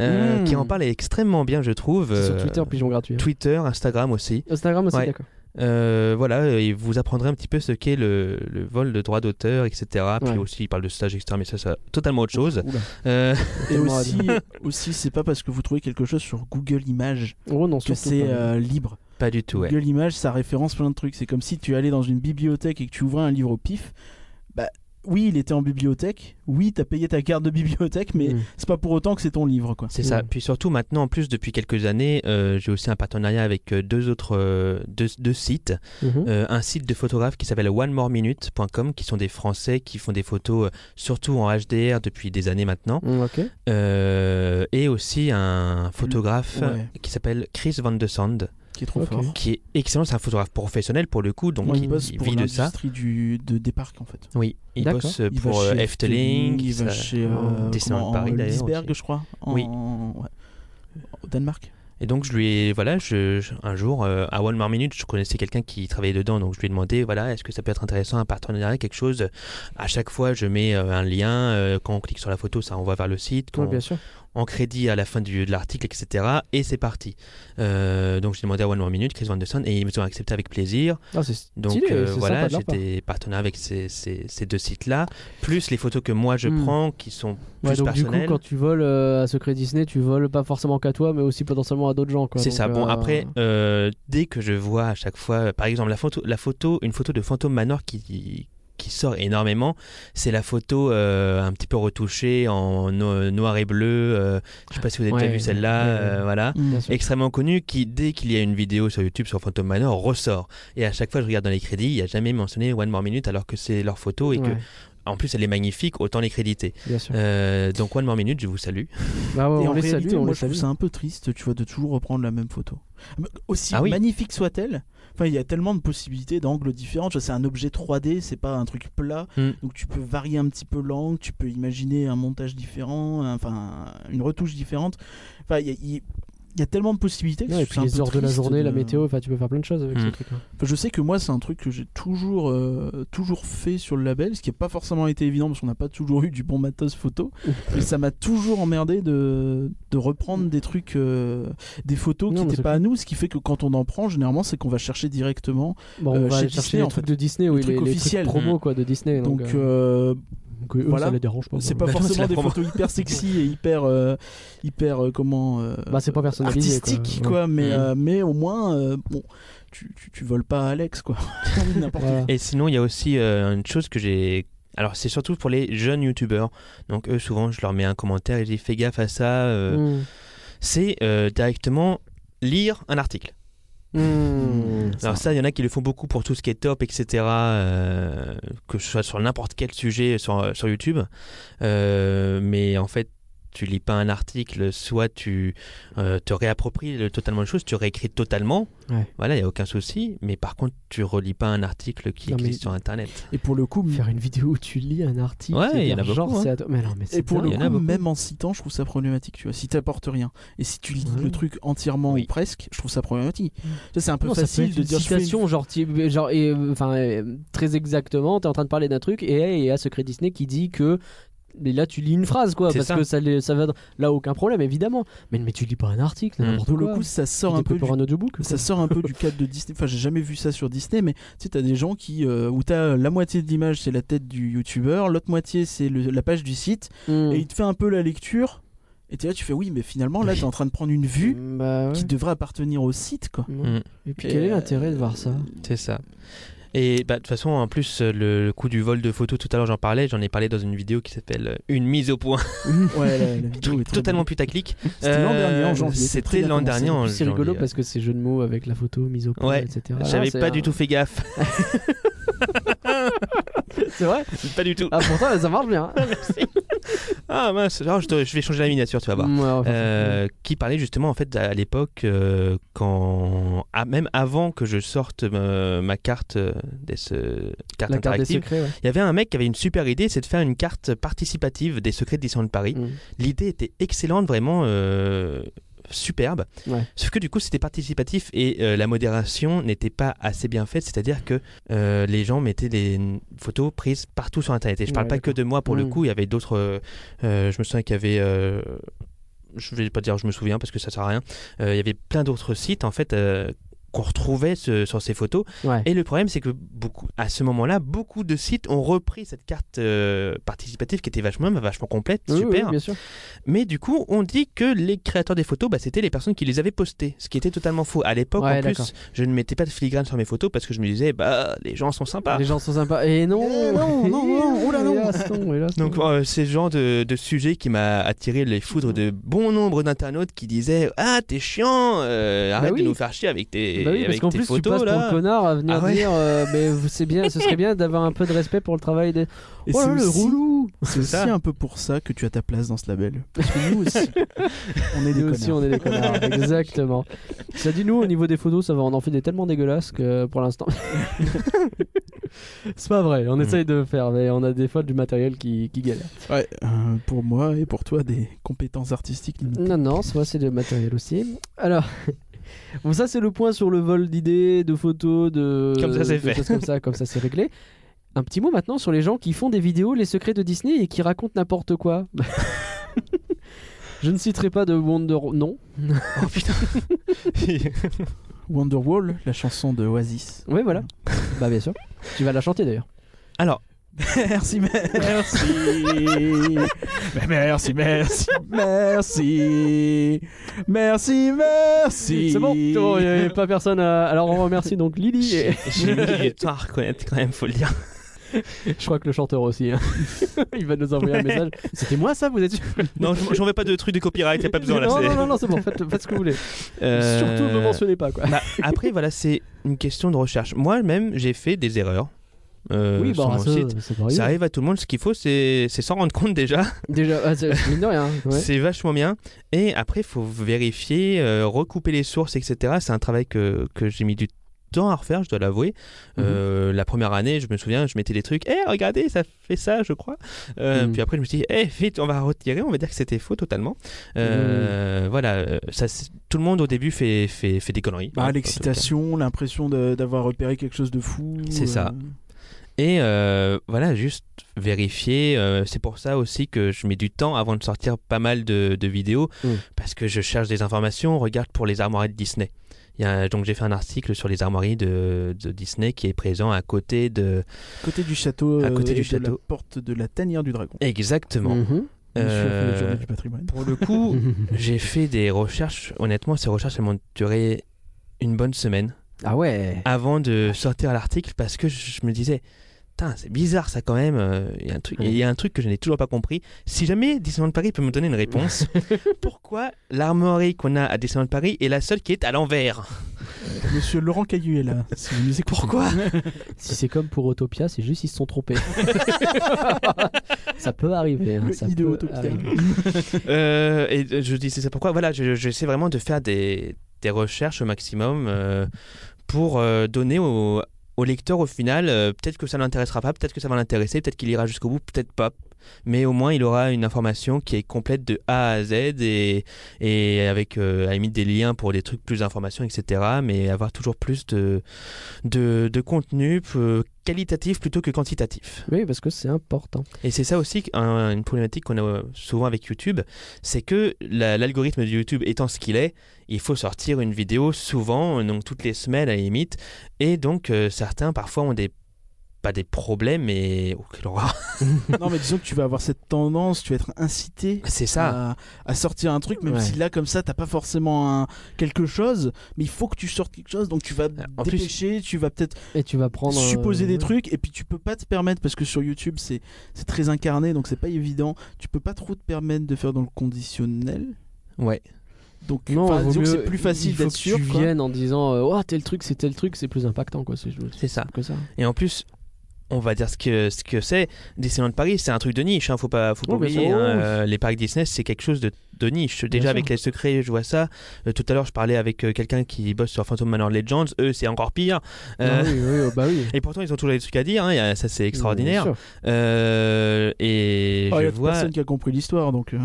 [SPEAKER 6] euh,
[SPEAKER 5] Mm.
[SPEAKER 6] qui en parle extrêmement bien, je trouve.
[SPEAKER 5] C'est sur
[SPEAKER 6] euh,
[SPEAKER 5] Twitter, pigeon gratuit. hein.
[SPEAKER 6] Twitter, Instagram aussi.
[SPEAKER 5] Instagram aussi,
[SPEAKER 6] Ouais.
[SPEAKER 5] d'accord.
[SPEAKER 6] Euh, voilà, et vous apprendrez un petit peu ce qu'est le, le vol de droits d'auteur, etc. Puis
[SPEAKER 5] Ouais.
[SPEAKER 6] aussi, il parle de stage, etc. Mais ça, c'est totalement autre chose.
[SPEAKER 5] Oula.
[SPEAKER 6] Euh,
[SPEAKER 2] Et
[SPEAKER 5] Tellement
[SPEAKER 2] aussi, aussi c'est pas parce que vous trouvez quelque chose sur Google Images
[SPEAKER 5] Oh non,
[SPEAKER 2] que
[SPEAKER 5] surtout
[SPEAKER 2] c'est
[SPEAKER 5] pas.
[SPEAKER 2] euh, libre.
[SPEAKER 6] pas du tout, ouais.
[SPEAKER 2] Google Images, ça référence plein de trucs. C'est comme si tu allais dans une bibliothèque et que tu ouvrais un livre au pif. Bah, oui, il était en bibliothèque. Oui, t'as payé ta carte de bibliothèque, mais
[SPEAKER 5] Mm.
[SPEAKER 2] c'est pas pour autant que c'est ton livre, quoi.
[SPEAKER 6] C'est ça.
[SPEAKER 5] Mm.
[SPEAKER 6] Puis surtout maintenant, en plus depuis quelques années, euh, j'ai aussi un partenariat avec euh, deux autres euh, deux, deux sites.
[SPEAKER 5] Mhm.
[SPEAKER 6] Euh, un site de photographes qui s'appelle onemoreminute.com, qui sont des Français qui font des photos euh, surtout en HDR depuis des années maintenant.
[SPEAKER 5] Mm, ok.
[SPEAKER 6] Euh, et aussi un photographe
[SPEAKER 2] Ouais.
[SPEAKER 6] qui s'appelle Chris Van de Sand,
[SPEAKER 2] Qui est trop
[SPEAKER 5] Ok.
[SPEAKER 2] fort.
[SPEAKER 6] qui est excellent. C'est un photographe professionnel pour le coup, donc
[SPEAKER 2] Ouais,
[SPEAKER 6] il,
[SPEAKER 2] il bosse
[SPEAKER 6] il
[SPEAKER 2] pour
[SPEAKER 6] vit de ça.
[SPEAKER 2] l'industrie du de des parcs, en fait.
[SPEAKER 6] Oui, il
[SPEAKER 5] D'accord.
[SPEAKER 6] bosse euh,
[SPEAKER 2] Il va
[SPEAKER 6] pour
[SPEAKER 2] chez
[SPEAKER 6] euh,
[SPEAKER 2] Efteling,
[SPEAKER 6] Efteling,
[SPEAKER 2] il va
[SPEAKER 6] ça-
[SPEAKER 2] chez euh,
[SPEAKER 6] Disneyland
[SPEAKER 2] comment, en
[SPEAKER 6] Paris, d'ailleurs,
[SPEAKER 2] Lisberg,
[SPEAKER 6] aussi.
[SPEAKER 2] je crois. en-
[SPEAKER 6] Oui.
[SPEAKER 2] ouais. Au Danemark.
[SPEAKER 6] Et donc je lui ai, voilà, je, je- un jour euh, à One More Minute, je connaissais quelqu'un qui travaillait dedans, donc je lui ai demandé, voilà, est-ce que ça peut être intéressant un partenariat, quelque chose. À chaque fois, je mets euh, un lien, euh, quand on clique sur la photo, ça envoie vers le site, quand
[SPEAKER 5] Ouais, bien sûr.
[SPEAKER 6] en crédit à la fin du, de l'article, etc. Et c'est parti. Euh, donc j'ai demandé à One More Minute, Chris Van de Sand, et ils me ont accepté avec plaisir.
[SPEAKER 5] Ah, c'est stylé,
[SPEAKER 6] Donc euh,
[SPEAKER 5] c'est
[SPEAKER 6] voilà,
[SPEAKER 5] sympa de leur part.
[SPEAKER 6] j'étais partenaire avec ces, ces- ces deux sites-là, plus les photos que moi je
[SPEAKER 5] Hmm.
[SPEAKER 6] prends, qui sont plus
[SPEAKER 5] Ouais, donc du coup,
[SPEAKER 6] personnelles.
[SPEAKER 5] quand tu voles euh, à Secret Disney, tu voles pas forcément qu'à toi, mais aussi potentiellement à d'autres gens. quoi.
[SPEAKER 6] C'est
[SPEAKER 5] Donc,
[SPEAKER 6] ça. Bon,
[SPEAKER 5] euh,
[SPEAKER 6] après, euh, dès que je vois à chaque fois, euh, par exemple, la photo, la photo une photo de Fantôme Manor qui, qui sort énormément, c'est la photo euh, un petit peu retouchée en no- noir et bleu. euh, je sais pas si vous avez
[SPEAKER 5] Ouais,
[SPEAKER 6] déjà vu celle-là,
[SPEAKER 5] ouais, ouais.
[SPEAKER 6] euh, voilà.
[SPEAKER 2] Mm.
[SPEAKER 5] bien sûr.
[SPEAKER 6] Extrêmement connue, qui, dès qu'il y a une vidéo sur YouTube sur Phantom Manor, ressort. Et à chaque fois, je regarde dans les crédits, il n'y a jamais mentionné One More Minute alors que c'est leur photo et que,
[SPEAKER 5] Ouais,
[SPEAKER 6] en plus, elle est magnifique, autant les créditer.
[SPEAKER 5] bien sûr.
[SPEAKER 6] Euh, donc, One More Minute, je vous salue.
[SPEAKER 5] Bah ouais,
[SPEAKER 2] Et
[SPEAKER 5] on
[SPEAKER 2] en
[SPEAKER 5] les
[SPEAKER 2] réalité,
[SPEAKER 5] salue, on
[SPEAKER 2] moi
[SPEAKER 5] les
[SPEAKER 2] je trouve
[SPEAKER 5] salue.
[SPEAKER 2] ça un peu triste, tu vois, de toujours reprendre la même photo. Mais Aussi
[SPEAKER 6] Ah oui.
[SPEAKER 2] magnifique soit-elle, enfin il y a tellement de possibilités d'angles différents. Tu vois, C'est un objet 3D, c'est pas un truc plat,
[SPEAKER 5] Hmm.
[SPEAKER 6] Mm.
[SPEAKER 2] donc tu peux varier un petit peu l'angle, tu peux imaginer un montage différent, un- enfin une retouche différente. Enfin il y a, il- il y a tellement de possibilités. Que
[SPEAKER 5] Ouais, et
[SPEAKER 2] c'est
[SPEAKER 5] puis
[SPEAKER 2] un
[SPEAKER 5] les
[SPEAKER 2] peu
[SPEAKER 5] heures de la
[SPEAKER 2] triste
[SPEAKER 5] journée, la
[SPEAKER 2] de- Mm.
[SPEAKER 5] météo, enfin, tu peux faire plein de choses avec
[SPEAKER 6] Hmm.
[SPEAKER 5] ce hein. truc-là.
[SPEAKER 2] Enfin, je sais que moi, c'est un truc que j'ai toujours, euh, toujours fait sur le label, ce qui n'a pas forcément été évident parce qu'on n'a pas toujours eu du bon matos photo. mais ça m'a toujours emmerdé de, de reprendre des trucs, euh, des photos
[SPEAKER 5] Non,
[SPEAKER 2] qui
[SPEAKER 5] mais
[SPEAKER 2] n'étaient
[SPEAKER 5] c'est
[SPEAKER 2] pas à nous. Ce qui fait que quand on en prend, généralement, c'est qu'on va chercher directement. Euh,
[SPEAKER 5] Bon, Bah, on va
[SPEAKER 2] chez
[SPEAKER 5] aller chercher
[SPEAKER 2] Disney,
[SPEAKER 5] les
[SPEAKER 2] en
[SPEAKER 5] trucs
[SPEAKER 2] fait.
[SPEAKER 5] de Disney, oui,
[SPEAKER 2] Les
[SPEAKER 5] les,
[SPEAKER 2] trucs
[SPEAKER 5] les trucs
[SPEAKER 2] officiels.
[SPEAKER 5] promo
[SPEAKER 6] Hmm.
[SPEAKER 5] quoi, de Disney. Donc,
[SPEAKER 2] Donc,
[SPEAKER 5] euh,
[SPEAKER 2] euh,
[SPEAKER 5] donc, eux,
[SPEAKER 2] voilà.
[SPEAKER 5] ça les dérange pas.
[SPEAKER 2] c'est
[SPEAKER 5] quoi.
[SPEAKER 2] pas
[SPEAKER 6] Bah non, c'est
[SPEAKER 2] forcément
[SPEAKER 6] la
[SPEAKER 2] des
[SPEAKER 6] promo.
[SPEAKER 2] photos hyper sexy et hyper, euh, hyper euh, comment, euh,
[SPEAKER 5] Bah, c'est pas personnalisé. quoi.
[SPEAKER 2] artistique,
[SPEAKER 5] Ouais.
[SPEAKER 2] quoi. mais,
[SPEAKER 6] Mhm.
[SPEAKER 2] euh, mais au moins, euh, bon, tu, tu, tu voles pas à Alex, quoi. N'importe
[SPEAKER 5] Voilà.
[SPEAKER 6] Et sinon, il y a aussi euh, une chose que j'ai. Alors, c'est surtout pour les jeunes youtubeurs. Donc, eux, souvent, je leur mets un commentaire et je dis fais gaffe à ça. euh,
[SPEAKER 5] Hmm.
[SPEAKER 6] C'est euh, directement lire un article.
[SPEAKER 2] Mmh.
[SPEAKER 5] Hmm.
[SPEAKER 6] Alors, ça, il y en a qui le font beaucoup pour tout ce qui est top, etc. euh, que ce soit sur n'importe quel sujet sur, sur YouTube. Euh, mais en fait, tu lis pas un article, soit tu euh, te réappropries le- totalement les choses, tu réécris totalement.
[SPEAKER 5] Ouais.
[SPEAKER 6] Voilà, il n'y a aucun souci. Mais par contre, tu relis pas un article qui
[SPEAKER 5] Non, mais-
[SPEAKER 6] existe sur Internet.
[SPEAKER 2] Et pour le coup,
[SPEAKER 5] Faire une vidéo où tu lis un article.
[SPEAKER 6] Ouais, il
[SPEAKER 5] et
[SPEAKER 6] y en a
[SPEAKER 5] dire, genre,
[SPEAKER 6] beaucoup, hein.
[SPEAKER 5] c'est à toi. Mais non, mais c'est
[SPEAKER 2] Et pour
[SPEAKER 5] dingue.
[SPEAKER 2] le
[SPEAKER 6] Il y en a
[SPEAKER 2] coup,
[SPEAKER 6] beaucoup.
[SPEAKER 2] même en citant, je trouve ça problématique. Tu vois, si t'apportes rien et si tu lis
[SPEAKER 5] Ouais. Mm.
[SPEAKER 2] le truc entièrement
[SPEAKER 6] Oui.
[SPEAKER 2] ou presque, je trouve ça problématique. Tu sais, C'est un peu
[SPEAKER 5] Non, ça peut
[SPEAKER 2] facile
[SPEAKER 5] être
[SPEAKER 2] de
[SPEAKER 5] une
[SPEAKER 2] dire je fais une-
[SPEAKER 5] citation, genre, tu- genre et, euh, enfin, euh, très exactement, t'es en train de parler d'un truc et il y a Secret Disney qui dit que. Mais là, tu lis une phrase, quoi,
[SPEAKER 6] C'est
[SPEAKER 5] parce
[SPEAKER 6] ça.
[SPEAKER 5] que ça, les- ça va. dans- Là, aucun problème, évidemment. Mais, mais tu lis pas un article,
[SPEAKER 6] Mm.
[SPEAKER 5] n'importe
[SPEAKER 2] Pour
[SPEAKER 5] quoi.
[SPEAKER 2] le coup, ça
[SPEAKER 5] Tu
[SPEAKER 2] sort un peu.
[SPEAKER 5] découpes
[SPEAKER 2] Du...
[SPEAKER 5] un audiobook. quoi.
[SPEAKER 2] Ça sort un peu du cadre de Disney. Enfin, j'ai jamais vu ça sur Disney, mais tu sais, t'as des gens qui euh, où t'as la moitié de l'image, c'est la tête du youtubeur, l'autre moitié, c'est le- la page du site,
[SPEAKER 5] Mm.
[SPEAKER 2] et il te fait un peu la lecture. Et t'es là, tu fais oui, mais finalement, là, t'es en train de prendre une vue
[SPEAKER 5] Bah ouais.
[SPEAKER 2] qui devrait appartenir au site, quoi.
[SPEAKER 5] Ouais.
[SPEAKER 6] Mm.
[SPEAKER 5] Et puis quel est
[SPEAKER 2] Et, euh,
[SPEAKER 5] l'intérêt de voir ça
[SPEAKER 6] C'est ça. Et bah, de toute façon, en plus, euh, le, le coup du vol de photos, tout à l'heure j'en parlais, j'en ai parlé dans une vidéo qui s'appelle euh, Une mise au point,
[SPEAKER 2] Ouais, la, la vidéo est très
[SPEAKER 6] totalement
[SPEAKER 2] belle.
[SPEAKER 6] putaclic.
[SPEAKER 2] C'était l'an
[SPEAKER 6] Euh,
[SPEAKER 2] dernier, en janvier. C'est très
[SPEAKER 6] C'était
[SPEAKER 2] bien
[SPEAKER 6] l'an
[SPEAKER 2] commencé.
[SPEAKER 6] dernier en
[SPEAKER 5] C'est
[SPEAKER 6] janvier.
[SPEAKER 5] rigolo parce que c'est jeu de mots avec la photo mise au point,
[SPEAKER 6] Ouais.
[SPEAKER 5] etc.
[SPEAKER 6] J'avais
[SPEAKER 5] Ah,
[SPEAKER 6] pas
[SPEAKER 5] c'est
[SPEAKER 6] du
[SPEAKER 5] un-
[SPEAKER 6] tout fait gaffe,
[SPEAKER 5] C'est vrai
[SPEAKER 6] pas du tout.
[SPEAKER 5] Ah pourtant ça marche bien.
[SPEAKER 6] Ah mince, alors, je, dois- je vais changer la miniature, tu vas voir.
[SPEAKER 5] Mm, ouais, enfin,
[SPEAKER 6] Euh, qui parlait justement en fait à l'époque euh, quand ah, même avant que je sorte euh, ma carte euh, des ce- carte
[SPEAKER 5] la carte des
[SPEAKER 6] interactive
[SPEAKER 5] secrets. ouais.
[SPEAKER 6] il y avait un mec qui avait une super idée c'est de faire une carte participative des secrets de Disneyland Paris
[SPEAKER 5] Mm.
[SPEAKER 6] L'idée était excellente, vraiment euh, superbe.
[SPEAKER 5] Ouais.
[SPEAKER 6] Sauf que du coup, c'était participatif et euh, la modération n'était pas assez bien faite. C'est-à-dire que euh, les gens mettaient des n- photos prises partout sur Internet. Et je parle
[SPEAKER 5] Ouais,
[SPEAKER 6] pas que de moi pour le
[SPEAKER 5] Mm.
[SPEAKER 6] coup. Il y avait d'autres. euh, euh, je me souviens qu'il y avait. euh, je vais pas dire je me souviens parce que ça sert à rien. Euh, il y avait plein d'autres sites en fait. euh, qu'on retrouvait ce- sur ces photos.
[SPEAKER 5] Ouais.
[SPEAKER 6] Et le problème, c'est que beaucoup, à ce moment-là, beaucoup de sites ont repris cette carte euh, participative qui était vachement, vachement complète,
[SPEAKER 5] Oui, oui,
[SPEAKER 6] super.
[SPEAKER 5] oui, bien sûr.
[SPEAKER 6] Mais du coup, on dit que les créateurs des photos, bah, c'était les personnes qui les avaient postées, ce qui était totalement faux. À l'époque,
[SPEAKER 5] Ouais,
[SPEAKER 6] en
[SPEAKER 5] d'accord.
[SPEAKER 6] plus, je ne mettais pas de filigrane sur mes photos parce que je me disais, bah, les gens sont sympas.
[SPEAKER 5] Les gens sont sympas. Et non
[SPEAKER 2] Eh non, non, non, oh là non.
[SPEAKER 5] Hélas, non, hélas,
[SPEAKER 6] Donc,
[SPEAKER 5] non.
[SPEAKER 6] euh, c'est le genre de, de sujet qui m'a attiré les foudres de bon nombre d'internautes qui disaient Ah, t'es chiant, euh, arrête
[SPEAKER 5] oui.
[SPEAKER 6] de nous faire chier avec tes,
[SPEAKER 5] Bah oui, parce
[SPEAKER 6] avec
[SPEAKER 5] qu'en
[SPEAKER 6] tes
[SPEAKER 5] plus tu
[SPEAKER 6] photos
[SPEAKER 5] passes pour
[SPEAKER 6] là.
[SPEAKER 5] le connard à venir
[SPEAKER 6] Ah ouais.
[SPEAKER 5] dire, euh, mais vous- c'est bien, ce serait bien d'avoir un peu de respect pour le travail des.
[SPEAKER 2] Et
[SPEAKER 5] oh
[SPEAKER 2] c'est
[SPEAKER 5] là, le
[SPEAKER 2] aussi-
[SPEAKER 5] roulou.
[SPEAKER 2] C'est aussi
[SPEAKER 6] ça.
[SPEAKER 2] un peu pour ça que tu as ta place dans ce label. Parce que nous aussi, on est des
[SPEAKER 5] Nous aussi,
[SPEAKER 2] connards.
[SPEAKER 5] on est des connards. Exactement. Ça dit, nous, au niveau des photos, ça va, on en fait des tellement dégueulasses que pour l'instant. Mm. c'est pas vrai, on essaye de faire, mais on a des fois du matériel qui, qui galère.
[SPEAKER 2] Ouais, euh, pour moi et pour toi, des compétences artistiques limitées.
[SPEAKER 5] Non, non, ça, c'est du matériel aussi. Alors. Bon, ça, c'est le point sur le vol d'idées, de photos, de.
[SPEAKER 6] Comme ça, c'est
[SPEAKER 5] de
[SPEAKER 6] fait.
[SPEAKER 5] choses comme ça, comme ça, c'est réglé. Un petit mot maintenant sur les gens qui font des vidéos Les secrets de Disney et qui racontent n'importe quoi. Je ne citerai pas de Wonder. Non.
[SPEAKER 6] Oh putain
[SPEAKER 2] Wonderwall, la chanson de Oasis.
[SPEAKER 5] Oui, voilà. bah, bien sûr. Tu vas la chanter d'ailleurs.
[SPEAKER 6] Alors,
[SPEAKER 2] merci, merci. Mais merci, merci, merci. Merci, merci.
[SPEAKER 5] C'est bon, c'est bon, il n'y avait pas personne à... Alors on remercie donc Lily et
[SPEAKER 6] j'ai j'ai mis du temps à reconnaître quand même, faut le dire.
[SPEAKER 5] je crois que le chanteur aussi. hein. il va nous envoyer un message. C'était moi ça, vous êtes sûr
[SPEAKER 6] Non, j'en- j'en veux pas de trucs de copyright, y a pas besoin là.
[SPEAKER 5] Non,
[SPEAKER 6] c'est-
[SPEAKER 5] non, non, non, c'est bon, faites, faites ce que vous voulez.
[SPEAKER 6] Euh,
[SPEAKER 5] Surtout ne mentionnez pas quoi.
[SPEAKER 6] bah, après, voilà, c'est une question de recherche. Moi-même, j'ai fait des erreurs. euh,
[SPEAKER 5] oui,
[SPEAKER 6] sur
[SPEAKER 5] bah
[SPEAKER 6] mon
[SPEAKER 5] ça,
[SPEAKER 6] site.
[SPEAKER 5] c'est pas
[SPEAKER 6] Ça
[SPEAKER 5] grave.
[SPEAKER 6] arrive à tout le monde, ce qu'il faut, c'est c'est s'en rendre compte déjà.
[SPEAKER 5] Déjà, ah, c'est- mine de rien. ouais.
[SPEAKER 6] C'est vachement bien. Et après, il faut vérifier, euh, recouper les sources, etc. C'est un travail que, que j'ai mis du temps à refaire, je dois l'avouer.
[SPEAKER 5] Mhm.
[SPEAKER 6] Euh, la première année, je me souviens, je mettais des trucs, Eh, regardez, ça fait ça, je crois. Euh,
[SPEAKER 5] Mhm.
[SPEAKER 6] Puis après, je me suis dit, Eh, vite, on va retirer, on va dire que c'était faux totalement.
[SPEAKER 5] Mhm.
[SPEAKER 6] Euh, Voilà, euh, ça, c'est- tout le monde au début fait, fait, fait des conneries.
[SPEAKER 2] Bah,
[SPEAKER 6] Hein,
[SPEAKER 2] l'excitation, l'impression de- d'avoir repéré quelque chose de fou.
[SPEAKER 6] C'est
[SPEAKER 2] euh,
[SPEAKER 6] ça. Et euh, voilà, juste vérifier. euh, c'est pour ça aussi que je mets du temps avant de sortir pas mal de, de vidéos,
[SPEAKER 5] Mm.
[SPEAKER 6] parce que je cherche des informations. Regarde pour les armoiries de Disney. Il y a, donc j'ai fait un article sur les armoiries de, de Disney qui est présent à côté de...
[SPEAKER 2] Côté du château,
[SPEAKER 6] À côté
[SPEAKER 2] euh,
[SPEAKER 6] du
[SPEAKER 2] et de la
[SPEAKER 6] château.
[SPEAKER 2] porte de la tanière du dragon.
[SPEAKER 6] Exactement.
[SPEAKER 5] Mhm.
[SPEAKER 2] Je suis à la
[SPEAKER 6] Euh,
[SPEAKER 2] journée du patrimoine.
[SPEAKER 6] Pour le coup,
[SPEAKER 5] Mm.
[SPEAKER 6] j'ai fait des recherches. Honnêtement, ces recherches, elles m'ont duré une bonne semaine.
[SPEAKER 5] ah ouais.
[SPEAKER 6] avant de sortir l'article parce que je je me disais Putain, c'est bizarre ça quand même. euh, Il y a un truc, il y a un truc que je n'ai toujours pas compris. Si jamais Disneyland Paris peut me donner une réponse, pourquoi l'armoirie qu'on a à Disneyland Paris est la seule qui est à l'envers
[SPEAKER 2] Monsieur Laurent Cailloux est là. Si vous nous écoutez.
[SPEAKER 6] Pourquoi
[SPEAKER 5] Si c'est comme pour Autopia, c'est juste ils se sont trompés. ça peut arriver. hein,
[SPEAKER 2] Le
[SPEAKER 5] ça
[SPEAKER 2] i de
[SPEAKER 5] peut
[SPEAKER 2] Autopia.
[SPEAKER 5] arriver.
[SPEAKER 6] Euh, Et euh, je disais ça pourquoi. Voilà, je- j'essaie vraiment de faire des, des recherches au maximum euh, pour euh, donner au, au lecteur au final. euh, peut-être que ça l'intéressera pas, peut-être que ça va l'intéresser, peut-être qu'il ira jusqu'au bout, peut-être pas. Mais au moins, il aura une information qui est complète de A à Z et, et avec euh, à la limite des liens pour des trucs plus d'informations, etc. Mais avoir toujours plus de, de, de contenu euh, qualitatif plutôt que quantitatif.
[SPEAKER 5] Oui, parce que c'est important.
[SPEAKER 6] Et c'est ça aussi un- une problématique qu'on a euh, souvent avec YouTube, c'est que la- l'algorithme de YouTube étant ce qu'il est, il faut sortir une vidéo souvent, euh, donc toutes les semaines à la limite, et donc euh, certains parfois ont des pas des problèmes, mais oh, quelle horreur.
[SPEAKER 2] Non, mais disons que tu vas avoir cette tendance, tu vas être incité
[SPEAKER 6] c'est
[SPEAKER 5] Ah.
[SPEAKER 6] ça.
[SPEAKER 2] à, à sortir un truc, même
[SPEAKER 5] Ouais.
[SPEAKER 2] si là, comme ça, t'as pas forcément un, quelque chose, mais il faut que tu sortes quelque chose, donc tu vas
[SPEAKER 6] En plus-
[SPEAKER 2] dépêcher, tu vas peut-être
[SPEAKER 5] Et tu vas prendre. euh,
[SPEAKER 2] supposer des
[SPEAKER 5] ouais.
[SPEAKER 2] trucs, et puis tu peux pas te permettre, parce que sur YouTube, c'est c'est très incarné, donc c'est pas évident, tu peux pas trop te permettre de faire dans le conditionnel.
[SPEAKER 6] Ouais.
[SPEAKER 2] Donc,
[SPEAKER 5] Non,
[SPEAKER 2] enfin,
[SPEAKER 5] vaut
[SPEAKER 2] disons que
[SPEAKER 5] mieux-
[SPEAKER 2] c'est plus
[SPEAKER 5] il
[SPEAKER 2] facile
[SPEAKER 5] faut
[SPEAKER 2] d'être
[SPEAKER 5] que
[SPEAKER 2] sûr.
[SPEAKER 5] Tu
[SPEAKER 2] quoi.
[SPEAKER 5] viennes en disant, euh, oh tel truc, c'est tel truc, c'est plus impactant quoi. C'est
[SPEAKER 6] C'est ça.
[SPEAKER 5] que ça.
[SPEAKER 6] Et en plus, on va dire ce que ce que c'est. Disneyland Paris, c'est un truc de niche. Hein, faut pas, faut pas
[SPEAKER 5] Oui, bien
[SPEAKER 6] oublier.
[SPEAKER 5] sûr.
[SPEAKER 6] hein,
[SPEAKER 5] Oh, oui.
[SPEAKER 6] euh, les parcs Disney, c'est quelque chose de, de niche. Déjà
[SPEAKER 5] sûr.
[SPEAKER 6] avec les secrets, je vois ça. Euh, tout à l'heure, je parlais avec euh, quelqu'un qui bosse sur Phantom Manor Legends. Eux, c'est encore pire. Euh,
[SPEAKER 5] Ah oui, oui, oui, bah oui.
[SPEAKER 6] Et pourtant, ils ont toujours des trucs à dire. hein, y a- ça, c'est
[SPEAKER 5] Bien
[SPEAKER 6] extraordinaire.
[SPEAKER 5] sûr.
[SPEAKER 6] Euh, et
[SPEAKER 2] Ah, y
[SPEAKER 6] je
[SPEAKER 2] a
[SPEAKER 6] vois.
[SPEAKER 2] personne qui a compris l'histoire donc. euh.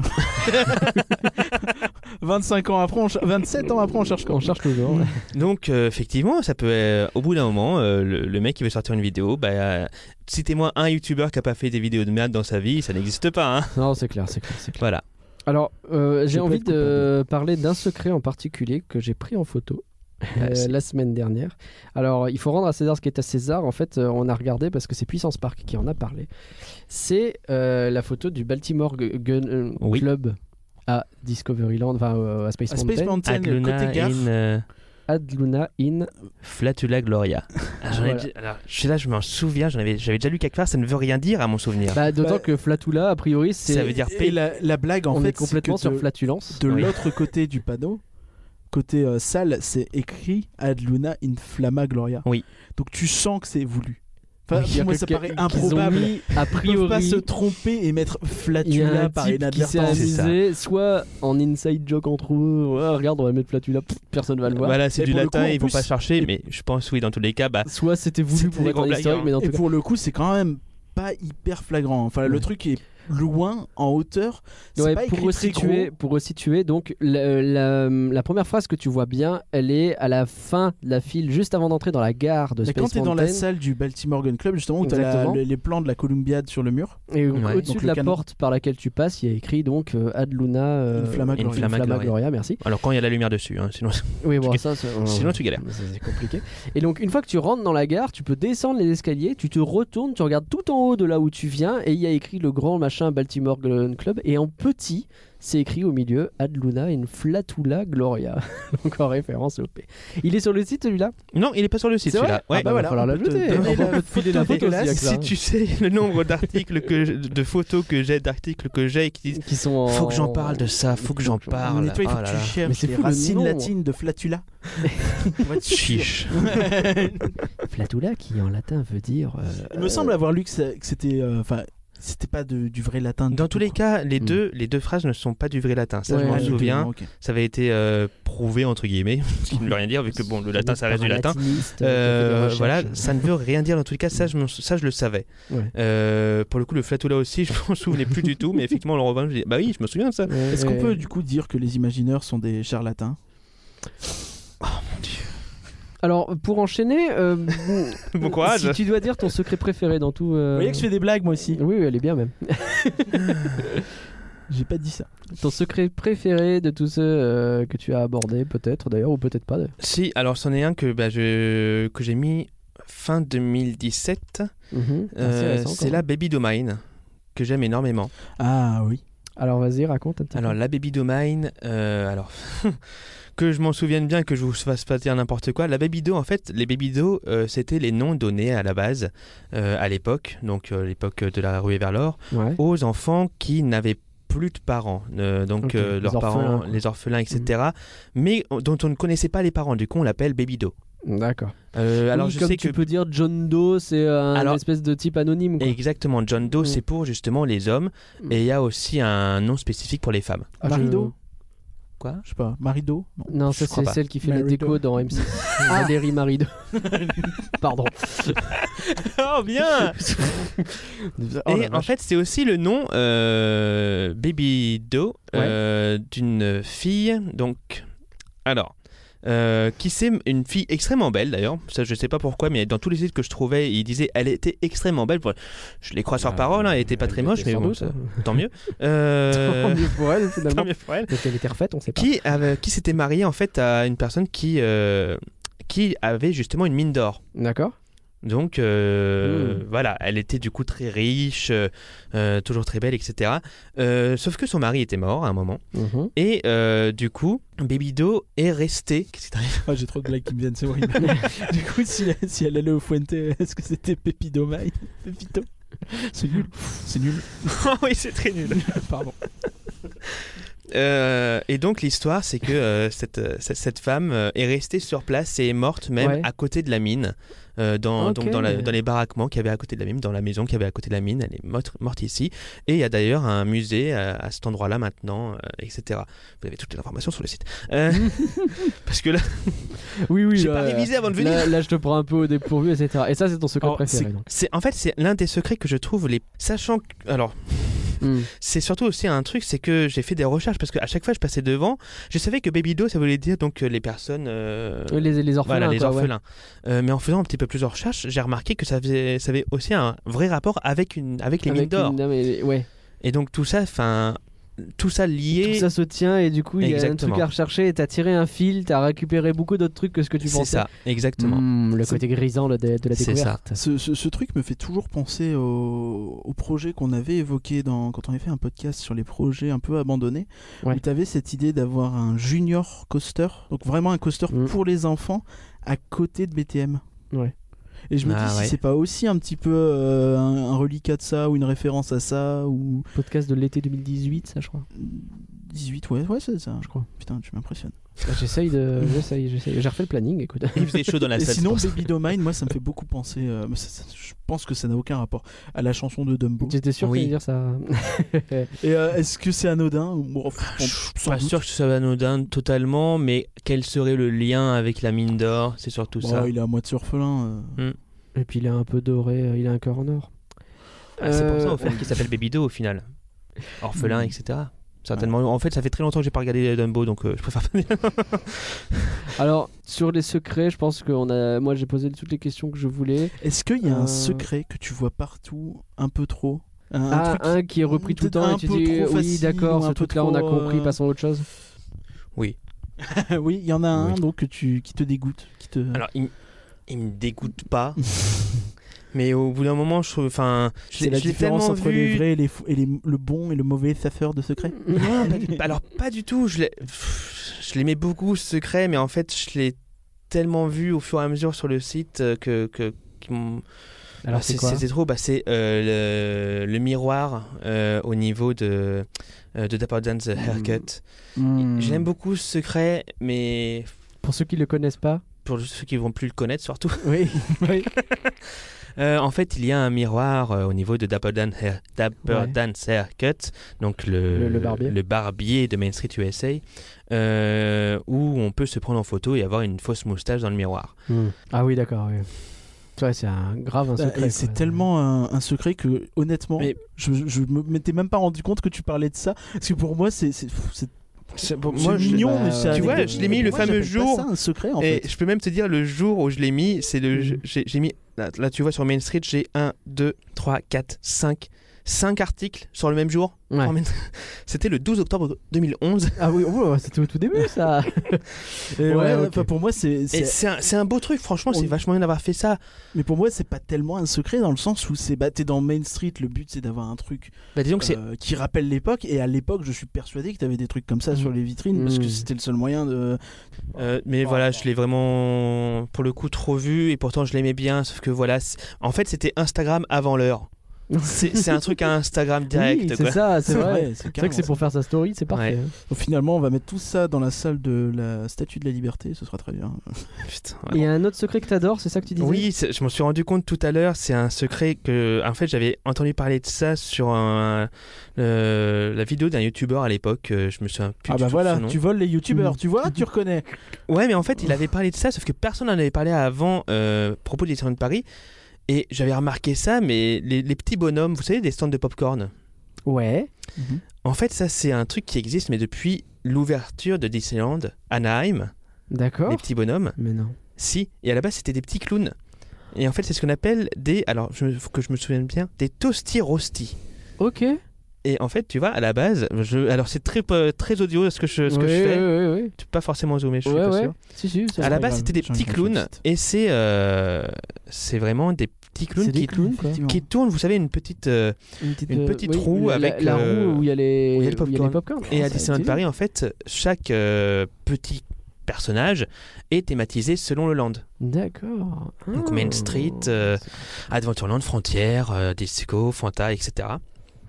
[SPEAKER 2] 25 ans après, on cher- 27 ans après, on cherche
[SPEAKER 5] On cherche toujours. ouais.
[SPEAKER 6] Donc, euh, effectivement, ça peut. euh, au bout d'un moment, euh, le, le mec qui veut sortir une vidéo, bah, euh, citez-moi un youtubeur qui a pas fait des vidéos de merde dans sa vie, ça n'existe pas. hein.
[SPEAKER 5] Non, c'est clair, c'est clair, c'est clair.
[SPEAKER 6] Voilà.
[SPEAKER 5] Alors, euh, j'ai
[SPEAKER 2] peux
[SPEAKER 5] envie
[SPEAKER 2] être
[SPEAKER 5] de parler d'un secret en particulier que j'ai pris en photo euh,
[SPEAKER 6] c'est-
[SPEAKER 5] la semaine dernière. Alors, il faut rendre à César ce qui est à César. En fait, euh, on a regardé parce que c'est Puissance Park qui en a parlé. C'est euh, la photo du Baltimore Gu- Gun euh,
[SPEAKER 6] Oui.
[SPEAKER 5] Club à Discoveryland, enfin euh, à Space,
[SPEAKER 2] À Space
[SPEAKER 5] Mountain,
[SPEAKER 2] Mountain, le
[SPEAKER 6] Adluna
[SPEAKER 2] côté gaffe.
[SPEAKER 6] in, euh,
[SPEAKER 5] Ad Luna in.
[SPEAKER 6] Flatula Gloria. Ah, j'en ai
[SPEAKER 5] Voilà.
[SPEAKER 6] dit- alors, je suis là, je m'en souviens, j'en avais- j'avais déjà lu quelque part, ça ne veut rien dire à mon souvenir.
[SPEAKER 5] Bah, D'autant
[SPEAKER 2] Bah,
[SPEAKER 5] que Flatula, a priori, c'est.
[SPEAKER 6] ça veut dire
[SPEAKER 2] Et
[SPEAKER 6] paix.
[SPEAKER 2] la, la blague, en fait,
[SPEAKER 5] on est
[SPEAKER 2] c'est
[SPEAKER 5] complètement
[SPEAKER 2] que
[SPEAKER 5] sur
[SPEAKER 2] de,
[SPEAKER 5] flatulence.
[SPEAKER 2] de
[SPEAKER 6] Oui.
[SPEAKER 2] l'autre côté du panneau, côté euh, salle, c'est écrit Ad Luna in Flamma Gloria.
[SPEAKER 6] Oui.
[SPEAKER 2] Donc tu sens que c'est voulu. Enfin,
[SPEAKER 5] Oui,
[SPEAKER 2] pour moi, ça
[SPEAKER 5] qu'ils-
[SPEAKER 2] paraît
[SPEAKER 5] qu'ils ont
[SPEAKER 2] improbable.
[SPEAKER 5] mis, a
[SPEAKER 2] Ils peuvent pas
[SPEAKER 5] priori,
[SPEAKER 2] se tromper et mettre
[SPEAKER 5] il y a
[SPEAKER 2] Flatula
[SPEAKER 5] un
[SPEAKER 2] par
[SPEAKER 5] type qui s'est
[SPEAKER 2] inadvertance.
[SPEAKER 6] C'est ça.
[SPEAKER 5] amusé, soit en inside joke entre eux, ouais, regarde, on va mettre Flatula, pff, personne va le voir.
[SPEAKER 6] Voilà, c'est
[SPEAKER 2] Et
[SPEAKER 6] du
[SPEAKER 2] pour le
[SPEAKER 6] latin,
[SPEAKER 2] coup, en
[SPEAKER 6] ils vont
[SPEAKER 2] plus-
[SPEAKER 6] pas chercher,
[SPEAKER 2] et-
[SPEAKER 6] mais je pense, oui, dans tous les cas, bah,
[SPEAKER 5] Soit c'était voulu
[SPEAKER 6] C'était
[SPEAKER 5] pour
[SPEAKER 6] des
[SPEAKER 5] être
[SPEAKER 6] gros
[SPEAKER 5] un historique,
[SPEAKER 6] blagueurs.
[SPEAKER 5] mais dans
[SPEAKER 2] Et
[SPEAKER 5] tout cas.
[SPEAKER 2] pour le coup, c'est quand même pas hyper flagrant. Enfin, le
[SPEAKER 5] Ouais.
[SPEAKER 2] truc est loin, en hauteur. C'est
[SPEAKER 5] Ouais,
[SPEAKER 2] pas
[SPEAKER 5] pour,
[SPEAKER 2] écrit très
[SPEAKER 5] resituer, pour resituer, donc la, la- la première phrase que tu vois bien, elle est à la fin de la file, juste avant d'entrer dans la gare de
[SPEAKER 2] Mais
[SPEAKER 5] Space
[SPEAKER 2] quand t'es dans la
[SPEAKER 5] Mountain.
[SPEAKER 2] salle du Baltimore Gun Club, justement, où t'as la-
[SPEAKER 5] Exactement. Ah.
[SPEAKER 2] le- les plans de la Columbiade sur le mur,
[SPEAKER 5] Et au-
[SPEAKER 6] Ouais.
[SPEAKER 5] au-dessus
[SPEAKER 2] Donc
[SPEAKER 5] de
[SPEAKER 2] le
[SPEAKER 5] la
[SPEAKER 2] canon.
[SPEAKER 5] porte par laquelle tu passes, il y a écrit donc euh, Ad Luna euh,
[SPEAKER 2] Inflamma
[SPEAKER 5] Inflamma
[SPEAKER 2] Gloria.
[SPEAKER 5] Gloria.
[SPEAKER 6] Inflamma Gloria,
[SPEAKER 5] merci.
[SPEAKER 6] alors quand il y a la lumière dessus, hein, sinon,
[SPEAKER 5] Oui, bon,
[SPEAKER 6] ga-
[SPEAKER 5] ça, c'est-
[SPEAKER 6] sinon tu galères.
[SPEAKER 5] C'est c'est compliqué. Et donc, une fois que tu rentres dans la gare, tu peux descendre les escaliers, tu te retournes, tu regardes tout en haut de là où tu viens, et il y a écrit le grand machin Baltimore Gun Club, et en petit, c'est écrit au milieu Ad Luna in Flatula Gloria. donc, en référence au P. Il est sur le site celui-là
[SPEAKER 6] Non, il est pas sur le site
[SPEAKER 5] C'est vrai
[SPEAKER 6] celui-là.
[SPEAKER 2] Ah
[SPEAKER 6] Ouais.
[SPEAKER 5] bah, voilà, on peut te donner la photo
[SPEAKER 6] Et
[SPEAKER 5] aussi, avec ça.
[SPEAKER 6] si tu sais le nombre d'articles que je- de photos que j'ai, d'articles que j'ai qui disent
[SPEAKER 5] Qui sont en-
[SPEAKER 6] faut que j'en parle de ça, faut que j'en parle.
[SPEAKER 2] Et toi, il faut
[SPEAKER 6] Oh là
[SPEAKER 2] que tu
[SPEAKER 6] là.
[SPEAKER 5] Mais
[SPEAKER 2] cherches
[SPEAKER 5] c'est
[SPEAKER 2] les
[SPEAKER 5] fou le
[SPEAKER 2] racines
[SPEAKER 5] nom. hein.
[SPEAKER 2] latines de Flatula. Pour être sûr.
[SPEAKER 6] Chiche.
[SPEAKER 5] Flatula qui en latin veut dire. euh,
[SPEAKER 2] Il me semble avoir lu que ça- que c'était. euh, Enfin, c'était pas de- du vrai latin. du
[SPEAKER 6] Dans
[SPEAKER 2] tout,
[SPEAKER 6] tous les
[SPEAKER 2] quoi.
[SPEAKER 6] cas, les
[SPEAKER 5] Mm.
[SPEAKER 6] deux, les deux phrases ne sont pas du vrai latin. Ça,
[SPEAKER 5] Ouais,
[SPEAKER 6] je m'en
[SPEAKER 5] les deux,
[SPEAKER 6] souviens.
[SPEAKER 2] ok.
[SPEAKER 6] Ça avait été euh, prouvé entre guillemets, ce qui ne veut rien dire vu que bon, le latin ça reste du latin.
[SPEAKER 5] latiniste,
[SPEAKER 6] Euh,
[SPEAKER 5] euh, qui a fait des
[SPEAKER 6] voilà,
[SPEAKER 5] recherches.
[SPEAKER 6] ça ne veut rien dire. Dans tous les cas, ça, je, m'en- ça, je le savais.
[SPEAKER 5] Ouais.
[SPEAKER 6] Euh, pour le coup, le flatula aussi, je m'en souvenais plus du tout. Mais effectivement, en le revoyant, je dis, bah oui, je me souviens de ça.
[SPEAKER 5] Ouais,
[SPEAKER 2] Est-ce qu'on
[SPEAKER 5] ouais. Euh.
[SPEAKER 2] peut du coup dire que les imagineurs sont des charlatans
[SPEAKER 5] Alors, pour enchaîner, euh, bon,
[SPEAKER 6] Bon courage.
[SPEAKER 5] si tu dois dire ton secret préféré dans tout. euh,
[SPEAKER 2] Vous voyez que je fais des blagues moi aussi.
[SPEAKER 5] Oui, oui, elle est bien même.
[SPEAKER 2] J'ai pas dit ça.
[SPEAKER 5] Ton secret préféré de tous ceux euh, que tu as abordé, peut-être d'ailleurs, ou peut-être pas. d'ailleurs.
[SPEAKER 6] Si, alors c'en est un que, bah, je... que j'ai mis fin 2017.
[SPEAKER 5] Mhm.
[SPEAKER 6] Euh,
[SPEAKER 5] Assez récent,
[SPEAKER 6] c'est
[SPEAKER 5] quand
[SPEAKER 6] la
[SPEAKER 5] même.
[SPEAKER 6] Baby Domain que j'aime énormément.
[SPEAKER 2] Ah oui.
[SPEAKER 5] Alors, vas-y, raconte un petit
[SPEAKER 6] Alors la Baby Domain, euh, alors que je m'en souvienne bien, que je vous fasse pas dire n'importe quoi. La Baby Do, en fait, les Baby Do, euh, c'était les noms donnés à la base euh, à l'époque, donc euh, l'époque de la ruée vers l'or,
[SPEAKER 5] peu. Ouais.
[SPEAKER 6] aux enfants qui n'avaient plus de parents, euh, donc
[SPEAKER 5] Ok,
[SPEAKER 6] euh,
[SPEAKER 5] les
[SPEAKER 6] leurs
[SPEAKER 5] orphelins,
[SPEAKER 6] parents,
[SPEAKER 5] quoi. Mhm.
[SPEAKER 6] les orphelins, etc. Mais on- dont on ne connaissait pas les parents. Du coup, on l'appelle Baby Do.
[SPEAKER 5] D'accord.
[SPEAKER 6] Euh, alors
[SPEAKER 5] Oui,
[SPEAKER 6] je
[SPEAKER 5] comme
[SPEAKER 6] sais
[SPEAKER 5] tu
[SPEAKER 6] que
[SPEAKER 5] peux dire John Doe, c'est euh, un
[SPEAKER 6] Alors-
[SPEAKER 5] espèce de type anonyme. quoi.
[SPEAKER 6] Exactement, John Doe,
[SPEAKER 5] Mm.
[SPEAKER 6] c'est pour justement les hommes,
[SPEAKER 5] Mm.
[SPEAKER 6] et il y a aussi un nom spécifique pour les femmes.
[SPEAKER 5] Ah, je-
[SPEAKER 2] Marido
[SPEAKER 6] Quoi
[SPEAKER 2] Je sais pas. Marido Non.
[SPEAKER 5] Non, ça
[SPEAKER 6] Je crois
[SPEAKER 5] c'est
[SPEAKER 6] pas.
[SPEAKER 5] celle qui fait la
[SPEAKER 2] Marido.
[SPEAKER 5] déco dans MC. Valérie Marido. Pardon.
[SPEAKER 6] Oh bien
[SPEAKER 5] Oh la
[SPEAKER 6] Et en
[SPEAKER 5] vache.
[SPEAKER 6] fait, c'est aussi le nom euh, Baby Do euh, d'une fille, donc... Alors... euh, qui c'est une fille extrêmement belle d'ailleurs, ça je sais pas pourquoi, mais dans tous les sites que je trouvais, ils disaient elle était extrêmement belle. Bon, je les crois sur
[SPEAKER 5] Ah,
[SPEAKER 6] parole, hein, elle était pas
[SPEAKER 5] elle
[SPEAKER 6] très
[SPEAKER 5] l'était
[SPEAKER 6] moche, mais
[SPEAKER 5] sans
[SPEAKER 6] bon,
[SPEAKER 5] doute,
[SPEAKER 6] ça-
[SPEAKER 5] hein.
[SPEAKER 6] tant mieux. Euh,
[SPEAKER 5] Tant mieux pour elle,
[SPEAKER 6] tant
[SPEAKER 5] finalement.
[SPEAKER 6] mieux pour elle.
[SPEAKER 5] Peut-être qu'elle était refaite, on sait pas.
[SPEAKER 6] qui, avait- qui s'était marié en fait à une personne qui, euh, qui avait justement une mine d'or.
[SPEAKER 5] D'accord.
[SPEAKER 6] Donc euh,
[SPEAKER 5] Mm.
[SPEAKER 6] voilà, elle était du coup très riche, euh, euh, toujours très belle, etc. Euh, sauf que son mari était mort à un moment.
[SPEAKER 5] Mhm.
[SPEAKER 6] Et euh, du coup, Baby Do est resté. Qu'est-ce qui t'arrive
[SPEAKER 2] Ah, j'ai trop de blagues qui me viennent, c'est horrible. du coup, si, si elle allait au Fuente, est-ce que c'était Pépidomai Pépito C'est nul. C'est nul.
[SPEAKER 6] Ah oui, c'est très nul.
[SPEAKER 2] Pardon.
[SPEAKER 6] Euh, et donc l'histoire, c'est que euh, cette, euh, cette, cette femme euh, est restée sur place et est morte même
[SPEAKER 5] Ouais.
[SPEAKER 6] à côté de la mine, euh, dans,
[SPEAKER 5] Ok.
[SPEAKER 6] donc dans, la- dans les baraquements qu'il y avait à côté de la mine, dans la maison qu'il y avait à côté de la mine, elle est morte, morte ici. Et il y a d'ailleurs un musée euh, à cet endroit-là maintenant, euh, etc. Vous avez toutes les informations sur le site. Euh, parce que là,
[SPEAKER 5] Oui, oui.
[SPEAKER 6] j'ai
[SPEAKER 5] là,
[SPEAKER 6] pas
[SPEAKER 5] là.
[SPEAKER 6] révisé avant de venir.
[SPEAKER 5] Là, là, je te prends un peu au dépourvu, etc. Et ça, c'est ton secret
[SPEAKER 6] Alors,
[SPEAKER 5] préféré.
[SPEAKER 6] c'est-
[SPEAKER 5] donc.
[SPEAKER 6] C'est en fait c'est l'un des secrets que je trouve les sachant que, alors
[SPEAKER 5] Mm.
[SPEAKER 6] c'est surtout aussi un truc, c'est que j'ai fait des recherches parce qu'à chaque fois je passais devant, je savais que baby do ça voulait dire donc euh, les personnes. euh,
[SPEAKER 5] Les, les orphelins.
[SPEAKER 6] Voilà, les
[SPEAKER 5] quoi, ouais.
[SPEAKER 6] orphelins. Euh, mais en faisant un petit peu plus de recherches, j'ai remarqué que ça, faisait, ça avait aussi un vrai rapport avec, une, avec les mines
[SPEAKER 5] Avec
[SPEAKER 6] d'or.
[SPEAKER 5] une- non, mais- ouais.
[SPEAKER 6] Et donc tout ça, enfin, tout ça lié.
[SPEAKER 5] Tout ça se tient et du coup il y a un
[SPEAKER 6] Exactement.
[SPEAKER 5] truc à rechercher et t'as tiré un fil, t'as récupéré beaucoup d'autres trucs que ce que tu
[SPEAKER 6] c'est
[SPEAKER 5] pensais.
[SPEAKER 6] ça, exactement.
[SPEAKER 5] Mm, le
[SPEAKER 2] C'est-
[SPEAKER 5] côté grisant là, de, de la
[SPEAKER 6] C'est ça.
[SPEAKER 5] découverte.
[SPEAKER 2] Ce, ce- ce truc me fait toujours penser au, au projet qu'on avait évoqué dans, quand on avait fait un podcast sur les projets un peu abandonnés,
[SPEAKER 5] Ouais.
[SPEAKER 2] où tu avais cette idée d'avoir un junior coaster, donc vraiment un coaster
[SPEAKER 5] Mm.
[SPEAKER 2] pour les enfants, à côté de BTM.
[SPEAKER 5] Ouais.
[SPEAKER 2] Et je me
[SPEAKER 6] Ah
[SPEAKER 2] dis
[SPEAKER 6] ouais.
[SPEAKER 2] si c'est pas aussi un petit peu euh, un, un reliquat de ça, ou une référence à ça, ou
[SPEAKER 5] Podcast de l'été 2018, ça je crois.
[SPEAKER 2] 18, ouais, ouais c'est ça.
[SPEAKER 5] Je crois.
[SPEAKER 2] Putain, tu m'impressionnes.
[SPEAKER 5] Bah, J'essaye de. J'essaye, j'essaye. J'ai refait le planning, écoute.
[SPEAKER 6] Il faisait chaud dans la
[SPEAKER 2] Et
[SPEAKER 6] salle.
[SPEAKER 2] sinon,
[SPEAKER 6] je pense.
[SPEAKER 2] Baby Don't Mind, moi, ça me fait beaucoup penser. euh, mais ça- ça- je pense que ça n'a aucun rapport à la chanson de Dumbo.
[SPEAKER 5] J'étais sûr
[SPEAKER 6] Oui.
[SPEAKER 5] qu'il allait dire ça.
[SPEAKER 2] Et euh, est-ce que c'est anodin ou bon,
[SPEAKER 6] Ah, Je
[SPEAKER 2] on-
[SPEAKER 6] suis
[SPEAKER 2] sans
[SPEAKER 6] pas
[SPEAKER 2] doute.
[SPEAKER 6] sûr que ce soit anodin totalement, mais quel serait le lien avec la mine d'or C'est surtout
[SPEAKER 2] Bon,
[SPEAKER 6] ça.
[SPEAKER 2] Oh, Il est à moitié orphelin. euh.
[SPEAKER 5] Et puis il est un peu doré, euh, il a un cœur en or.
[SPEAKER 6] Ah, C'est pour ça
[SPEAKER 5] Euh, Mmh.
[SPEAKER 6] au fait qu'il s'appelle Baby Do au final. Orphelin,
[SPEAKER 2] Mm.
[SPEAKER 6] etc. Certainement. En fait, ça fait très longtemps que j'ai pas regardé Dumbo, donc euh, je préfère pas dire.
[SPEAKER 5] Alors, sur les secrets, je pense que a... moi j'ai posé toutes les questions que je voulais.
[SPEAKER 2] Est-ce qu'il y a
[SPEAKER 5] Euh.
[SPEAKER 2] un secret que tu vois partout, un peu trop Un, un
[SPEAKER 5] ah,
[SPEAKER 2] truc qui-
[SPEAKER 5] un qui est repris tout le temps
[SPEAKER 2] un
[SPEAKER 5] et tu
[SPEAKER 2] peu
[SPEAKER 5] dis
[SPEAKER 2] trop
[SPEAKER 5] oui,
[SPEAKER 2] facile
[SPEAKER 5] d'accord,
[SPEAKER 2] ou
[SPEAKER 5] ce
[SPEAKER 2] un peu
[SPEAKER 5] truc-là on a
[SPEAKER 2] trop,
[SPEAKER 5] compris,
[SPEAKER 2] euh,
[SPEAKER 5] passons à autre chose.
[SPEAKER 2] oui, il y en a un
[SPEAKER 6] Oui.
[SPEAKER 2] donc que tu, qui te dégoûte. Qui
[SPEAKER 5] Mmh.
[SPEAKER 2] te...
[SPEAKER 6] Alors, il, m- il me dégoûte pas. mais au bout d'un moment, je trouve. Enfin, je
[SPEAKER 2] c'est
[SPEAKER 6] l'ai-
[SPEAKER 2] la
[SPEAKER 6] je l'ai
[SPEAKER 2] différence
[SPEAKER 6] tellement
[SPEAKER 2] entre
[SPEAKER 6] vu.
[SPEAKER 2] les vrais et, les, faux- et les- le bon et le mauvais saffeur de secrets.
[SPEAKER 6] Non, pas du- alors pas du tout. Je l'ai- pff, je l'aimais beaucoup ce secret, mais en fait, je l'ai tellement vu au fur et à mesure sur le site euh, que. que qu'il m-
[SPEAKER 5] Alors
[SPEAKER 6] Ah,
[SPEAKER 5] c'est
[SPEAKER 6] c'est-
[SPEAKER 5] quoi
[SPEAKER 6] C'était trop. Bah, c'est euh, le, le miroir euh, au niveau de, euh, de Dapper Dan's
[SPEAKER 2] Mm.
[SPEAKER 6] Haircut.
[SPEAKER 5] Hmm.
[SPEAKER 6] Je l'aime beaucoup ce secret, mais
[SPEAKER 5] Pour ceux qui le connaissent pas,
[SPEAKER 6] pour ceux qui vont plus le connaître surtout.
[SPEAKER 5] oui, oui.
[SPEAKER 6] Euh, en fait, il y a un miroir euh, au niveau de Dapper, Dan Hair- Dapper
[SPEAKER 5] Ouais.
[SPEAKER 6] Dan's Haircut, donc le,
[SPEAKER 5] Le- le barbier.
[SPEAKER 6] barbier de Main Street USA, euh, où on peut se prendre en photo et avoir une fausse moustache dans le miroir.
[SPEAKER 5] Ah oui, d'accord. Oui. Ouais, c'est un grave un
[SPEAKER 2] Hmm. Bah,
[SPEAKER 5] secret.
[SPEAKER 2] et c'est
[SPEAKER 5] quoi.
[SPEAKER 2] tellement un, un secret que, honnêtement,
[SPEAKER 6] Mais-
[SPEAKER 2] je, je me m'étais même pas rendu compte que tu parlais de ça. Parce que pour moi, c'est c'est- pff, c'est-
[SPEAKER 6] Pour
[SPEAKER 2] c'est mignon,
[SPEAKER 5] bah,
[SPEAKER 2] mais c'est
[SPEAKER 5] tu vois,
[SPEAKER 2] anecdotique.
[SPEAKER 5] je l'ai mis
[SPEAKER 2] Pour
[SPEAKER 5] le
[SPEAKER 2] moi,
[SPEAKER 6] fameux
[SPEAKER 2] j'appelle pas
[SPEAKER 6] jour.
[SPEAKER 2] ça un secret en
[SPEAKER 6] Et
[SPEAKER 2] fait.
[SPEAKER 6] je peux même te dire le jour où je l'ai mis, c'est le
[SPEAKER 5] Mhm.
[SPEAKER 6] j'ai j'ai mis là, là, tu vois sur Main Street, j'ai 1 2 3 4 5 5 articles sur le même jour.
[SPEAKER 5] Ouais.
[SPEAKER 6] En même- C'était le 12 octobre 2011
[SPEAKER 5] Ah oui, oh, c'était au tout début ça.
[SPEAKER 2] Et ouais,
[SPEAKER 5] Ouais, ok.
[SPEAKER 2] enfin, pour moi, c'est.
[SPEAKER 6] et
[SPEAKER 2] c'est-
[SPEAKER 6] c'est un, c'est un beau truc franchement,
[SPEAKER 2] On-
[SPEAKER 6] c'est vachement bien d'avoir fait ça.
[SPEAKER 2] Mais pour moi, c'est pas tellement un secret dans le sens où c'est bah, t'es dans Main Street, le but c'est d'avoir un truc
[SPEAKER 6] Bah disons que c'est
[SPEAKER 2] euh, qui rappelle l'époque. Et à l'époque, je suis persuadé que t'avais des trucs comme ça sur les vitrines parce
[SPEAKER 5] Mm.
[SPEAKER 2] que c'était le seul moyen de.
[SPEAKER 6] Euh, mais
[SPEAKER 2] Oh.
[SPEAKER 6] voilà, je l'ai vraiment pour le coup trop vu et pourtant je l'aimais bien. Sauf que voilà, c'est- en fait c'était Instagram avant l'heure. C'est c'est un truc à Instagram direct.
[SPEAKER 5] oui,
[SPEAKER 6] quoi.
[SPEAKER 5] c'est ça, c'est vrai.
[SPEAKER 2] c'est
[SPEAKER 5] C'est vrai que c'est
[SPEAKER 2] carrément
[SPEAKER 5] pour faire sa story, c'est parfait.
[SPEAKER 6] Ouais.
[SPEAKER 5] hein.
[SPEAKER 2] ça. Donc, finalement, on va mettre tout ça dans la salle de la Statue de la Liberté, ce sera très bien.
[SPEAKER 6] Putain,
[SPEAKER 5] Et un autre secret que t'adores, c'est ça que tu disais
[SPEAKER 6] Oui, c'est- je m'en suis rendu compte tout à l'heure. C'est un secret que, en fait, j'avais entendu parler de ça sur un- euh, la vidéo d'un youtubeur à l'époque. euh, Je me souviens plus.
[SPEAKER 2] ah
[SPEAKER 6] du
[SPEAKER 2] bah
[SPEAKER 6] tout de
[SPEAKER 2] voilà,
[SPEAKER 6] son nom.
[SPEAKER 2] tu voles les youtubeurs,
[SPEAKER 5] Mm.
[SPEAKER 2] tu vois, tu reconnais.
[SPEAKER 6] Ouais, mais en fait, il avait parlé de ça, sauf que personne n'en avait parlé avant euh, à propos des stands de Paris. Et j'avais remarqué ça, mais les, les petits bonhommes, vous savez, des stands de popcorn.
[SPEAKER 5] Ouais.
[SPEAKER 6] En fait, ça, c'est un truc qui existe, mais depuis l'ouverture de Disneyland, Anaheim,
[SPEAKER 5] D'accord.
[SPEAKER 6] les petits bonhommes.
[SPEAKER 5] Mais non.
[SPEAKER 6] Si, et à la base c'était des petits clowns. Et en fait c'est ce qu'on appelle des, alors je, me- faut que je me souvienne bien, des toasty rosti.
[SPEAKER 5] Ok.
[SPEAKER 6] Et en fait tu vois à la base, je, alors c'est très peu- très audio ce que je, ce que
[SPEAKER 5] Ouais,
[SPEAKER 6] je fais,
[SPEAKER 5] ouais, ouais, ouais.
[SPEAKER 6] tu peux pas forcément zoomer, je suis
[SPEAKER 5] Ouais,
[SPEAKER 6] pas
[SPEAKER 5] ouais.
[SPEAKER 6] sûr.
[SPEAKER 5] Si, si, ça,
[SPEAKER 6] À la
[SPEAKER 5] c'est
[SPEAKER 6] base
[SPEAKER 5] pas
[SPEAKER 6] c'était des
[SPEAKER 2] J'ai
[SPEAKER 6] petits
[SPEAKER 2] envie de
[SPEAKER 6] clowns
[SPEAKER 2] faire
[SPEAKER 6] et c'est euh, c'est vraiment des petits
[SPEAKER 5] grave.
[SPEAKER 6] clowns
[SPEAKER 5] C'est des
[SPEAKER 6] qui,
[SPEAKER 5] clowns, quoi.
[SPEAKER 2] Effectivement.
[SPEAKER 6] qui tournent, vous savez une petite euh,
[SPEAKER 5] Une petite,
[SPEAKER 6] Une
[SPEAKER 5] euh,
[SPEAKER 6] petite
[SPEAKER 5] oui,
[SPEAKER 6] roue
[SPEAKER 5] la-
[SPEAKER 6] avec,
[SPEAKER 5] la
[SPEAKER 6] euh,
[SPEAKER 5] roue où il y a les
[SPEAKER 6] où il y a le
[SPEAKER 5] où il y a les popcorn.
[SPEAKER 6] et à
[SPEAKER 5] Ah, ça,
[SPEAKER 6] Disneyland
[SPEAKER 5] c'est-
[SPEAKER 6] Paris en fait chaque euh, petit personnage est thématisé selon le land.
[SPEAKER 5] D'accord.
[SPEAKER 6] Donc,
[SPEAKER 5] Ah.
[SPEAKER 6] Main Street, euh, Adventureland, Frontière, euh, Disco, Fanta, etc.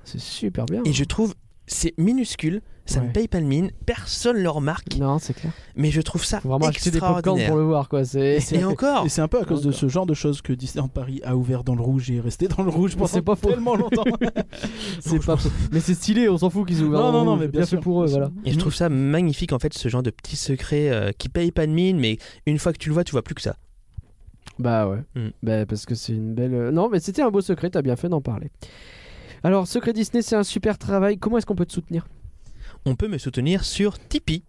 [SPEAKER 5] C'est super bien.
[SPEAKER 6] Et je trouve, c'est minuscule, ça
[SPEAKER 5] Ouais.
[SPEAKER 6] ne paye pas le mine, personne ne le remarque,
[SPEAKER 5] Non, c'est clair.
[SPEAKER 6] mais je trouve ça
[SPEAKER 5] Faut vraiment acheter des popcorn
[SPEAKER 6] extraordinaire.
[SPEAKER 5] pour le voir, quoi. C'est
[SPEAKER 6] Et encore,
[SPEAKER 2] Et c'est un peu à cause de ce genre de choses que Disneyland Paris a ouvert dans le rouge et est resté dans le rouge
[SPEAKER 5] Mais c'est
[SPEAKER 2] pendant
[SPEAKER 5] pas faux.
[SPEAKER 2] tellement longtemps.
[SPEAKER 5] c'est pas faux. Mais c'est stylé, on s'en fout qu'ils aient ouvert.
[SPEAKER 2] Non,
[SPEAKER 5] en
[SPEAKER 2] non, non,
[SPEAKER 5] rouge.
[SPEAKER 2] mais bien sûr. Mm.
[SPEAKER 5] pour eux, voilà.
[SPEAKER 6] et je trouve ça magnifique en fait, ce genre de petit secret euh, qui paye pas de mine, mais une fois que tu le vois, tu vois plus que ça.
[SPEAKER 5] Bah ouais.
[SPEAKER 6] Mm.
[SPEAKER 5] Bah parce que c'est une belle. euh, Non, mais c'était un beau secret, t'as bien fait d'en parler. Alors, Secret Disney, c'est un super travail. Comment est-ce qu'on peut te soutenir
[SPEAKER 6] On peut me soutenir sur Tipeee.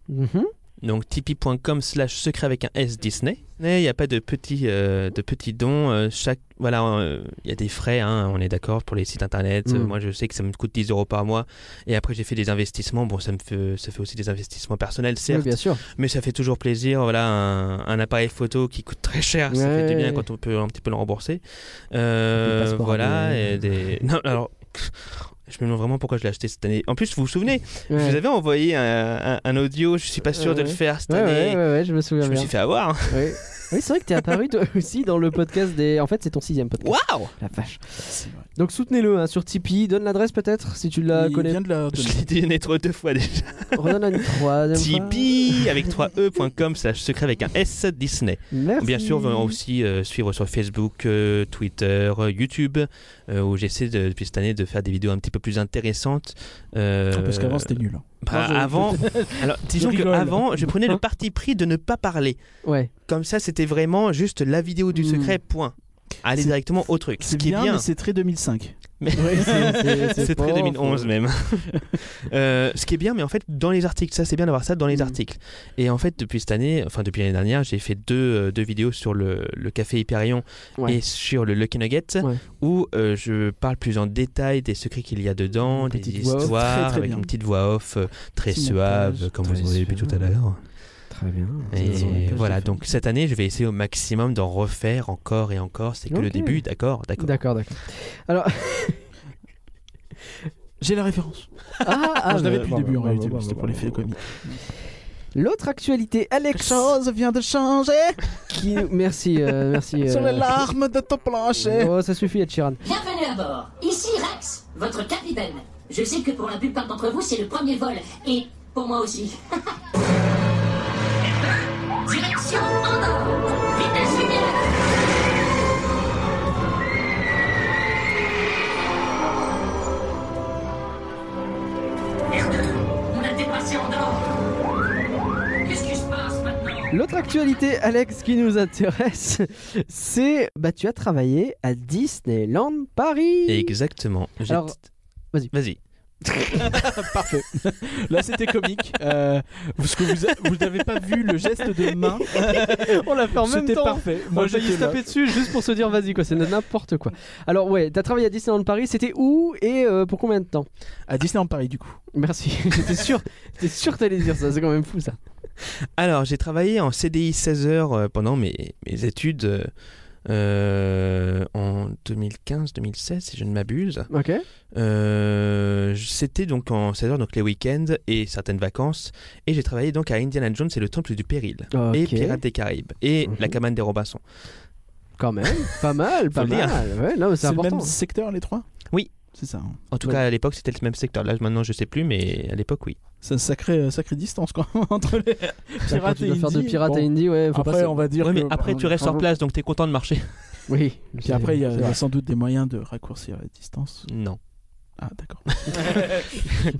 [SPEAKER 6] donc tipeee.com slash secret avec un S Disney. Mais il n'y a pas de petits, euh, de petits dons. euh, chaque, voilà, euh, il y a des frais, hein, on est d'accord, pour les sites internet.
[SPEAKER 5] Mm.
[SPEAKER 6] Euh, moi, je sais que ça me coûte 10 euros par mois. Et après, j'ai fait des investissements. Bon, ça me fait, ça fait aussi des investissements personnels,
[SPEAKER 5] Oui,
[SPEAKER 6] certes.
[SPEAKER 5] bien sûr.
[SPEAKER 6] mais ça fait toujours plaisir. Voilà, un, un appareil photo qui coûte très cher, ça fait du
[SPEAKER 5] Ouais.
[SPEAKER 6] bien quand on peut un petit peu le rembourser. Euh,
[SPEAKER 5] Des passeports
[SPEAKER 6] voilà,
[SPEAKER 5] à
[SPEAKER 6] et des. Non, alors. Je me demande vraiment pourquoi je l'ai acheté cette année. En plus, vous vous souvenez, je
[SPEAKER 5] Ouais.
[SPEAKER 6] vous avais envoyé un, un- un audio, je suis pas sûr
[SPEAKER 5] Ouais,
[SPEAKER 6] de le
[SPEAKER 5] ouais.
[SPEAKER 6] faire cette
[SPEAKER 5] Ouais,
[SPEAKER 6] année.
[SPEAKER 5] ouais, ouais, ouais, je me souviens
[SPEAKER 6] Je me
[SPEAKER 5] bien.
[SPEAKER 6] suis fait avoir. hein.
[SPEAKER 5] Ouais. Oui, c'est vrai que t'es apparu toi aussi dans le podcast des. En fait, c'est ton sixième podcast.
[SPEAKER 6] Waouh
[SPEAKER 5] La vache. Donc soutenez-le hein, sur Tipeee. Donne l'adresse peut-être si tu la
[SPEAKER 2] Il
[SPEAKER 5] connais.
[SPEAKER 2] vient de la
[SPEAKER 6] Je l'ai dit une et trop deux fois déjà.
[SPEAKER 5] Redonne une troisième. fois.
[SPEAKER 6] Tipeee avec 3e.com slash secret avec un S Disney.
[SPEAKER 5] Merci.
[SPEAKER 6] Bien sûr, on va aussi euh, suivre sur Facebook, euh, Twitter, euh, YouTube, euh, où j'essaie de- depuis cette année de faire des vidéos un petit peu plus intéressantes. euh,
[SPEAKER 2] Ah, Parce qu'avant c'était nul. hein. Non,
[SPEAKER 6] bah,
[SPEAKER 2] je-
[SPEAKER 6] avant, alors disons que
[SPEAKER 2] rigole.
[SPEAKER 6] avant, je prenais le parti pris de ne pas parler.
[SPEAKER 5] Ouais.
[SPEAKER 6] Comme ça, c'était vraiment juste la vidéo du
[SPEAKER 5] Mm.
[SPEAKER 6] secret. Point. Aller
[SPEAKER 2] C'est-
[SPEAKER 6] directement au truc. Ce
[SPEAKER 2] C'est
[SPEAKER 6] qui
[SPEAKER 2] bien,
[SPEAKER 6] est bien.
[SPEAKER 2] mais c'est très 2005.
[SPEAKER 6] C'est
[SPEAKER 5] pas
[SPEAKER 6] très 2011
[SPEAKER 5] faux.
[SPEAKER 6] même. Euh, ce qui est bien, mais en fait, dans les articles, ça c'est bien d'avoir ça dans les
[SPEAKER 5] Mm.
[SPEAKER 6] articles. Et en fait, depuis cette année, enfin depuis l'année dernière, j'ai fait deux, euh, deux vidéos sur le, le café Hyperion
[SPEAKER 5] Ouais.
[SPEAKER 6] et sur le Lucky Nugget,
[SPEAKER 5] Ouais.
[SPEAKER 6] où euh, je parle plus en détail des secrets qu'il y a dedans,
[SPEAKER 5] Une
[SPEAKER 6] des
[SPEAKER 5] petite voix off.
[SPEAKER 6] histoires,
[SPEAKER 2] Très, très
[SPEAKER 6] avec
[SPEAKER 2] bien.
[SPEAKER 6] une petite voix off euh, très
[SPEAKER 2] Petit
[SPEAKER 6] suave, euh,
[SPEAKER 2] montage,
[SPEAKER 6] comme
[SPEAKER 5] très
[SPEAKER 6] vous en avez vu tout à l'heure.
[SPEAKER 5] Très bien.
[SPEAKER 6] Et
[SPEAKER 2] Dans un montage,
[SPEAKER 6] voilà,
[SPEAKER 2] j'ai fait.
[SPEAKER 6] donc cette année, je vais essayer au maximum d'en refaire encore et encore. C'est que le
[SPEAKER 5] Ok.
[SPEAKER 6] début, d'accord, d'accord.
[SPEAKER 5] D'accord, d'accord.
[SPEAKER 2] J'ai la référence.
[SPEAKER 5] Ah, ah,
[SPEAKER 2] je l'avais
[SPEAKER 5] bah,
[SPEAKER 2] depuis
[SPEAKER 5] bah,
[SPEAKER 2] le début en
[SPEAKER 5] bah,
[SPEAKER 2] réalité.
[SPEAKER 5] bah,
[SPEAKER 2] C'était
[SPEAKER 5] bah,
[SPEAKER 2] pour les
[SPEAKER 5] bah,
[SPEAKER 2] faits comiques.
[SPEAKER 5] L'autre actualité,
[SPEAKER 2] Quelque
[SPEAKER 5] Alex.
[SPEAKER 2] chose vient de changer
[SPEAKER 5] Qui... Merci, euh, merci.
[SPEAKER 2] sur
[SPEAKER 5] euh,
[SPEAKER 2] les larmes de ton plancher.
[SPEAKER 5] Oh, ça suffit, Ed Sheeran.
[SPEAKER 8] Bienvenue à bord. Ici Rex, votre capitaine. Je sais que pour la plupart d'entre vous, c'est le premier vol. Et pour moi aussi. Direction Andorre. Vitesse lumière. R2, on a dépassé Andorre. Qu'est-ce qui se passe maintenant
[SPEAKER 5] L'autre actualité, Alex, qui nous intéresse, c'est bah tu as travaillé à Disneyland Paris.
[SPEAKER 6] Exactement. J'ai-
[SPEAKER 5] Alors, vas-y.
[SPEAKER 6] Vas-y.
[SPEAKER 2] Parfait. Là, c'était comique. Euh, parce que vous, a- vous n'avez pas vu le geste de main.
[SPEAKER 5] On l'a fait en même
[SPEAKER 2] C'était
[SPEAKER 5] temps.
[SPEAKER 2] parfait.
[SPEAKER 5] Moi,
[SPEAKER 2] Moi,
[SPEAKER 5] j'ai failli
[SPEAKER 2] j'étais
[SPEAKER 5] se
[SPEAKER 2] là.
[SPEAKER 5] taper dessus juste pour se dire vas-y quoi, c'est n'importe quoi. Alors ouais, t'as travaillé à Disneyland Paris, c'était où et euh, pour combien de temps
[SPEAKER 2] À Disneyland Paris, du coup.
[SPEAKER 5] Merci, j'étais sûr, j'étais sûr que t'allais dire ça, c'est quand même fou ça.
[SPEAKER 6] Alors, j'ai travaillé en CDI 16 heures euh, pendant mes, mes études euh, euh, en 2015-2016, si je ne m'abuse.
[SPEAKER 5] Ok.
[SPEAKER 6] Euh, j- C'était donc en 16 heures, donc les week-ends et certaines vacances. Et j'ai travaillé donc à Indiana Jones et le Temple du Péril.
[SPEAKER 5] Ok.
[SPEAKER 6] Et Pirates des Caraïbes. Et
[SPEAKER 5] Mhm.
[SPEAKER 6] la cabane des Robinsons.
[SPEAKER 5] Quand même, pas mal, pas
[SPEAKER 6] Faut le dire.
[SPEAKER 5] mal. Ouais, non, mais
[SPEAKER 2] C'est
[SPEAKER 5] c'est
[SPEAKER 2] le
[SPEAKER 5] important.
[SPEAKER 2] même secteur, les trois
[SPEAKER 6] Oui.
[SPEAKER 2] C'est ça. hein.
[SPEAKER 6] En tout
[SPEAKER 5] Ouais.
[SPEAKER 6] cas, à l'époque, c'était le même secteur. Là, maintenant, je sais plus, mais à l'époque, oui.
[SPEAKER 2] C'est une sacrée, euh, sacrée distance, quoi. Entre les
[SPEAKER 5] D'accord,
[SPEAKER 2] pirates
[SPEAKER 5] tu
[SPEAKER 2] et
[SPEAKER 5] dois faire de
[SPEAKER 2] indie.
[SPEAKER 5] pirate
[SPEAKER 2] Bon.
[SPEAKER 5] et indie, ouais, faut
[SPEAKER 2] Après,
[SPEAKER 5] passer-
[SPEAKER 2] on va dire.
[SPEAKER 6] Ouais, mais
[SPEAKER 2] que-
[SPEAKER 6] après, tu restes sur place, donc t'es content de marcher
[SPEAKER 5] Oui.
[SPEAKER 2] Puis après, il y a
[SPEAKER 5] c'est vrai.
[SPEAKER 2] sans doute des moyens de raccourcir la distance.
[SPEAKER 6] Non,
[SPEAKER 2] Ah, d'accord.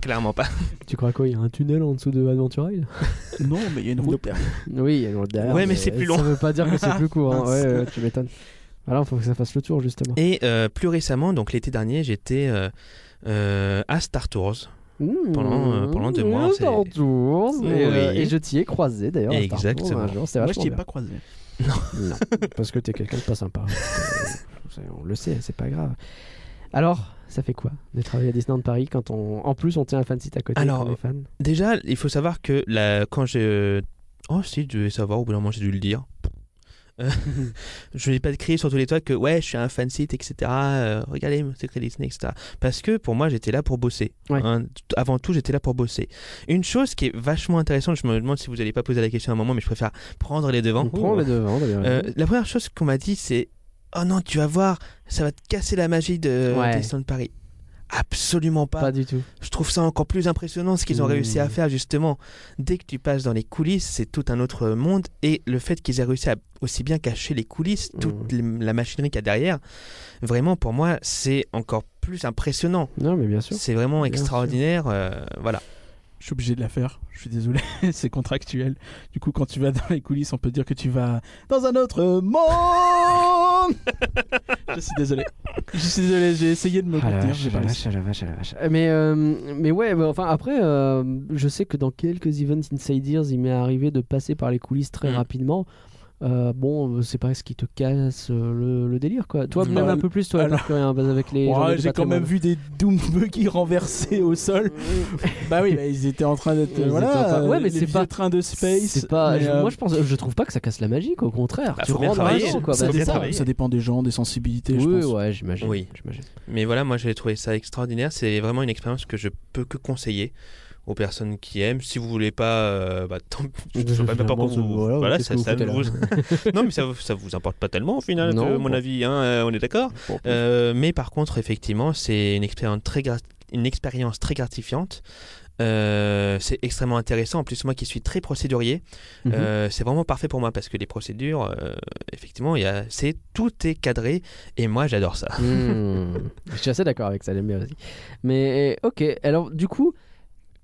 [SPEAKER 6] clairement pas.
[SPEAKER 5] Tu crois quoi Il y a un tunnel en dessous de Adventure Isle
[SPEAKER 2] non, mais il y a une route derrière.
[SPEAKER 5] Oui, il y a l'autre derrière.
[SPEAKER 6] Ouais, mais c'est plus
[SPEAKER 5] Ça
[SPEAKER 6] long.
[SPEAKER 5] veut pas dire que c'est plus court. hein.
[SPEAKER 2] Mince.
[SPEAKER 5] Ouais, ouais, tu m'étonnes. Alors, faut que ça fasse le tour justement.
[SPEAKER 6] Et euh, plus récemment, donc l'été dernier, j'étais euh, euh, à Star Tours. pendant,
[SPEAKER 5] Mmh,
[SPEAKER 6] euh, pendant deux mois, c'est-
[SPEAKER 5] Star Tours. Et,
[SPEAKER 6] Oui.
[SPEAKER 5] euh, et je t'y ai croisé d'ailleurs. à Star Tours,
[SPEAKER 6] Exactement.
[SPEAKER 5] un jour, c'était
[SPEAKER 2] Moi, je
[SPEAKER 5] vachement
[SPEAKER 2] t'ai
[SPEAKER 5] bien.
[SPEAKER 2] pas croisé.
[SPEAKER 5] Non, parce que t'es quelqu'un de pas sympa. Euh, on le sait, c'est pas grave. Alors, ça fait quoi de travailler à Disneyland Paris quand on, en plus, on tient un fan site à côté
[SPEAKER 6] Alors,
[SPEAKER 5] pour les fans
[SPEAKER 6] Déjà, il faut savoir que la, quand j'ai. Oh, si, je devais savoir, au bout d'un moment, j'ai dû le dire. Euh, je n'ai pas de crier sur tous les toits que ouais, je suis un fan site, etc. euh, regardez mon secret Disney, etc. Parce que pour moi, j'étais là pour bosser.
[SPEAKER 5] Ouais.
[SPEAKER 6] Hein, t- avant tout, j'étais là pour bosser. Une chose qui est vachement intéressante, je me demande si vous n'allez pas poser la question à un moment, mais je préfère prendre les devants.
[SPEAKER 5] On prend les devants. d'ailleurs.
[SPEAKER 6] Euh, la première chose qu'on m'a dit, c'est Oh non, tu vas voir, ça va te casser la magie de
[SPEAKER 5] Ouais.
[SPEAKER 6] Disneyland Paris. Absolument pas.
[SPEAKER 5] pas du tout.
[SPEAKER 6] Je trouve ça encore plus impressionnant ce qu'ils ont
[SPEAKER 5] Mmh.
[SPEAKER 6] réussi à faire justement. Dès que tu passes dans les coulisses, c'est tout un autre monde. Et le fait qu'ils aient réussi à aussi bien cacher les coulisses,
[SPEAKER 5] Mmh.
[SPEAKER 6] toute les- la machinerie qu'il y a derrière, vraiment pour moi c'est encore plus impressionnant.
[SPEAKER 5] Non, mais bien sûr.
[SPEAKER 6] C'est vraiment
[SPEAKER 5] Bien sûr.
[SPEAKER 6] extraordinaire. euh, voilà.
[SPEAKER 2] Je suis obligé de la faire, je suis désolé, c'est contractuel. Du coup, quand tu vas dans les coulisses, on peut dire que tu vas dans un autre monde. je suis désolé. Je suis désolé, j'ai essayé de me
[SPEAKER 5] Ah la
[SPEAKER 2] contenir.
[SPEAKER 5] vache,
[SPEAKER 2] j'ai
[SPEAKER 5] ah
[SPEAKER 2] pas
[SPEAKER 5] la
[SPEAKER 2] réussi.
[SPEAKER 5] vache, ah la vache, ah la vache. Mais, euh, mais ouais, bah, enfin après, euh, je sais que dans quelques events Inside Ears, il m'est arrivé de passer par les coulisses très
[SPEAKER 2] Mm.
[SPEAKER 6] Mhm.
[SPEAKER 5] rapidement. Euh, bon, euh, c'est pas ce qui te casse euh, le, le délire, quoi. Toi,
[SPEAKER 2] Non.
[SPEAKER 5] même un peu plus, toi,
[SPEAKER 2] Alors-
[SPEAKER 5] parce que, hein, bah, avec les.
[SPEAKER 2] Ouais,
[SPEAKER 5] journées du
[SPEAKER 2] j'ai quand même
[SPEAKER 5] patrimoine.
[SPEAKER 2] vu des Doom Buggy renversés au sol. bah oui, bah, ils étaient en train d'être.
[SPEAKER 5] Ils étaient
[SPEAKER 2] voilà,
[SPEAKER 5] en train- ouais,
[SPEAKER 2] euh,
[SPEAKER 5] mais
[SPEAKER 2] les
[SPEAKER 5] c'est
[SPEAKER 2] vieux
[SPEAKER 5] pas-
[SPEAKER 2] trains de space.
[SPEAKER 5] C'est pas.
[SPEAKER 2] mais,
[SPEAKER 5] je-
[SPEAKER 2] euh,
[SPEAKER 5] Moi, je pense, je trouve pas que ça casse la magie, quoi. Au contraire,
[SPEAKER 6] Bah,
[SPEAKER 5] tu
[SPEAKER 6] faut bien
[SPEAKER 5] rentres dans
[SPEAKER 6] travailler.
[SPEAKER 5] l'action, quoi.
[SPEAKER 6] Faut
[SPEAKER 2] ça,
[SPEAKER 5] Bah, c'est
[SPEAKER 6] bien
[SPEAKER 5] ça.
[SPEAKER 2] dépend,
[SPEAKER 6] travailler.
[SPEAKER 2] ça dépend des gens, des sensibilités, je
[SPEAKER 5] Oui,
[SPEAKER 2] pense.
[SPEAKER 5] ouais, j'imagine.
[SPEAKER 6] Oui.
[SPEAKER 5] j'imagine.
[SPEAKER 6] Mais voilà, moi j'ai trouvé ça extraordinaire. C'est vraiment une expérience que je peux que conseiller aux personnes qui aiment. Si vous voulez pas, euh, bah, tant pis. Je sais pas, pas
[SPEAKER 5] Finalement,
[SPEAKER 6] pourquoi
[SPEAKER 5] ça-
[SPEAKER 6] vous.
[SPEAKER 5] voilà,
[SPEAKER 6] Voilà,
[SPEAKER 5] qu'est-ce
[SPEAKER 6] ça,
[SPEAKER 5] que vous
[SPEAKER 6] ça
[SPEAKER 5] foutez là
[SPEAKER 6] vous- non, mais ça, ça vous importe pas tellement au final,
[SPEAKER 5] Non,
[SPEAKER 6] de mon
[SPEAKER 5] bon.
[SPEAKER 6] avis. hein, euh, on est d'accord. Euh, mais par contre, effectivement, c'est une expérience très grat- une expérience très gratifiante. Euh, c'est extrêmement intéressant. En plus, moi qui suis très procédurier,
[SPEAKER 5] Mhm.
[SPEAKER 6] euh, c'est vraiment parfait pour moi parce que les procédures, euh, effectivement, il y a, c'est tout est cadré et moi j'adore ça.
[SPEAKER 5] Hmm. Je suis assez d'accord avec ça, j'aime bien aussi. Mais ok, alors du coup,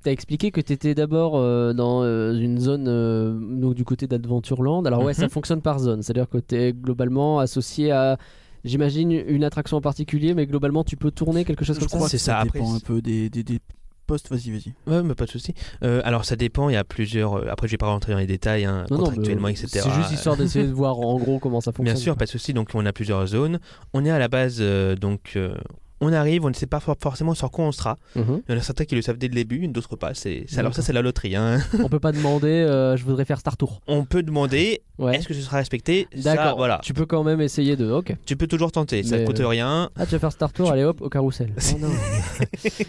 [SPEAKER 5] t'as expliqué que t'étais d'abord euh, dans euh, une zone euh, donc du côté d'Adventureland. Alors ouais,
[SPEAKER 6] Mhm.
[SPEAKER 5] ça fonctionne par zone, c'est-à-dire que t'es globalement associé à, j'imagine, une attraction en particulier, mais globalement tu peux tourner quelque chose
[SPEAKER 2] Je
[SPEAKER 5] comme
[SPEAKER 2] crois
[SPEAKER 5] ça.
[SPEAKER 6] c'est
[SPEAKER 2] que
[SPEAKER 6] ça,
[SPEAKER 2] ça
[SPEAKER 6] après,
[SPEAKER 2] dépend un
[SPEAKER 6] c'est-
[SPEAKER 2] peu des, des, des postes. Vas-y, vas-y.
[SPEAKER 6] Ouais, mais pas de souci. Euh, alors ça dépend, il y a plusieurs. euh, Après, je vais pas rentrer dans les détails, hein,
[SPEAKER 5] Non, non,
[SPEAKER 6] contractuellement,
[SPEAKER 5] mais
[SPEAKER 6] etc.
[SPEAKER 5] C'est juste histoire d'essayer de voir en gros comment ça
[SPEAKER 6] Bien
[SPEAKER 5] fonctionne.
[SPEAKER 6] sûr, pas de souci. Donc on a plusieurs zones. On est à la base, euh, donc euh, on arrive, on ne sait pas for- forcément sur quoi on sera.
[SPEAKER 5] Mhm.
[SPEAKER 6] Il y en a certains qui le savent dès le début, d'autres pas. C'est c'est- alors ça, c'est la loterie. hein.
[SPEAKER 5] On peut pas demander, euh, je voudrais faire Star Tour.
[SPEAKER 6] On peut demander
[SPEAKER 5] Ouais.
[SPEAKER 6] est-ce que ce sera respecté. Ça,
[SPEAKER 5] D'accord,
[SPEAKER 6] Voilà.
[SPEAKER 5] tu peux quand même essayer de. Ok.
[SPEAKER 6] Tu peux toujours tenter. Ça
[SPEAKER 5] Mais-
[SPEAKER 6] coûte rien.
[SPEAKER 5] Ah, tu vas faire Star Tour, allez hop, au carrousel. Oh non.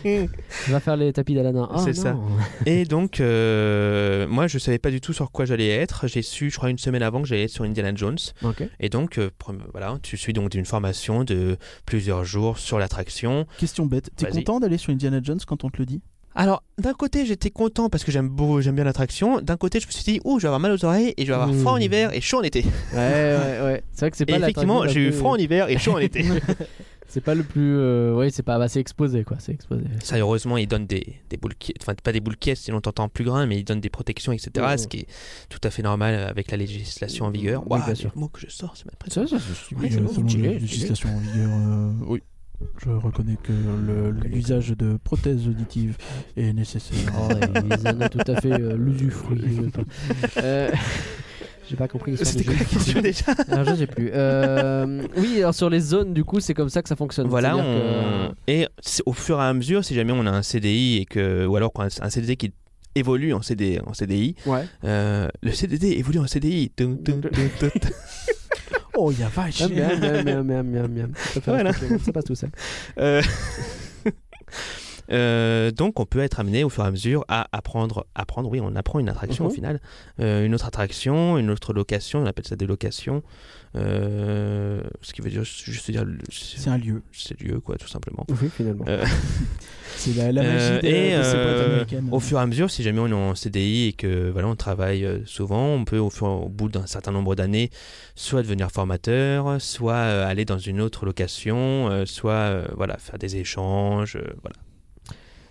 [SPEAKER 5] tu vas faire les tapis d'Aladin. Ah,
[SPEAKER 6] C'est ça.
[SPEAKER 5] non.
[SPEAKER 6] Et donc, euh, moi, je savais pas du tout sur quoi j'allais être. J'ai su, je crois, une semaine avant que j'allais être sur Indiana Jones.
[SPEAKER 5] Ok.
[SPEAKER 6] Et donc, euh, pre- voilà, tu suis donc d'une formation de plusieurs jours sur l'attraction.
[SPEAKER 2] Question bête. T'es
[SPEAKER 6] Vas-y.
[SPEAKER 2] content d'aller sur Indiana Jones quand on te le dit
[SPEAKER 6] Alors, d'un côté, j'étais content parce que j'aime beau- j'aime bien l'attraction. D'un côté, je me suis dit, ouh, je vais avoir mal aux oreilles et je vais avoir
[SPEAKER 5] Mmh.
[SPEAKER 6] froid en hiver et chaud en été.
[SPEAKER 5] Ouais, ouais, ouais. C'est vrai que c'est
[SPEAKER 6] Et
[SPEAKER 5] pas la
[SPEAKER 6] effectivement, j'ai
[SPEAKER 5] traduction la
[SPEAKER 6] eu
[SPEAKER 5] plus-
[SPEAKER 6] froid en hiver et chaud en été.
[SPEAKER 5] C'est pas le plus. euh, Ouais, c'est pas assez exposé, quoi. C'est exposé.
[SPEAKER 6] Sérieusement, ils donnent des, des boules qui- enfin pas des boules caisses, sinon t'entends plus grain, mais ils donnent des protections, etc.
[SPEAKER 5] Ouais.
[SPEAKER 6] Ce qui est tout à fait normal avec la législation en vigueur.
[SPEAKER 5] Oui,
[SPEAKER 6] Waouh,
[SPEAKER 5] bien sûr.
[SPEAKER 6] le mot que je sors, c'est ma pression.
[SPEAKER 5] Ça, ça, c'est euh, super.
[SPEAKER 6] Ouais, c'est bon,
[SPEAKER 2] euh, selon
[SPEAKER 6] tu
[SPEAKER 2] la
[SPEAKER 6] l'es, tu
[SPEAKER 2] législation en vigueur, euh, oui. Je reconnais que le- l'usage de prothèses auditives est nécessaire.
[SPEAKER 5] Oh, ils en ont tout à fait euh, l'usufruit. je- euh, J'ai pas compris l'histoire
[SPEAKER 6] Euh, C'était
[SPEAKER 5] du
[SPEAKER 6] quoi la
[SPEAKER 5] jeu.
[SPEAKER 6] question déjà
[SPEAKER 5] Alors, Ah, je sais plus. Euh, Oui, alors sur les zones, du coup, c'est comme ça que ça fonctionne.
[SPEAKER 6] Voilà,
[SPEAKER 5] C'est-à-dire
[SPEAKER 6] on- et c'est- au fur et à mesure, si jamais on a un CDI et que, ou alors qu'on a un CDD qui évolue en, CD, en CDI,
[SPEAKER 5] que- Ouais.
[SPEAKER 6] euh, le CDD évolue en CDI. Tum, tum, tum, tum, tum.
[SPEAKER 2] Oh, y'a vache
[SPEAKER 5] Ah, miam, miam, miam, miam, miam, miam. Je préfère
[SPEAKER 6] Voilà.
[SPEAKER 5] les Pokémon, Ça passe tout seul.
[SPEAKER 6] Euh, euh, donc on peut être amené au fur et à mesure à apprendre, apprendre oui on apprend une attraction
[SPEAKER 5] Mhm.
[SPEAKER 6] au final, Euh, une autre attraction, une autre location, on appelle ça des locations, Euh, ce qui veut dire juste dire le-
[SPEAKER 2] C'est un lieu.
[SPEAKER 6] c'est lieu quoi tout simplement.
[SPEAKER 5] Oui, finalement.
[SPEAKER 2] C'est la, la magie
[SPEAKER 6] Euh,
[SPEAKER 2] de,
[SPEAKER 6] et,
[SPEAKER 2] de ces boîtes
[SPEAKER 6] euh,
[SPEAKER 2] américaines.
[SPEAKER 6] Au fur et à mesure, si jamais on est en CDI et que voilà, on travaille euh, souvent, on peut au, fur- au bout d'un certain nombre d'années, soit devenir formateur, soit euh, aller dans une autre location, euh, soit euh, voilà, faire des échanges, euh, voilà.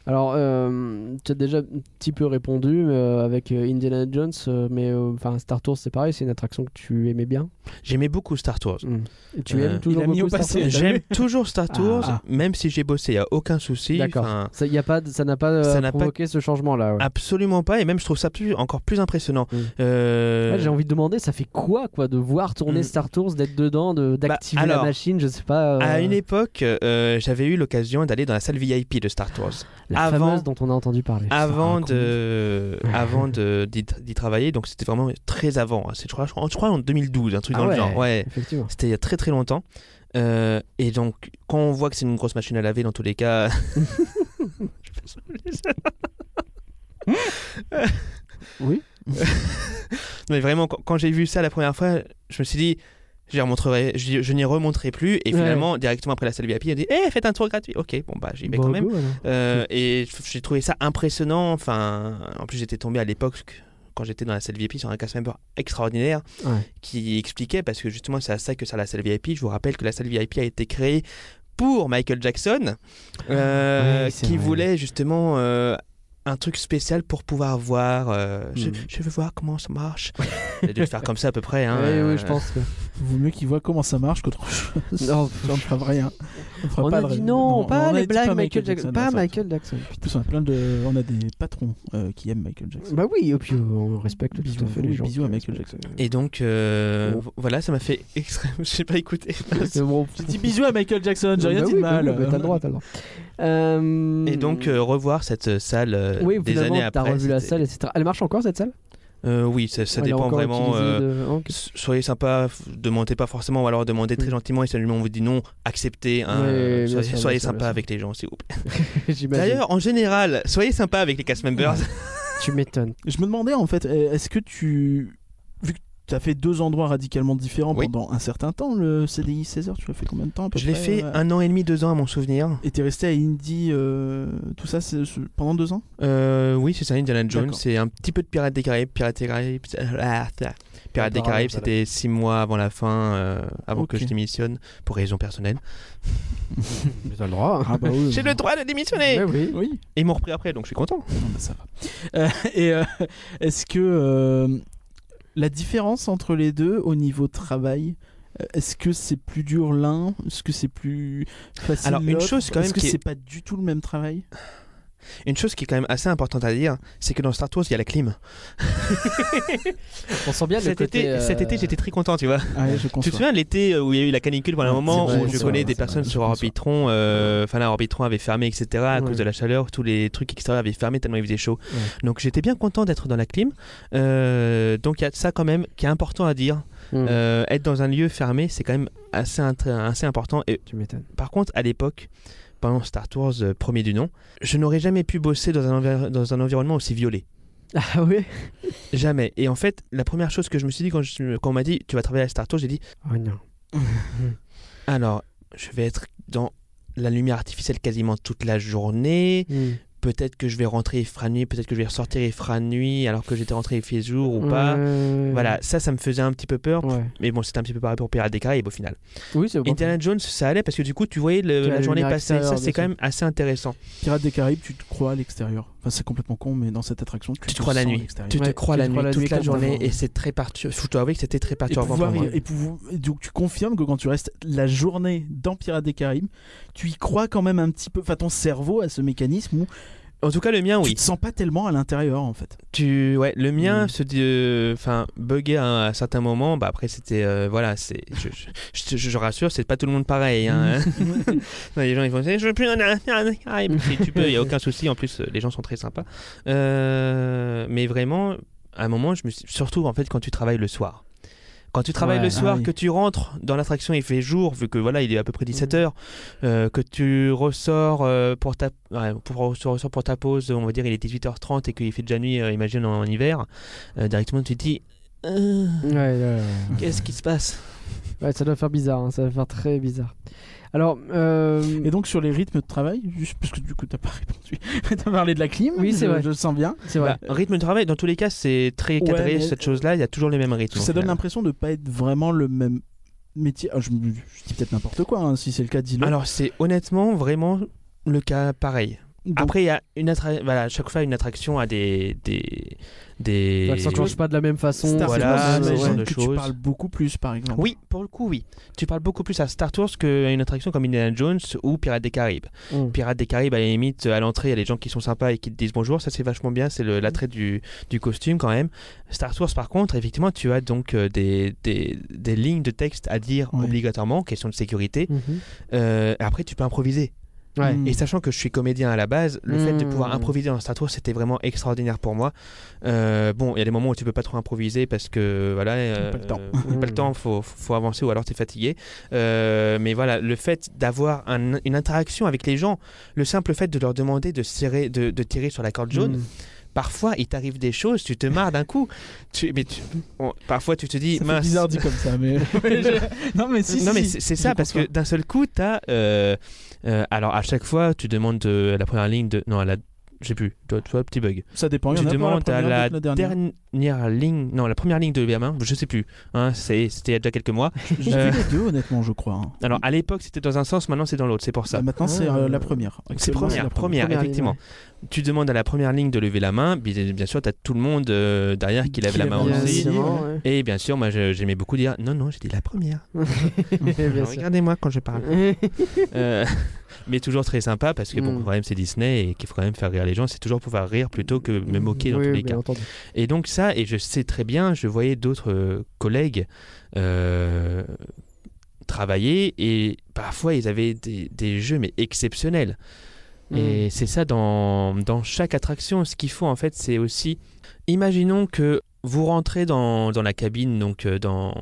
[SPEAKER 5] Alors, euh, tu as déjà un petit peu répondu euh, avec euh, Indiana Jones, euh, mais euh, enfin Star Tours, c'est pareil, c'est une attraction que tu aimais bien.
[SPEAKER 6] J'aimais beaucoup Star Tours.
[SPEAKER 5] Et tu
[SPEAKER 6] Euh,
[SPEAKER 5] aimes toujours
[SPEAKER 2] il a mis
[SPEAKER 5] beaucoup
[SPEAKER 2] au
[SPEAKER 5] Star
[SPEAKER 2] passé,
[SPEAKER 5] Tours, t'as
[SPEAKER 6] J'aime
[SPEAKER 5] vu
[SPEAKER 6] toujours Star Tours,
[SPEAKER 2] Ah.
[SPEAKER 6] même si j'ai bossé, il n'y a aucun souci.
[SPEAKER 5] D'accord.
[SPEAKER 6] enfin,
[SPEAKER 5] Ça y a pas, de- ça n'a pas euh,
[SPEAKER 6] Ça n'a pas- Ah,
[SPEAKER 5] provoqué ce changement-là. ouais.
[SPEAKER 6] Absolument pas, et même je trouve ça plus- encore plus impressionnant.
[SPEAKER 5] Mm.
[SPEAKER 6] Euh,
[SPEAKER 5] Ouais, J'ai envie de demander, ça fait quoi, quoi, de voir tourner
[SPEAKER 6] Mm.
[SPEAKER 5] Star Tours, d'être dedans, de- d'activer la
[SPEAKER 6] Bah, alors,
[SPEAKER 5] machine, je sais pas. euh,
[SPEAKER 6] À une époque, euh, j'avais eu l'occasion d'aller dans la salle VIP de Star Tours.
[SPEAKER 5] la
[SPEAKER 6] avant-
[SPEAKER 5] fameuse dont on a entendu parler.
[SPEAKER 6] avant
[SPEAKER 5] Raconte.
[SPEAKER 6] de avant de d'y d'y travailler donc c'était vraiment très avant hein. c'est je crois, je crois- je crois en 2012 un truc
[SPEAKER 5] Ah
[SPEAKER 6] dans
[SPEAKER 5] ouais,
[SPEAKER 6] le genre ouais
[SPEAKER 5] Effectivement.
[SPEAKER 6] c'était il y a très très longtemps Euh, et donc quand on voit que c'est une grosse machine à laver dans tous les cas Je fais ça, je fais ça.
[SPEAKER 5] Oui.
[SPEAKER 6] Non, mais vraiment quand, quand j'ai vu ça la première fois je me suis dit je n'y remonterai, je, je n'y remonterai plus et
[SPEAKER 5] Ouais.
[SPEAKER 6] finalement directement après la salle VIP on dit eh faites un tour gratuit ok bon bah j'y vais quand
[SPEAKER 5] Bon,
[SPEAKER 6] même
[SPEAKER 5] go, alors.
[SPEAKER 6] euh, et j- j'ai trouvé ça impressionnant. Enfin, en plus, j'étais tombé à l'époque que- quand j'étais dans la salle VIP sur un casse member extraordinaire
[SPEAKER 5] Ouais.
[SPEAKER 6] qui expliquait parce que justement, c'est à ça que sert la salle VIP. Je vous rappelle que la salle VIP a été créée pour Michael Jackson, euh,
[SPEAKER 5] Oui, Ah, c'est
[SPEAKER 6] qui
[SPEAKER 5] vrai.
[SPEAKER 6] voulait justement. euh, un truc spécial pour pouvoir
[SPEAKER 5] Hmm.
[SPEAKER 6] voir. euh, je, je veux voir comment ça marche. Il a dû le faire comme ça à peu près. hein,
[SPEAKER 5] Ouais, ouais, je
[SPEAKER 6] euh,
[SPEAKER 5] pense. ouais.
[SPEAKER 2] Vaut mieux qu'ils voient comment ça marche qu'autre chose. Ça,
[SPEAKER 5] Non,
[SPEAKER 2] on ne fera rien. On, fera
[SPEAKER 5] on
[SPEAKER 2] pas
[SPEAKER 5] a
[SPEAKER 2] le-
[SPEAKER 5] dit non,
[SPEAKER 2] on
[SPEAKER 5] pas
[SPEAKER 2] a
[SPEAKER 5] les
[SPEAKER 2] dit
[SPEAKER 5] blagues
[SPEAKER 2] pas
[SPEAKER 5] Michael Jackson. Pas
[SPEAKER 2] enfin,
[SPEAKER 5] Michael Jackson.
[SPEAKER 2] En plus, on a plein de, on a des patrons euh, qui aiment Michael Jackson.
[SPEAKER 5] Bah oui, et puis euh, on respecte
[SPEAKER 2] Bisous
[SPEAKER 5] tout à
[SPEAKER 2] à
[SPEAKER 5] fait
[SPEAKER 2] vous,
[SPEAKER 5] les gens. Bah
[SPEAKER 2] bisous à
[SPEAKER 5] qui
[SPEAKER 2] Michael
[SPEAKER 5] respectent.
[SPEAKER 6] Et donc, euh,
[SPEAKER 5] Oh.
[SPEAKER 6] vo- voilà, ça m'a fait extrêmement. Je sais pas écouter.
[SPEAKER 5] C'est bon.
[SPEAKER 2] J'ai dit bisous à Michael Jackson, j'ai rien
[SPEAKER 5] Bah
[SPEAKER 2] dit
[SPEAKER 5] oui,
[SPEAKER 2] de
[SPEAKER 5] bah
[SPEAKER 2] mal.
[SPEAKER 5] oui, bah T'as le droit, t'as le droit. Euh,
[SPEAKER 6] Et donc, euh, revoir cette euh, salle euh,
[SPEAKER 5] Oui,
[SPEAKER 6] des années
[SPEAKER 5] finalement,
[SPEAKER 6] après.
[SPEAKER 5] t'as revu la
[SPEAKER 6] c'était-
[SPEAKER 5] salle, etc. Elle marche encore cette salle
[SPEAKER 6] Euh, Oui, ça, ça
[SPEAKER 5] Elle est
[SPEAKER 6] dépend
[SPEAKER 5] encore
[SPEAKER 6] vraiment.
[SPEAKER 5] utilisée
[SPEAKER 6] euh,
[SPEAKER 5] de- hein, ok.
[SPEAKER 6] s- Soyez sympa, f- demandez pas forcément, ou alors demandez très
[SPEAKER 5] Mm.
[SPEAKER 6] gentiment et si on vous dit non, acceptez. hein,
[SPEAKER 5] Ouais,
[SPEAKER 6] euh,
[SPEAKER 5] bien
[SPEAKER 6] soyez
[SPEAKER 5] sûr,
[SPEAKER 6] soyez
[SPEAKER 5] bien sûr,
[SPEAKER 6] sympa
[SPEAKER 5] bien
[SPEAKER 6] avec les gens, s'il vous plaît.
[SPEAKER 5] J'imagine.
[SPEAKER 6] D'ailleurs, en général, soyez sympa avec les cast members.
[SPEAKER 5] tu m'étonnes.
[SPEAKER 2] Je me demandais en fait, euh, est-ce que tu. Vu que tu as fait deux endroits radicalement différents
[SPEAKER 6] Oui.
[SPEAKER 2] pendant un certain temps, le CDI 16h, tu l'as fait combien de temps à peu
[SPEAKER 6] Je l'ai
[SPEAKER 2] près,
[SPEAKER 6] fait
[SPEAKER 2] euh,
[SPEAKER 6] un an et demi, deux ans à mon souvenir.
[SPEAKER 2] Et t'es resté à Indy, euh, tout ça, c'est- c'est- pendant deux ans
[SPEAKER 6] Euh, oui, c'est ça, Indiana Jones.
[SPEAKER 2] D'accord.
[SPEAKER 6] C'est un petit peu de Pirates des Caraïbes. Pirates des Caraïbes, ah, ah. Pirates des Caraïbes c'était six mois avant la fin, euh, avant que
[SPEAKER 2] Ok.
[SPEAKER 6] je démissionne, pour raison personnelle.
[SPEAKER 5] Mais t'as le droit. hein.
[SPEAKER 2] Ah bah oui.
[SPEAKER 6] J'ai le droit de démissionner
[SPEAKER 5] Ouais, Ah oui.
[SPEAKER 2] Oui,
[SPEAKER 6] Et ils m'ont repris après, donc je suis content.
[SPEAKER 2] Non, bah, ça va. Euh, et euh, est-ce que euh, la différence entre les deux au niveau travail, euh, est-ce que c'est plus dur l'un Est-ce que c'est plus facile
[SPEAKER 6] Alors, une
[SPEAKER 2] l'autre
[SPEAKER 6] chose, quand même,
[SPEAKER 2] Est-ce que
[SPEAKER 6] qui est-
[SPEAKER 2] c'est pas du tout le même travail
[SPEAKER 6] Une chose qui est quand même assez importante à dire, c'est que dans Star Wars, il y a la clim.
[SPEAKER 5] On sent bien
[SPEAKER 6] Cet
[SPEAKER 5] le
[SPEAKER 6] été,
[SPEAKER 5] côté, euh,
[SPEAKER 6] cet été, j'étais très content, tu vois.
[SPEAKER 2] Ouais, je
[SPEAKER 6] Tu
[SPEAKER 2] conçois.
[SPEAKER 6] te souviens de l'été euh, où il y a eu la canicule pendant un
[SPEAKER 5] Ouais,
[SPEAKER 6] moment
[SPEAKER 5] c'est vrai,
[SPEAKER 6] où je
[SPEAKER 5] c'est
[SPEAKER 6] connais
[SPEAKER 5] vrai,
[SPEAKER 6] des
[SPEAKER 5] c'est
[SPEAKER 6] personnes
[SPEAKER 5] vrai,
[SPEAKER 6] sur
[SPEAKER 5] je
[SPEAKER 6] Orbitron, euh, enfin là Orbitron avait fermé, etc. à
[SPEAKER 5] Ouais.
[SPEAKER 6] cause de la chaleur, tous les trucs extérieurs avaient fermé tellement il faisait chaud.
[SPEAKER 5] Ouais.
[SPEAKER 6] Donc j'étais bien content d'être dans la clim. Euh, donc il y a ça quand même qui est important à dire.
[SPEAKER 5] Hmm,
[SPEAKER 6] Euh, être dans un lieu fermé, c'est quand même assez, int- assez important. Et
[SPEAKER 5] Tu m'étonnes.
[SPEAKER 6] par contre, à l'époque, pendant Star Wars euh, premier du nom, je n'aurais jamais pu bosser dans un, envi- dans un environnement aussi violé.
[SPEAKER 5] Ah oui
[SPEAKER 6] Jamais. Et en fait, la première chose que je me suis dit quand, je- quand on m'a dit tu vas travailler à Star Tours, j'ai dit
[SPEAKER 5] Oh non.
[SPEAKER 6] alors je vais être dans la lumière artificielle quasiment toute la journée.
[SPEAKER 5] Hmm.
[SPEAKER 6] Peut-être que je vais rentrer il fera nuit, peut-être que je vais ressortir il fera nuit alors que j'étais rentré il fait jour ou pas.
[SPEAKER 5] Ouais.
[SPEAKER 6] Voilà, ça, ça me faisait un petit peu peur.
[SPEAKER 5] Hmm. Euh, Ouais.
[SPEAKER 6] Mais bon, c'était un petit peu pareil pour Pirates des Caraïbes au final.
[SPEAKER 5] Oui, c'est bon.
[SPEAKER 6] Indiana Jones, ça allait parce que du coup, tu voyais le-
[SPEAKER 5] Tu as
[SPEAKER 6] la
[SPEAKER 5] la
[SPEAKER 6] journée
[SPEAKER 5] lumière
[SPEAKER 6] passer. Ça,
[SPEAKER 5] extérieure,
[SPEAKER 6] c'est
[SPEAKER 5] bien
[SPEAKER 6] quand
[SPEAKER 5] sûr.
[SPEAKER 6] même assez intéressant.
[SPEAKER 2] Pirates des Caraïbes, tu te crois à l'extérieur. Enfin, c'est complètement con, mais dans cette attraction, tu,
[SPEAKER 6] Tu te crois la
[SPEAKER 2] sens à
[SPEAKER 6] nuit.
[SPEAKER 2] l'extérieur.
[SPEAKER 6] Tu te
[SPEAKER 5] Ouais,
[SPEAKER 6] crois
[SPEAKER 5] tu
[SPEAKER 6] la
[SPEAKER 5] te crois
[SPEAKER 6] nuit
[SPEAKER 5] la
[SPEAKER 6] toute
[SPEAKER 5] nuit
[SPEAKER 6] la journée
[SPEAKER 5] complètement.
[SPEAKER 6] et c'est très perturbant. Je dois avouer que c'était très
[SPEAKER 2] Et,
[SPEAKER 6] perturbant.
[SPEAKER 2] pouvoir
[SPEAKER 6] pour moi.
[SPEAKER 2] y- et pouvoir- et donc tu confirmes que quand tu restes la journée dans Pirates des Caraïbes, tu y crois quand même un petit peu. Enfin, ton cerveau a ce mécanisme où
[SPEAKER 6] En tout cas, le mien, oui.
[SPEAKER 2] tu te sens pas tellement à l'intérieur en fait.
[SPEAKER 6] Tu ouais, le mien
[SPEAKER 2] Mm.
[SPEAKER 6] se dit, euh, enfin buguait à, un certain moment. Bah après c'était euh, voilà, c'est je, je, je- je- je rassure, c'est pas tout le monde pareil. hein. Non, les gens ils vont dire je veux plus rien à- à- à- Si tu peux, il y a aucun souci. En plus euh, les gens sont très sympas. Euh, mais vraiment, à un moment, je me suis... surtout en fait quand tu travailles le soir. Quand tu travailles
[SPEAKER 5] Ouais,
[SPEAKER 6] le
[SPEAKER 5] ah
[SPEAKER 6] soir,
[SPEAKER 2] oui.
[SPEAKER 6] que tu rentres dans l'attraction, il fait jour, vu que voilà, il est à peu près
[SPEAKER 2] Mhm.
[SPEAKER 6] 17h, que tu ressors euh, pour ta ouais, pour, tu ressors pour ta pause, on va dire il est 18h30 et qu'il fait déjà nuit, euh, imagine en, en hiver, euh, directement tu te dis Euh,
[SPEAKER 5] Ouais, ouais, ouais.
[SPEAKER 6] qu'est-ce qui se passe
[SPEAKER 5] Ouais, ça doit faire bizarre, hein, ça doit faire très bizarre. Alors, euh,
[SPEAKER 2] Et donc sur les rythmes de travail, juste parce que du coup t'as pas répondu, t'as parlé de la clim.
[SPEAKER 5] Oui, c'est
[SPEAKER 2] je-
[SPEAKER 5] vrai.
[SPEAKER 2] Je le sens bien.
[SPEAKER 5] c'est vrai.
[SPEAKER 6] Bah, rythme de travail, dans tous les cas, c'est très
[SPEAKER 2] Ouais,
[SPEAKER 6] cadré
[SPEAKER 2] mais-
[SPEAKER 6] cette chose-là, il y a toujours les mêmes rythmes.
[SPEAKER 2] ça
[SPEAKER 6] au
[SPEAKER 2] donne
[SPEAKER 6] final.
[SPEAKER 2] l'impression de pas être vraiment le même métier. Ah, je, me- je dis peut-être n'importe quoi. hein, si c'est le cas, dis-le.
[SPEAKER 6] Alors c'est honnêtement vraiment le cas pareil.
[SPEAKER 2] Donc,
[SPEAKER 6] Après il y a une attra- voilà, chaque fois une attraction a des des des
[SPEAKER 2] Bah,
[SPEAKER 5] Ça ne change pas de la même façon.
[SPEAKER 2] Star
[SPEAKER 6] voilà,
[SPEAKER 2] Wars,
[SPEAKER 5] c'est pas-
[SPEAKER 6] ce genre
[SPEAKER 2] j'imagine
[SPEAKER 6] de
[SPEAKER 2] que tu
[SPEAKER 6] choses.
[SPEAKER 2] parles beaucoup plus, par exemple.
[SPEAKER 6] Oui, pour le coup, oui. Tu parles beaucoup plus à Star Tours qu'à une attraction comme Indiana Jones ou Pirates des Caraïbes.
[SPEAKER 5] Mm.
[SPEAKER 6] Pirates des Caraïbes, à la limite, à l'entrée, il y a les gens qui sont sympas et qui te disent bonjour. Ça, c'est vachement bien. C'est le- l'attrait du, du costume quand même. Star Tours, par contre, effectivement, tu as donc euh, des, des, des lignes de texte à dire
[SPEAKER 2] Ouais.
[SPEAKER 6] obligatoirement, question de sécurité.
[SPEAKER 5] Mhm.
[SPEAKER 6] Euh, après, tu peux improviser.
[SPEAKER 5] Ouais.
[SPEAKER 2] Mm.
[SPEAKER 6] Et sachant que je suis comédien à la base, le fait de
[SPEAKER 5] Mm.
[SPEAKER 2] Hmm.
[SPEAKER 6] pouvoir improviser dans Star Tours, c'était vraiment extraordinaire pour moi. Euh, bon, il y a des moments où tu peux pas trop improviser parce que voilà, euh,
[SPEAKER 2] Pas le temps.
[SPEAKER 6] euh, pas le temps, faut, faut avancer ou alors tu es fatigué. Euh, mais voilà, le fait d'avoir un- une interaction avec les gens, le simple fait de leur demander de, serrer, de, de tirer sur la corde
[SPEAKER 2] Hmm.
[SPEAKER 6] jaune, parfois il t'arrive des choses, tu te marres d'un coup. Tu, mais tu- on- parfois tu te dis,
[SPEAKER 2] Ça fait
[SPEAKER 6] mince.
[SPEAKER 2] bizarre dit comme ça, mais non mais si.
[SPEAKER 6] non
[SPEAKER 2] si,
[SPEAKER 6] mais
[SPEAKER 2] si.
[SPEAKER 6] c'est c'est
[SPEAKER 2] Je
[SPEAKER 6] ça parce
[SPEAKER 2] conçois.
[SPEAKER 6] que d'un seul coup t'as euh, euh, alors à chaque fois tu demandes de- la première ligne de non à la Je sais plus, toi, toi, petit bug.
[SPEAKER 2] Ça dépend. Oh, Il y en
[SPEAKER 6] tu
[SPEAKER 2] a pour
[SPEAKER 6] demandes
[SPEAKER 2] la
[SPEAKER 6] à
[SPEAKER 2] première,
[SPEAKER 6] la,
[SPEAKER 2] d'autres la dernière.
[SPEAKER 6] dernière ligne, non, la première ligne de Berlin, je sais plus, hein, c'est- c'était il y a déjà quelques mois.
[SPEAKER 2] J'ai
[SPEAKER 6] Euh,
[SPEAKER 2] vu les deux, honnêtement, je crois. hein.
[SPEAKER 6] Alors à l'époque c'était dans un sens, maintenant c'est dans l'autre, c'est pour ça.
[SPEAKER 2] Bah, maintenant, c'est
[SPEAKER 5] Ah,
[SPEAKER 2] euh, la première.
[SPEAKER 6] C'est
[SPEAKER 2] Actuellement,
[SPEAKER 6] première,
[SPEAKER 2] la
[SPEAKER 6] première,
[SPEAKER 5] Première ligne,
[SPEAKER 6] effectivement. Tu demandes à la première ligne de lever la main, bien, bien sûr, tu as tout le monde euh, derrière qui lève
[SPEAKER 2] Qui
[SPEAKER 6] la
[SPEAKER 2] lève la
[SPEAKER 6] main
[SPEAKER 2] main
[SPEAKER 6] aussi.
[SPEAKER 2] aussi.
[SPEAKER 5] Évidemment, ouais.
[SPEAKER 6] Et bien sûr, moi je- j'aimais beaucoup dire non, non, j'étais la première.
[SPEAKER 5] Bien sûr.
[SPEAKER 6] Regardez-moi quand je parle. Euh, mais toujours très sympa parce que bon,
[SPEAKER 5] Mm.
[SPEAKER 6] quand même, c'est Disney et qu'il faut quand même faire rire les gens. C'est toujours pour faire rire plutôt que me moquer dans
[SPEAKER 5] Oui,
[SPEAKER 6] tous les
[SPEAKER 5] bien
[SPEAKER 6] cas.
[SPEAKER 5] entendu.
[SPEAKER 6] Et donc ça, et je sais très bien, je voyais d'autres euh, collègues euh, travailler et parfois ils avaient des, des jeux mais exceptionnels. Et c'est ça dans, dans chaque attraction. Ce qu'il faut en fait, c'est aussi, imaginons que vous rentrez dans, dans la cabine, donc euh, dans,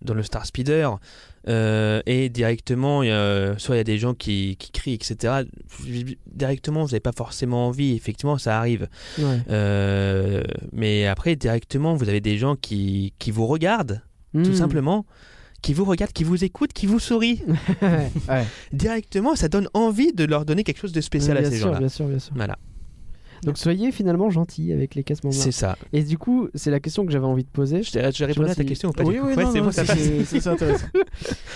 [SPEAKER 6] dans le Star Speeder. euh, et directement, euh, soit il y a des gens qui, qui crient, etc. Directement, vous n'avez pas forcément envie. Effectivement, ça arrive.
[SPEAKER 5] Mm. Ouais.
[SPEAKER 6] Euh, mais après, directement, vous avez des gens qui, qui vous regardent, tout
[SPEAKER 2] Hmm.
[SPEAKER 5] Mm.
[SPEAKER 6] simplement, qui vous regardent, qui vous écoutent, qui vous sourient.
[SPEAKER 5] ouais. Ouais.
[SPEAKER 6] Directement, ça donne envie de leur donner quelque chose de spécial à
[SPEAKER 5] bien
[SPEAKER 6] ces
[SPEAKER 5] sûr,
[SPEAKER 6] gens-là.
[SPEAKER 5] bien sûr, bien sûr.
[SPEAKER 6] Voilà,
[SPEAKER 5] Donc soyez finalement gentils avec les casse
[SPEAKER 6] c'est ça.
[SPEAKER 5] Et du coup, c'est la question que j'avais envie de poser.
[SPEAKER 6] Je t'ai- J'ai
[SPEAKER 5] pas
[SPEAKER 6] répondu à ta
[SPEAKER 5] si-
[SPEAKER 6] question ou pas
[SPEAKER 2] Oui,
[SPEAKER 6] du coup
[SPEAKER 2] oui,
[SPEAKER 6] Ouais,
[SPEAKER 2] non,
[SPEAKER 6] c'est
[SPEAKER 2] non,
[SPEAKER 6] bon, ça
[SPEAKER 2] c'est
[SPEAKER 6] passe.
[SPEAKER 2] c'est- c'est intéressant.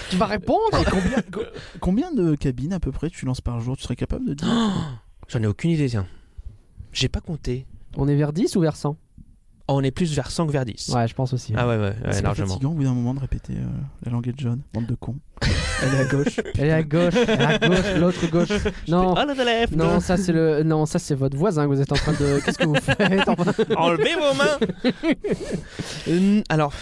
[SPEAKER 5] Tu vas répondre
[SPEAKER 2] combien, co- combien de cabines à peu près tu lances par jour Tu serais capable de dire
[SPEAKER 6] Oh, J'en ai aucune idée, tiens. J'ai pas compté.
[SPEAKER 5] On est vers 10 ou vers 100
[SPEAKER 6] Oh, on est plus vers 5 que vers 10.
[SPEAKER 5] Ouais, je pense aussi.
[SPEAKER 6] Ah ouais, ouais, ouais,
[SPEAKER 2] C'est pas
[SPEAKER 6] largement.
[SPEAKER 2] fatigant au bout d'un moment de répéter euh, la langue de John, bande de cons. Elle est à gauche.
[SPEAKER 5] Elle est à gauche, elle est à gauche, l'autre gauche. Non,
[SPEAKER 6] Oh, le left.
[SPEAKER 5] non, ça c'est le, non, ça c'est votre voisin que vous êtes en train de. Qu'est-ce que vous faites enfin
[SPEAKER 6] Enlevez vos mains Euh, Alors,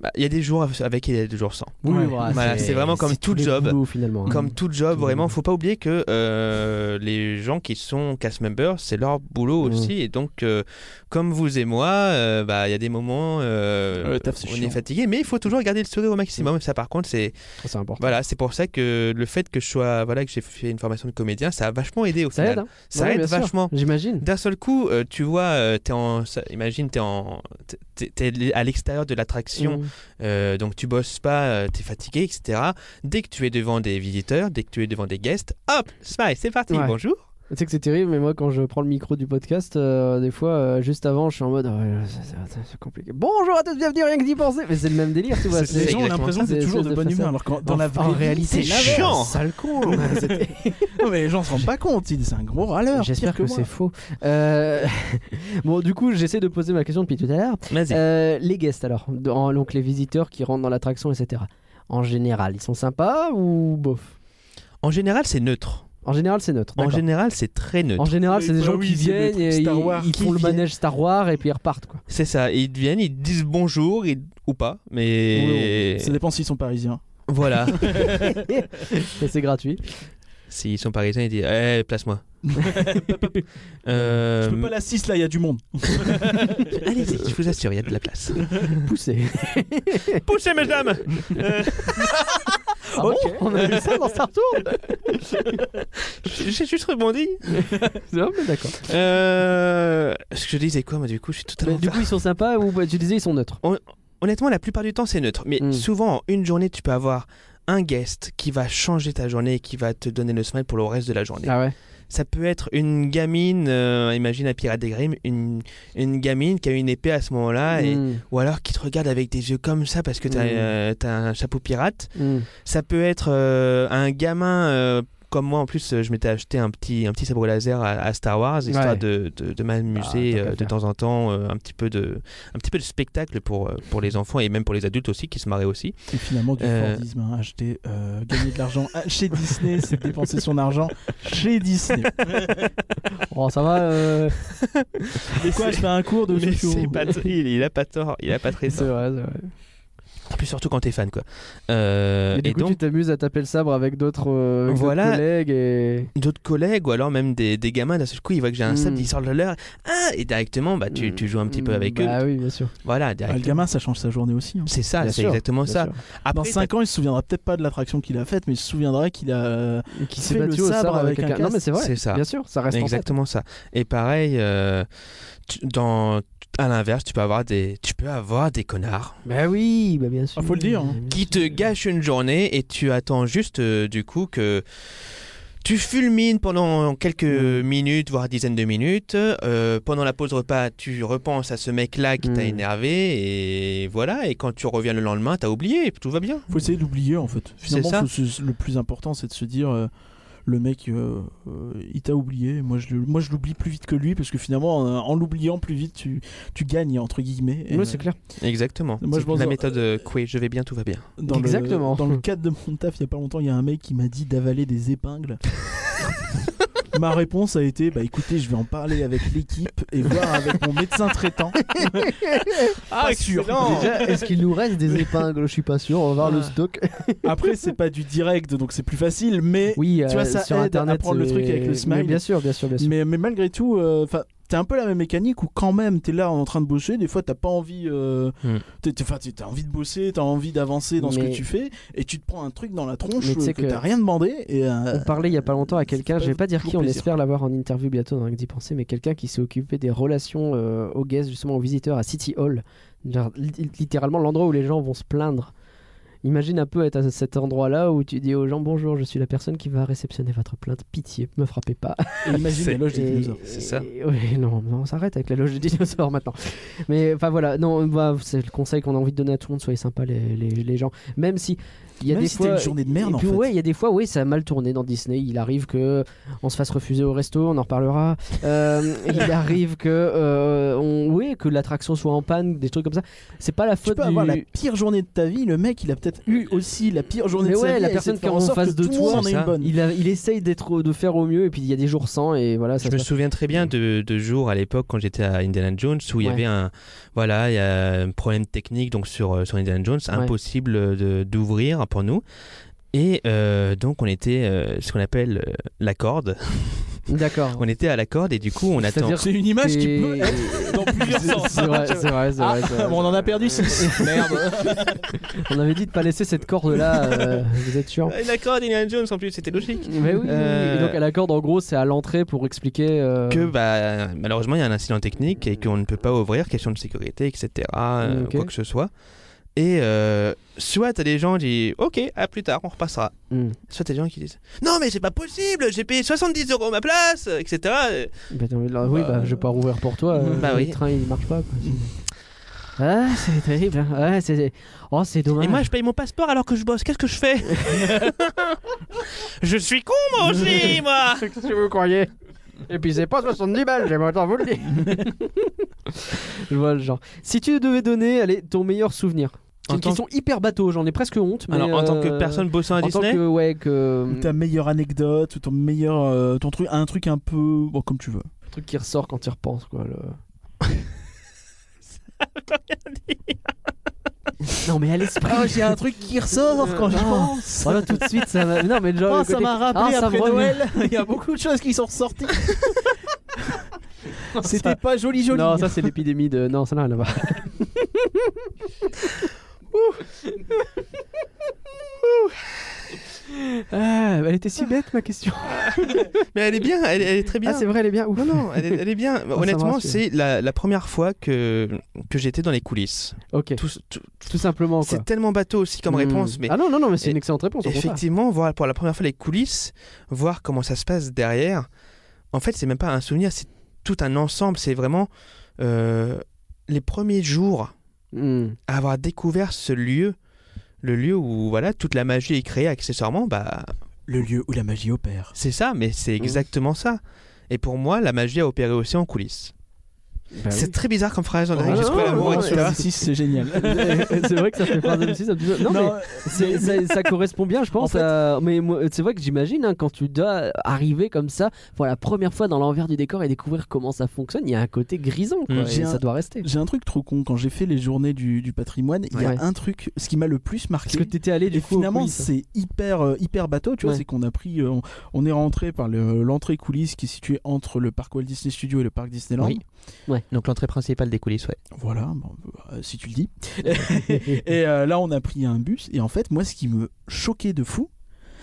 [SPEAKER 6] bah, il y a des jours avec et il y a des jours sans.
[SPEAKER 2] Ouais.
[SPEAKER 5] voilà,
[SPEAKER 6] Voilà, c'est vraiment comme
[SPEAKER 5] c'est
[SPEAKER 6] tout
[SPEAKER 5] tous les
[SPEAKER 6] job.
[SPEAKER 5] boulots, finalement. hein.
[SPEAKER 6] Comme tout job,
[SPEAKER 5] Tout
[SPEAKER 6] vraiment,
[SPEAKER 5] job.
[SPEAKER 6] faut pas oublier que euh, les gens qui sont cast members, c'est leur boulot
[SPEAKER 5] Mm.
[SPEAKER 6] aussi. Et donc, euh, comme vous et moi, euh, bah, il y a des moments,
[SPEAKER 5] Ah,
[SPEAKER 6] euh,
[SPEAKER 2] Le taf, c'est
[SPEAKER 6] on
[SPEAKER 2] chiant.
[SPEAKER 6] est fatigué, mais il faut toujours garder le sourire au maximum.
[SPEAKER 5] Mmh.
[SPEAKER 6] Ça, par contre, c'est
[SPEAKER 5] C'est important.
[SPEAKER 6] voilà, c'est pour ça que le fait que je sois, voilà, que j'ai fait une formation de comédien, ça a vachement aidé au
[SPEAKER 5] Ça
[SPEAKER 6] final.
[SPEAKER 5] aide, hein
[SPEAKER 6] Ça
[SPEAKER 5] Ouais,
[SPEAKER 6] aide
[SPEAKER 5] bien sûr,
[SPEAKER 6] vachement.
[SPEAKER 5] J'imagine.
[SPEAKER 6] D'un seul coup, euh, tu vois, euh, t'es en, ça- imagine, t'es en, t'es- t'es- t'es à l'extérieur de l'attraction.
[SPEAKER 5] Mm.
[SPEAKER 6] Euh, donc tu bosses pas, tu t'es fatigué, etc. Dès que tu es devant des visiteurs, dès que tu es devant des guests, hop, smile, c'est parti,
[SPEAKER 5] Ouais.
[SPEAKER 6] bonjour.
[SPEAKER 5] Tu sais que c'est terrible, mais moi quand je prends le micro du podcast, euh, des fois, euh, juste avant, je suis en mode, Ah ouais, c'est- c'est c'est compliqué. Bonjour à tous, bienvenue, rien que d'y penser. Mais c'est le même délire, tu vois.
[SPEAKER 6] C'est-
[SPEAKER 5] c'est-
[SPEAKER 2] Les gens ont
[SPEAKER 6] exactement
[SPEAKER 2] l'impression que
[SPEAKER 5] ça.
[SPEAKER 2] c'est toujours
[SPEAKER 5] C'est-
[SPEAKER 2] de bonne
[SPEAKER 5] c'est
[SPEAKER 2] humeur,
[SPEAKER 5] ça. ah
[SPEAKER 2] alors qu'en dans la
[SPEAKER 5] En-
[SPEAKER 2] vraie
[SPEAKER 5] en
[SPEAKER 2] vie,
[SPEAKER 5] réalité,
[SPEAKER 2] c'est
[SPEAKER 5] l'inverse.
[SPEAKER 6] chiant.
[SPEAKER 5] Sale con. C'était-
[SPEAKER 2] Non, mais les gens se rendent pas compte, ils- c'est un gros râleur.
[SPEAKER 5] J'espère que,
[SPEAKER 2] pire
[SPEAKER 5] c'est
[SPEAKER 2] moi.
[SPEAKER 5] faux. Euh, bon, du coup, j'essaie de poser ma question depuis tout à l'heure.
[SPEAKER 6] Vas-y.
[SPEAKER 5] Euh, les guests, alors, dans- donc les visiteurs qui rentrent dans l'attraction, etc. En général, ils sont sympas ou bof
[SPEAKER 6] En général, c'est neutre.
[SPEAKER 5] En général, c'est neutre.
[SPEAKER 6] En
[SPEAKER 5] d'accord.
[SPEAKER 6] général, c'est très neutre.
[SPEAKER 5] En général,
[SPEAKER 2] Oui,
[SPEAKER 5] c'est des
[SPEAKER 2] bah
[SPEAKER 5] gens
[SPEAKER 2] oui,
[SPEAKER 5] qui
[SPEAKER 2] c'est le
[SPEAKER 5] viennent
[SPEAKER 2] truc
[SPEAKER 5] et
[SPEAKER 2] Star
[SPEAKER 5] ils-
[SPEAKER 2] Wars.
[SPEAKER 5] ils,
[SPEAKER 2] Qui
[SPEAKER 5] font le
[SPEAKER 2] vient-
[SPEAKER 5] manège Star Wars et puis ils repartent quoi.
[SPEAKER 6] C'est ça. Ils viennent, ils disent bonjour ils- ou pas, mais
[SPEAKER 2] Ça dépend s'ils sont parisiens.
[SPEAKER 6] voilà.
[SPEAKER 5] Et c'est gratuit.
[SPEAKER 6] S'ils sont parisiens, ils disent, eh, place-moi. Euh,
[SPEAKER 2] Je peux pas la 6 là, il y a du monde.
[SPEAKER 6] Allez-y, je vous assure, il y a de la place.
[SPEAKER 5] Poussé.
[SPEAKER 6] Poussez, mesdames.
[SPEAKER 5] Ah bon On a vu ça dans Star Tour
[SPEAKER 6] J'ai juste rebondi.
[SPEAKER 5] Non, mais d'accord.
[SPEAKER 6] Euh, Ce que je disais quoi, moi, du coup, je suis totalement.
[SPEAKER 5] Mais du coup, ils sont sympas ou bah, tu disais ils sont neutres
[SPEAKER 6] Honnêtement, la plupart du temps, c'est neutre. Mais
[SPEAKER 5] Mm.
[SPEAKER 6] souvent, en une journée, tu peux avoir un guest qui va changer ta journée et qui va te donner le smile pour le reste de la journée.
[SPEAKER 5] Ah ouais
[SPEAKER 6] Ça peut être une gamine, euh, imagine à Pirate des Grimm, une, une gamine qui a une épée à ce moment-là, Ah, et,
[SPEAKER 5] Mm,
[SPEAKER 6] ou alors qui te regarde avec des yeux comme ça parce que t'as
[SPEAKER 5] Mm.
[SPEAKER 6] euh, t'as un chapeau pirate.
[SPEAKER 5] mm.
[SPEAKER 6] Ça peut être euh, un gamin... euh, comme moi, en plus, euh, je m'étais acheté un petit, un petit sabre laser à, à Star Wars, histoire
[SPEAKER 5] Ouais.
[SPEAKER 6] de, de, de
[SPEAKER 5] Ah,
[SPEAKER 6] m'amuser
[SPEAKER 5] tant qu'à
[SPEAKER 6] euh, de
[SPEAKER 5] faire.
[SPEAKER 6] temps en temps, euh, un, petit peu de, un petit peu de spectacle pour, euh, pour les enfants et même pour les adultes aussi, qui se marraient aussi.
[SPEAKER 2] Et finalement, du
[SPEAKER 6] Euh.
[SPEAKER 2] Fordisme, hein, acheter, euh, gagner de l'argent à- chez Disney, c'est dépenser son argent chez Disney.
[SPEAKER 5] Oh, ça va euh,
[SPEAKER 2] Et quoi, je fais un cours de
[SPEAKER 6] Mais
[SPEAKER 2] sociaux.
[SPEAKER 6] c'est pas t- il, il a pas tort, il a pas très
[SPEAKER 5] C'est
[SPEAKER 6] tort.
[SPEAKER 5] vrai, c'est vrai.
[SPEAKER 6] En plus, surtout quand t'es fan, quoi. Euh,
[SPEAKER 5] et du
[SPEAKER 6] et
[SPEAKER 5] coup, tu
[SPEAKER 6] donc,
[SPEAKER 5] t'amuses à taper le sabre avec d'autres euh, avec d'autres
[SPEAKER 6] Voilà.
[SPEAKER 5] collègues et.
[SPEAKER 6] d'autres collègues ou alors même des, des gamins, d'un seul coup, ils voient que j'ai un
[SPEAKER 5] Mm.
[SPEAKER 6] sable, ils sortent le leur. Ah Et directement, bah, tu, tu joues un petit peu avec
[SPEAKER 5] Ah
[SPEAKER 6] eux.
[SPEAKER 5] oui, bien sûr.
[SPEAKER 6] Voilà,
[SPEAKER 2] Ah, le
[SPEAKER 6] directement.
[SPEAKER 2] gamin, ça change sa journée aussi. hein.
[SPEAKER 6] C'est
[SPEAKER 5] Bien
[SPEAKER 6] ça, c'est
[SPEAKER 5] sûr,
[SPEAKER 6] exactement
[SPEAKER 5] bien
[SPEAKER 6] ça.
[SPEAKER 5] sûr.
[SPEAKER 6] Après,
[SPEAKER 2] Dans 5 ans, il se souviendra peut-être pas de l'attraction qu'il a faite, mais il se souviendra qu'il a. euh,
[SPEAKER 5] Et Qui
[SPEAKER 2] Fais
[SPEAKER 5] s'est
[SPEAKER 2] le
[SPEAKER 5] battu au
[SPEAKER 2] sabre
[SPEAKER 5] sabre
[SPEAKER 2] avec
[SPEAKER 5] avec
[SPEAKER 2] un
[SPEAKER 5] quelqu'un. Non, mais c'est
[SPEAKER 6] t'as-
[SPEAKER 5] vrai.
[SPEAKER 6] Ah, c'est ça.
[SPEAKER 5] Bien sûr, ça reste en tête.
[SPEAKER 6] Exactement ça. Et pareil, euh, tu- dans, à l'inverse, tu peux avoir des, tu peux avoir des connards
[SPEAKER 5] Bah oui, bah bien sûr.
[SPEAKER 2] Ah, faut le dire, hein.
[SPEAKER 5] Bien
[SPEAKER 6] qui
[SPEAKER 5] sûr.
[SPEAKER 6] te gâchent une journée et tu attends juste euh, du coup que Tu fulmines pendant quelques minutes, voire dizaines de minutes. Euh, pendant la pause repas, tu repenses à ce mec-là qui t'a
[SPEAKER 5] Mm.
[SPEAKER 6] énervé. Et voilà. Et quand tu reviens le lendemain, t'as oublié. et Tout va bien.
[SPEAKER 2] Faut essayer d'oublier en fait. Finalement,
[SPEAKER 6] ça.
[SPEAKER 2] faut se- le plus important, c'est de se dire euh, le mec, euh, euh, il t'a oublié. Moi, je, le- moi, je l'oublie plus vite que lui parce que finalement, en, en l'oubliant plus vite, tu, tu gagnes entre guillemets. Et,
[SPEAKER 5] Ouais,
[SPEAKER 2] euh,
[SPEAKER 5] c'est clair.
[SPEAKER 6] Exactement.
[SPEAKER 2] Moi, je pense-
[SPEAKER 6] la méthode euh, Coué, je vais bien, tout va bien.
[SPEAKER 2] dans le-
[SPEAKER 5] Exactement.
[SPEAKER 2] dans le cadre de mon taf, il y a pas longtemps, il y a un mec qui m'a dit d'avaler des épingles. Ma réponse a été bah écoutez, je vais en parler avec l'équipe et voir avec mon médecin traitant.
[SPEAKER 6] Ah,
[SPEAKER 2] sûr.
[SPEAKER 3] Déjà, est-ce qu'il nous reste des épingles Je suis pas sûr. On va
[SPEAKER 5] Ah.
[SPEAKER 3] voir le stock.
[SPEAKER 2] Après, c'est pas du direct, donc c'est plus facile, mais
[SPEAKER 5] Oui,
[SPEAKER 2] Tu vois,
[SPEAKER 5] euh,
[SPEAKER 2] ça
[SPEAKER 5] sur
[SPEAKER 2] aide à
[SPEAKER 5] Internet,
[SPEAKER 2] prendre le
[SPEAKER 5] c'est-
[SPEAKER 2] truc avec le
[SPEAKER 5] Mais
[SPEAKER 2] smile.
[SPEAKER 5] Bien sûr, bien sûr, bien sûr.
[SPEAKER 2] Mais, mais malgré tout, euh, enfin. T'es un peu la même mécanique où quand même t'es là en train de bosser, des fois t'as pas envie, euh,
[SPEAKER 6] Hmm.
[SPEAKER 2] t'es- t'es- 'fin, t'es- t'as envie de bosser, t'as envie d'avancer dans ce
[SPEAKER 5] Mais-
[SPEAKER 2] que tu fais, et tu te prends un truc dans la tronche
[SPEAKER 5] Mais tu sais
[SPEAKER 2] euh, que,
[SPEAKER 5] que-
[SPEAKER 2] t'as rien demandé. Et, euh,
[SPEAKER 5] On parlait il y a pas longtemps à
[SPEAKER 2] c'est
[SPEAKER 5] quelqu'un,
[SPEAKER 2] pas
[SPEAKER 5] je vais pas dire qui,
[SPEAKER 2] toujours
[SPEAKER 5] on
[SPEAKER 2] plaisir.
[SPEAKER 5] espère l'avoir en interview bientôt dans Rien que d'y penser, mais quelqu'un qui s'est occupé des relations euh, aux guests, justement aux visiteurs à City Hall. Genre, li- littéralement l'endroit où les gens vont se plaindre. Imagine un peu être à cet endroit-là où tu dis aux gens bonjour, je suis la personne qui va réceptionner votre plainte, pitié, me frappez pas.
[SPEAKER 2] et imagine
[SPEAKER 6] C'est-
[SPEAKER 2] la loge des
[SPEAKER 5] Et-
[SPEAKER 2] dinosaures.
[SPEAKER 6] c'est ça.
[SPEAKER 5] et- ouais, non, mais on s'arrête avec la loge des dinosaures maintenant. Mais enfin voilà, non, bah, c'est le conseil qu'on a envie de donner à tout le monde, soyez sympa les, les, les gens. Même si il y a
[SPEAKER 2] Même
[SPEAKER 5] des
[SPEAKER 2] si
[SPEAKER 5] fois,
[SPEAKER 2] c'était une journée de merde,
[SPEAKER 5] et
[SPEAKER 2] en
[SPEAKER 5] puis,
[SPEAKER 2] fait.
[SPEAKER 5] ouais, il y a des fois, oui, ça a mal tourné dans Disney. Il arrive que on se fasse refuser au resto, on en reparlera. Euh, il arrive que, euh, on, ouais, que l'attraction soit en panne, des trucs comme ça. C'est pas la
[SPEAKER 2] Tu
[SPEAKER 5] faute
[SPEAKER 2] peux
[SPEAKER 5] du-
[SPEAKER 2] avoir la pire journée de ta vie, le mec il a peut-être eu aussi la pire journée
[SPEAKER 5] Mais
[SPEAKER 2] de sa
[SPEAKER 5] ouais,
[SPEAKER 2] vie.
[SPEAKER 5] la
[SPEAKER 2] et
[SPEAKER 5] personne
[SPEAKER 2] c'est de faire
[SPEAKER 5] qui est en
[SPEAKER 2] sorte
[SPEAKER 5] face
[SPEAKER 2] que
[SPEAKER 5] de
[SPEAKER 2] tout le
[SPEAKER 5] toi,
[SPEAKER 2] monde ait
[SPEAKER 6] ça.
[SPEAKER 2] une bonne.
[SPEAKER 5] Il, a- il essaye d'être, de faire au mieux, et puis il y a des jours sans, et voilà. Ça
[SPEAKER 6] Je
[SPEAKER 5] se
[SPEAKER 6] me
[SPEAKER 5] passe.
[SPEAKER 6] souviens très bien de, de jours à l'époque quand j'étais à Indiana Jones où il y
[SPEAKER 5] Ouais.
[SPEAKER 6] avait un voilà il y a un problème technique donc sur euh, sur Indiana Jones
[SPEAKER 5] Ouais.
[SPEAKER 6] impossible euh, de- d'ouvrir pour nous et euh, donc on était euh, ce qu'on appelle euh, la corde
[SPEAKER 5] D'accord.
[SPEAKER 6] on était à la corde et du coup on attend
[SPEAKER 5] C'est-à-dire
[SPEAKER 2] C'est une image qui
[SPEAKER 5] Et-
[SPEAKER 2] peut Ah, être dans plusieurs
[SPEAKER 5] C'est
[SPEAKER 2] sens.
[SPEAKER 5] c'est vrai, c'est vrai, c'est
[SPEAKER 2] Ah,
[SPEAKER 5] vrai, c'est vrai.
[SPEAKER 2] bon, on en a perdu 6. Merde.
[SPEAKER 5] On avait dit de pas laisser cette corde là, vous êtes sûr
[SPEAKER 6] Ah, la corde Indiana Jones en plus c'était logique
[SPEAKER 5] Mais oui, oui, oui.
[SPEAKER 6] Euh,
[SPEAKER 5] Et donc à la corde en gros c'est à l'entrée pour expliquer euh,
[SPEAKER 6] que bah, malheureusement il y a un incident technique et qu'on ne peut pas ouvrir, question de sécurité, etc. euh,
[SPEAKER 5] Ok.
[SPEAKER 6] Quoi que ce soit. Et euh, soit t'as des gens qui disent ok, à plus tard, on repassera.
[SPEAKER 5] Hmm.
[SPEAKER 6] Soit t'as des gens qui disent non mais c'est pas possible, j'ai payé 70 euros ma place, euh, etc.
[SPEAKER 5] Bah, t'as envie de leur- oui, bah, je vais pas rouvrir pour toi. euh,
[SPEAKER 6] Bah
[SPEAKER 5] le
[SPEAKER 6] oui.
[SPEAKER 5] train il marche pas. Quoi. C'est- Ah, c'est terrible. hein. Ouais, c'est... Oh, c'est dommage.
[SPEAKER 6] Et moi je paye mon passeport alors que je bosse, qu'est-ce que je fais Je suis con moi aussi moi
[SPEAKER 5] Qu'est-ce que vous croyez Et puis c'est pas 70 balles, j'aime autant vous le dire. je vois le genre. Si tu devais donner allez, ton meilleur souvenir. C'est
[SPEAKER 6] En
[SPEAKER 5] une
[SPEAKER 6] tant
[SPEAKER 5] question hyper bateau, j'en ai presque honte. Mais
[SPEAKER 6] Alors en tant que
[SPEAKER 5] euh,
[SPEAKER 6] personne bossant à
[SPEAKER 5] en tant
[SPEAKER 6] Disney,
[SPEAKER 5] que, ouais, que...
[SPEAKER 2] Ou ta meilleure anecdote, ou ton meilleur. euh, ton truc, un truc un peu. Bon, comme tu veux.
[SPEAKER 5] Le truc qui ressort quand tu repenses quoi le... non mais à l'esprit
[SPEAKER 2] Ah, j'ai un truc qui ressort
[SPEAKER 5] quand j'y
[SPEAKER 2] pense.
[SPEAKER 5] voilà tout de suite ça m'a non mais
[SPEAKER 2] Oh,
[SPEAKER 5] genre le côté- Ah, ça me revient.
[SPEAKER 2] Il y a beaucoup de choses qui sont ressorties.
[SPEAKER 5] C'était
[SPEAKER 2] pas joli,
[SPEAKER 5] non ça c'est l'épidémie de non ça n'a rien à voir Ah, elle était si bête ma question.
[SPEAKER 6] mais elle est bien, elle, elle est très bien.
[SPEAKER 5] Ah c'est vrai elle est bien. Ouf.
[SPEAKER 6] Non, non, elle est, elle est bien.
[SPEAKER 5] ça me
[SPEAKER 6] Honnêtement,
[SPEAKER 5] rassure.
[SPEAKER 6] c'est la, la première fois que, que j'étais dans les coulisses.
[SPEAKER 5] Ok. Tout,
[SPEAKER 6] Tout, tout-
[SPEAKER 5] simplement quoi.
[SPEAKER 6] c'est tellement bateau aussi comme
[SPEAKER 5] Hmm.
[SPEAKER 6] réponse, mais
[SPEAKER 5] Ah non non non mais c'est
[SPEAKER 6] Et-
[SPEAKER 5] une excellente réponse. au contraire.
[SPEAKER 6] effectivement, voir pour la première fois les coulisses, voir comment ça se passe derrière, en fait, c'est même pas un souvenir, c'est tout un ensemble. C'est vraiment euh, les premiers jours
[SPEAKER 5] Hmm.
[SPEAKER 6] à avoir découvert ce lieu, le lieu où voilà toute la magie est créée accessoirement. Bah,
[SPEAKER 2] Le lieu où la magie opère.
[SPEAKER 6] c'est ça, mais c'est exactement ça. Et pour moi, la magie a opéré aussi en coulisses.
[SPEAKER 5] Bah
[SPEAKER 6] c'est
[SPEAKER 5] oui.
[SPEAKER 6] très bizarre comme phrase. On
[SPEAKER 5] Ah
[SPEAKER 6] dirait que
[SPEAKER 5] non,
[SPEAKER 6] je crois
[SPEAKER 5] non,
[SPEAKER 6] l'amour
[SPEAKER 5] non,
[SPEAKER 6] et
[SPEAKER 5] mais
[SPEAKER 6] tout ça.
[SPEAKER 2] Si, c'est génial.
[SPEAKER 5] c'est vrai que ça fait phrase de MC, ça me dit- Non, mais C'est- ça, ça correspond bien, je pense.
[SPEAKER 2] En fait-
[SPEAKER 5] à- Mais moi, c'est vrai que j'imagine hein, quand tu dois arriver comme ça pour la première fois dans l'envers du décor et découvrir comment ça fonctionne, il y a un côté grisant. Quoi,
[SPEAKER 6] Mm.
[SPEAKER 5] et
[SPEAKER 2] J'ai
[SPEAKER 5] ça
[SPEAKER 2] un-
[SPEAKER 5] doit rester.
[SPEAKER 2] J'ai un truc trop con. Quand j'ai fait les journées du, du patrimoine, il y
[SPEAKER 5] Ouais.
[SPEAKER 2] a un truc, ce qui m'a le plus
[SPEAKER 5] Parce
[SPEAKER 2] marqué.
[SPEAKER 5] que t'étais allé du
[SPEAKER 2] et
[SPEAKER 5] coup. aux
[SPEAKER 2] finalement,
[SPEAKER 5] coulisses.
[SPEAKER 2] c'est hyper, euh, hyper bateau, tu vois.
[SPEAKER 5] Ouais.
[SPEAKER 2] C'est qu'on a pris, euh, on, on est rentré par le- l'entrée coulisse qui est située entre le parc Walt Disney Studio et le parc Disneyland.
[SPEAKER 6] Oui. Donc l'entrée principale des coulisses, ouais.
[SPEAKER 2] Voilà, bon, euh, si tu le dis. et euh, là, on a pris un bus. Et en fait, moi, ce qui me choquait de fou,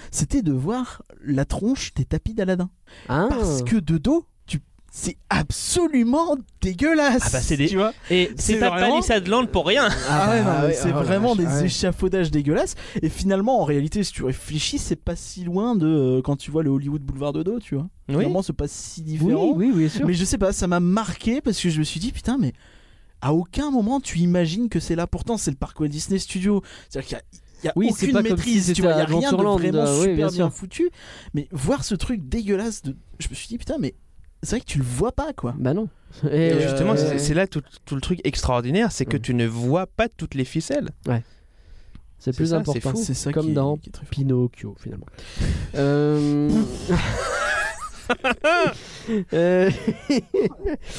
[SPEAKER 2] c'était de voir la tronche des tapis d'Aladin.
[SPEAKER 5] Ah.
[SPEAKER 2] Parce que de dos, tu... c'est absolument dégueulasse.
[SPEAKER 6] Ah bah, c'est des-
[SPEAKER 2] tu vois.
[SPEAKER 6] Et c'est
[SPEAKER 2] C'est
[SPEAKER 6] pas
[SPEAKER 2] vraiment-
[SPEAKER 6] palissade land pour rien.
[SPEAKER 2] Ah, ouais, non, mais c'est
[SPEAKER 5] bah, oh la
[SPEAKER 2] vraiment
[SPEAKER 5] vache,
[SPEAKER 2] des
[SPEAKER 5] ouais.
[SPEAKER 2] échafaudages dégueulasses. Et finalement, en réalité, si tu réfléchis, c'est pas si loin de euh, quand tu vois le Hollywood Boulevard de dos, tu vois.
[SPEAKER 6] Oui.
[SPEAKER 2] Vraiment, c'est pas si
[SPEAKER 5] Oui,
[SPEAKER 2] différent.
[SPEAKER 5] oui, oui, sûr.
[SPEAKER 2] Mais je sais pas, ça m'a marqué parce que je me suis dit, putain, mais à aucun moment tu imagines que c'est là. Pourtant, c'est le parc Walt Disney Studio. C'est-à-dire qu'il y a. Il y a
[SPEAKER 5] Oui, c'est
[SPEAKER 2] aucune
[SPEAKER 5] pas comme
[SPEAKER 2] maîtrise,
[SPEAKER 5] si
[SPEAKER 2] tu vois, il y a
[SPEAKER 5] c'était
[SPEAKER 2] rien de
[SPEAKER 5] Adventureland,
[SPEAKER 2] vraiment
[SPEAKER 5] euh, oui,
[SPEAKER 2] super
[SPEAKER 5] bien
[SPEAKER 2] bien
[SPEAKER 5] sûr.
[SPEAKER 2] foutu. Mais voir ce truc dégueulasse, de... je me suis dit putain, mais c'est vrai que tu le vois pas quoi.
[SPEAKER 5] Bah non.
[SPEAKER 6] Et
[SPEAKER 5] euh,
[SPEAKER 6] justement,
[SPEAKER 5] ouais.
[SPEAKER 6] c'est- c'est là tout, tout le truc extraordinaire, c'est que
[SPEAKER 5] Ouais.
[SPEAKER 6] tu ne vois pas toutes les ficelles.
[SPEAKER 5] c'est
[SPEAKER 6] c'est
[SPEAKER 5] plus
[SPEAKER 6] ça, c'est
[SPEAKER 5] important.
[SPEAKER 6] fou.
[SPEAKER 2] C'est ça
[SPEAKER 5] Comme
[SPEAKER 2] qui, est-
[SPEAKER 5] dans
[SPEAKER 2] qui est très fort.
[SPEAKER 5] Pinocchio finalement. Euh, Euh,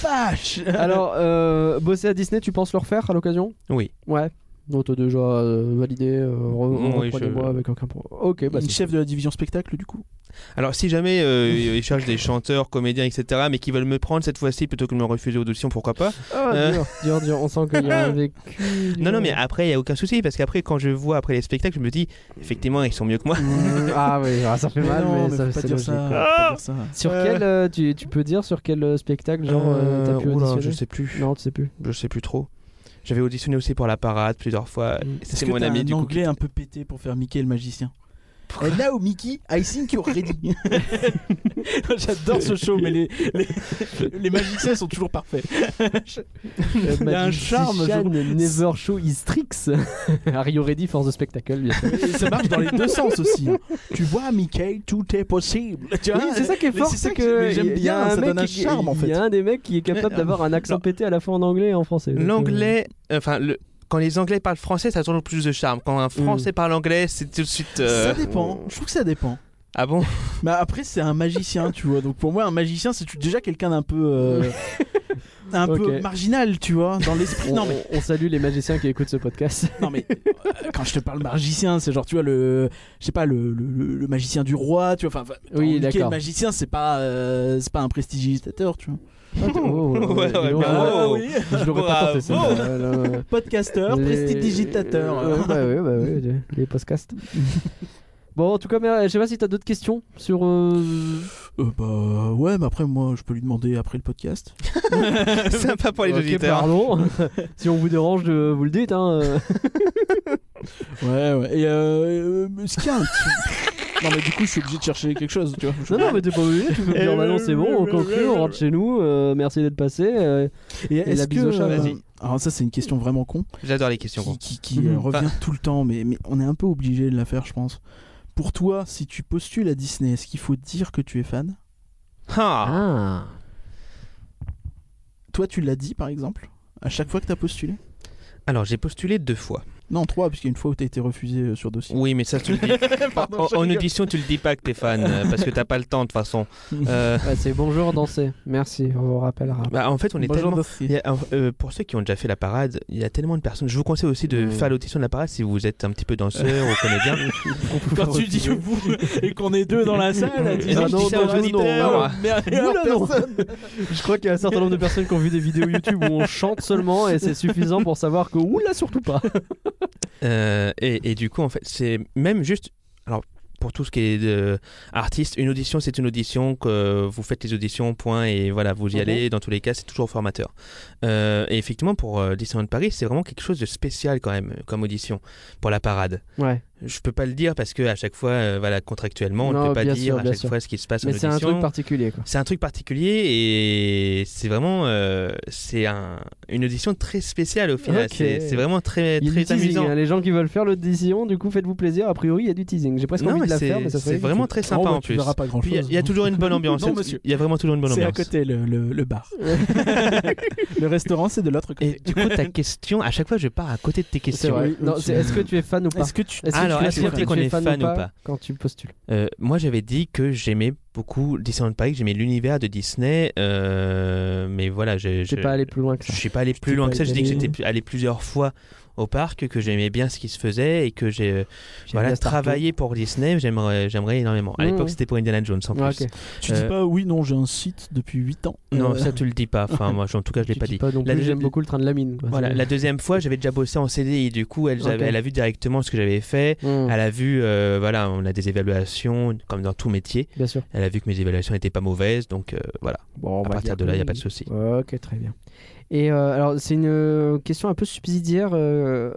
[SPEAKER 2] Vache
[SPEAKER 5] Alors, euh, bosser à Disney, tu penses le refaire à l'occasion
[SPEAKER 6] Oui.
[SPEAKER 5] Ouais. Non, t'as déjà euh, validé, euh,
[SPEAKER 6] Oui,
[SPEAKER 5] re- reprenez-moi
[SPEAKER 6] je-
[SPEAKER 5] avec aucun problème. Ok, bah
[SPEAKER 2] Une
[SPEAKER 5] c'est-
[SPEAKER 2] chef de la division spectacle du coup.
[SPEAKER 6] Alors, si jamais euh, ils cherchent des chanteurs, comédiens, etc., mais qui veulent me prendre cette fois-ci plutôt que de me refuser aux auditions, pourquoi pas
[SPEAKER 5] Ah,
[SPEAKER 6] Euh.
[SPEAKER 5] dur, dur, dur. On sent qu'il y a un vécu.
[SPEAKER 6] Non, non, mais après, il n'y a aucun souci, parce qu'après, quand je vois après les spectacles, je me dis, effectivement, ils sont mieux que moi.
[SPEAKER 5] ah oui, ah, ça fait
[SPEAKER 2] Mais
[SPEAKER 5] mal,
[SPEAKER 2] non,
[SPEAKER 5] mais,
[SPEAKER 2] mais
[SPEAKER 5] ça
[SPEAKER 2] faut pas
[SPEAKER 5] c'est
[SPEAKER 2] dire
[SPEAKER 5] logique.
[SPEAKER 2] ça,
[SPEAKER 5] quoi.
[SPEAKER 2] faut pas dire ça.
[SPEAKER 5] Sur
[SPEAKER 6] Euh.
[SPEAKER 5] quel euh, tu, tu peux dire sur quel euh, spectacle genre euh, t'as pu
[SPEAKER 6] Euh, oula,
[SPEAKER 5] auditionner
[SPEAKER 6] Je sais plus.
[SPEAKER 5] Non, tu sais plus.
[SPEAKER 6] Je sais plus trop. J'avais auditionné aussi pour la parade plusieurs fois.
[SPEAKER 5] Mm.
[SPEAKER 6] et
[SPEAKER 2] Est-ce
[SPEAKER 6] C'était
[SPEAKER 2] que
[SPEAKER 6] mon
[SPEAKER 2] t'as
[SPEAKER 6] ami
[SPEAKER 2] un
[SPEAKER 6] du coup.
[SPEAKER 2] anglais un peu pété pour faire Mickey le magicien And now, Mickey, I think you're ready. J'adore ce show, mais les, les, les magiciens sont toujours parfaits.
[SPEAKER 5] Il
[SPEAKER 2] y a un charme, je-
[SPEAKER 5] Never show is tricks. Are you ready for the spectacle bien sûr.
[SPEAKER 2] Et ça marche dans les deux sens aussi. hein. Tu vois, Mickey, tout est possible. Tu vois
[SPEAKER 5] Oui, c'est ça qui est
[SPEAKER 2] Ah, mais
[SPEAKER 5] fort,
[SPEAKER 2] c'est ça
[SPEAKER 5] c'est
[SPEAKER 2] que
[SPEAKER 5] que
[SPEAKER 2] mais j'aime
[SPEAKER 5] y a- y a
[SPEAKER 2] bien, ça
[SPEAKER 5] mec
[SPEAKER 2] donne un
[SPEAKER 5] qui-
[SPEAKER 2] charme, en
[SPEAKER 5] Il y a
[SPEAKER 2] fait.
[SPEAKER 5] un des mecs qui est capable
[SPEAKER 6] Mais,
[SPEAKER 5] d'avoir un accent
[SPEAKER 6] alors-
[SPEAKER 5] pété à la fois en anglais et en français. Donc, euh,
[SPEAKER 6] L'anglais, enfin, le- quand les anglais parlent français, ça a toujours plus de charme. Quand un français parle anglais, c'est tout de suite. euh,
[SPEAKER 2] Mm. Ça dépend. Je trouve que ça dépend.
[SPEAKER 6] Ah bon
[SPEAKER 2] Mais après, c'est un magicien, tu vois. Donc pour moi, un magicien, c'est tu- déjà quelqu'un d'un peu. euh, un peu
[SPEAKER 5] Ok.
[SPEAKER 2] marginal, tu vois, dans l'esprit.
[SPEAKER 5] On,
[SPEAKER 2] Non, mais.
[SPEAKER 5] on salue les magiciens qui écoutent ce podcast.
[SPEAKER 2] Non mais euh, quand je te parle magicien, c'est genre tu vois le, je sais pas le, le- le- le magicien du roi, tu vois. Enfin, dans
[SPEAKER 5] Oui,
[SPEAKER 2] Mickey,
[SPEAKER 5] d'accord.
[SPEAKER 2] Le magicien, c'est pas, euh, c'est pas un prestidigitateur, tu vois.
[SPEAKER 5] Oh, ouais,
[SPEAKER 6] Ouais,
[SPEAKER 5] dis
[SPEAKER 6] ouais, bravo.
[SPEAKER 5] donc, euh,
[SPEAKER 6] Ah
[SPEAKER 2] oui.
[SPEAKER 5] Je l'aurais pas tenté ça.
[SPEAKER 6] Bravo.
[SPEAKER 2] Podcasteur, prestidigitateur.
[SPEAKER 5] Ouais, bah ouais, bah ouais, les- les podcasts. bon, en tout cas, mais, euh, je sais pas si t'as d'autres questions sur. euh,
[SPEAKER 2] Euh, bah ouais, mais après moi, je peux lui demander après le podcast.
[SPEAKER 6] Sympa pour les
[SPEAKER 5] ok,
[SPEAKER 6] auditeurs.
[SPEAKER 5] pardon. euh, si on vous dérange, de, vous le dites. Hein. euh.
[SPEAKER 2] Ouais, ouais. Et euh, euh, ce qu'il y a un petit- Non mais du coup, je suis obligé de chercher quelque chose, tu vois. Je-
[SPEAKER 5] Non, non, mais t'es pas obligé. Tu peux me dire, bah non, c'est bon, on conclut, on rentre chez nous. euh, merci d'être passé. euh,
[SPEAKER 2] Et
[SPEAKER 5] la
[SPEAKER 2] est-ce que
[SPEAKER 5] bise au chat,
[SPEAKER 6] vas-y.
[SPEAKER 2] Euh, alors ça, c'est une question vraiment con
[SPEAKER 6] J'adore les questions.
[SPEAKER 2] qui,
[SPEAKER 6] gros.
[SPEAKER 2] qui, qui, euh,
[SPEAKER 5] Mhm.
[SPEAKER 2] revient tout le temps, mais, mais on est un peu obligé de la faire, je pense. Pour toi, si tu postules à Disney, est-ce qu'il faut dire que tu es fan
[SPEAKER 6] Ah.
[SPEAKER 5] Ah.
[SPEAKER 2] Toi, tu l'as dit, par exemple, à chaque fois que t'as postulé
[SPEAKER 6] Alors, j'ai postulé deux fois.
[SPEAKER 2] Non, trois, puisqu'il y a une fois où t'as été refusé euh, sur dossier.
[SPEAKER 6] Oui, mais ça, tu le dis. En- en, audition, tu le dis pas que t'es fan, euh, parce que t'as pas le temps de toute façon. Euh,
[SPEAKER 5] Ouais, c'est bonjour danser. Merci, on vous rappellera.
[SPEAKER 6] bah, en fait, on est
[SPEAKER 2] Bonjour,
[SPEAKER 6] tellement.
[SPEAKER 2] dossier.
[SPEAKER 6] Il y a, euh, pour ceux qui ont déjà fait la parade, il y a tellement de personnes. Je vous conseille aussi de
[SPEAKER 5] Mm.
[SPEAKER 6] faire l'audition de la parade si vous êtes un petit peu danseur ou comédien.
[SPEAKER 2] Quand tu dis vous et qu'on est deux dans la salle, tu dis,
[SPEAKER 6] Et non,
[SPEAKER 5] Ah
[SPEAKER 2] je dis
[SPEAKER 6] non,
[SPEAKER 2] ça aux
[SPEAKER 6] non, non,
[SPEAKER 2] auditeurs,
[SPEAKER 6] non.
[SPEAKER 2] meilleure
[SPEAKER 5] non.
[SPEAKER 2] personne.
[SPEAKER 5] Je crois qu'il y a un certain nombre de personnes qui ont vu des vidéos YouTube où on chante seulement Oh, et c'est suffisant pour savoir que oula surtout pas.
[SPEAKER 6] Euh, et, et du coup, en fait, c'est même juste. Alors, pour tout ce qui est de artiste, une audition, c'est une audition que vous faites les auditions, point, et voilà, vous y
[SPEAKER 5] Mhm.
[SPEAKER 6] allez. Dans tous les cas, c'est toujours formateur. Euh, et effectivement, pour euh, Disneyland Paris, c'est vraiment quelque chose de spécial quand même, euh, comme audition pour la parade.
[SPEAKER 5] Ouais.
[SPEAKER 6] Je peux pas le dire parce que à chaque fois, euh, voilà, contractuellement, on ne
[SPEAKER 5] Non,
[SPEAKER 6] peut pas
[SPEAKER 5] bien
[SPEAKER 6] dire
[SPEAKER 5] sûr,
[SPEAKER 6] à
[SPEAKER 5] bien
[SPEAKER 6] chaque
[SPEAKER 5] sûr.
[SPEAKER 6] fois ce qui se passe en
[SPEAKER 5] Mais c'est un
[SPEAKER 6] audition.
[SPEAKER 5] truc particulier quoi.
[SPEAKER 6] C'est un truc particulier et c'est vraiment euh, c'est un, une audition très spéciale au final.
[SPEAKER 5] Ok.
[SPEAKER 6] C'est- C'est vraiment très
[SPEAKER 5] Il y a du
[SPEAKER 6] très
[SPEAKER 5] teasing,
[SPEAKER 6] amusant.
[SPEAKER 5] hein, les gens qui veulent faire l'audition, du coup faites-vous plaisir. A priori, il y a du teasing. J'ai presque
[SPEAKER 6] Non,
[SPEAKER 5] envie de
[SPEAKER 6] mais
[SPEAKER 5] la
[SPEAKER 6] c'est-
[SPEAKER 5] faire, mais ça serait
[SPEAKER 6] c'est vraiment très sympa
[SPEAKER 2] Oh, bah,
[SPEAKER 6] en
[SPEAKER 2] tu
[SPEAKER 6] plus.
[SPEAKER 2] verras pas grand
[SPEAKER 6] Puis, Il y a-
[SPEAKER 2] chose.
[SPEAKER 6] il y, a toujours une bonne ambiance.
[SPEAKER 2] Non, monsieur.
[SPEAKER 6] Il y a vraiment toujours une bonne
[SPEAKER 2] C'est à
[SPEAKER 6] ambiance.
[SPEAKER 2] côté le, le, le bar. le restaurant, c'est de l'autre côté.
[SPEAKER 6] Et du coup, ta question, à chaque fois, je pars à côté de tes
[SPEAKER 5] C'est
[SPEAKER 6] questions.
[SPEAKER 5] vrai.
[SPEAKER 2] Oui,
[SPEAKER 5] Non,
[SPEAKER 2] oui,
[SPEAKER 5] c'est-
[SPEAKER 2] tu-
[SPEAKER 5] Est-ce que tu es fan ou pas
[SPEAKER 2] Est-ce que tu.
[SPEAKER 5] Est-ce que
[SPEAKER 6] Alors,
[SPEAKER 5] tu
[SPEAKER 6] est-ce qu'on
[SPEAKER 5] affirmes
[SPEAKER 6] dit
[SPEAKER 5] que
[SPEAKER 6] qu'on
[SPEAKER 5] tu es
[SPEAKER 6] est fan ou pas
[SPEAKER 5] quand tu postules
[SPEAKER 6] Euh, moi, j'avais dit que j'aimais beaucoup Disneyland Paris, que j'aimais l'univers de Disney, euh, mais voilà, je,
[SPEAKER 5] Je
[SPEAKER 6] je-
[SPEAKER 5] pas aller plus loin que ça.
[SPEAKER 6] je suis pas allé
[SPEAKER 2] t'es
[SPEAKER 6] plus loin
[SPEAKER 2] pas
[SPEAKER 6] que ça. Je dis que
[SPEAKER 2] allé-
[SPEAKER 6] j'étais allé plusieurs fois au parc, que j'aimais bien ce qui se faisait et que j'ai euh,
[SPEAKER 5] J'aime
[SPEAKER 6] voilà,
[SPEAKER 5] bien Star Tour.
[SPEAKER 6] travaillé pour Disney. J'aimerais j'aimerais énormément. À
[SPEAKER 5] Mmh,
[SPEAKER 6] l'époque,
[SPEAKER 5] ouais.
[SPEAKER 6] c'était pour Indiana Jones en
[SPEAKER 5] Ah,
[SPEAKER 6] plus.
[SPEAKER 5] ok.
[SPEAKER 2] Tu dis
[SPEAKER 6] Euh,
[SPEAKER 2] pas oui, non, j'ai un site depuis 8 ans.
[SPEAKER 6] Non,
[SPEAKER 2] Euh,
[SPEAKER 6] ça tu le dis pas. Enfin, moi, en tout cas, je l'ai
[SPEAKER 5] Tu
[SPEAKER 6] pas dit.
[SPEAKER 5] dis non
[SPEAKER 6] La
[SPEAKER 5] plus,
[SPEAKER 6] deuxi-
[SPEAKER 5] j'aime beaucoup le train de la mine. quoi.
[SPEAKER 6] Voilà,
[SPEAKER 5] C'est-
[SPEAKER 6] la deuxième fois, j'avais déjà bossé en CDI. Du coup, elle, j'avais-
[SPEAKER 5] Ok.
[SPEAKER 6] elle a vu directement ce que j'avais fait.
[SPEAKER 5] Mm,
[SPEAKER 6] Elle a vu, euh, voilà, on a des évaluations, comme dans tout métier.
[SPEAKER 5] Bien sûr.
[SPEAKER 6] Elle a vu que mes évaluations n'étaient pas mauvaises, donc euh, voilà.
[SPEAKER 5] Bon, on
[SPEAKER 6] à
[SPEAKER 5] va
[SPEAKER 6] partir de
[SPEAKER 5] dire
[SPEAKER 6] là, il
[SPEAKER 5] que
[SPEAKER 6] n'y a pas de
[SPEAKER 5] oui.
[SPEAKER 6] souci.
[SPEAKER 5] Ok, très bien. Et euh, alors, c'est une euh, question un peu subsidiaire. euh,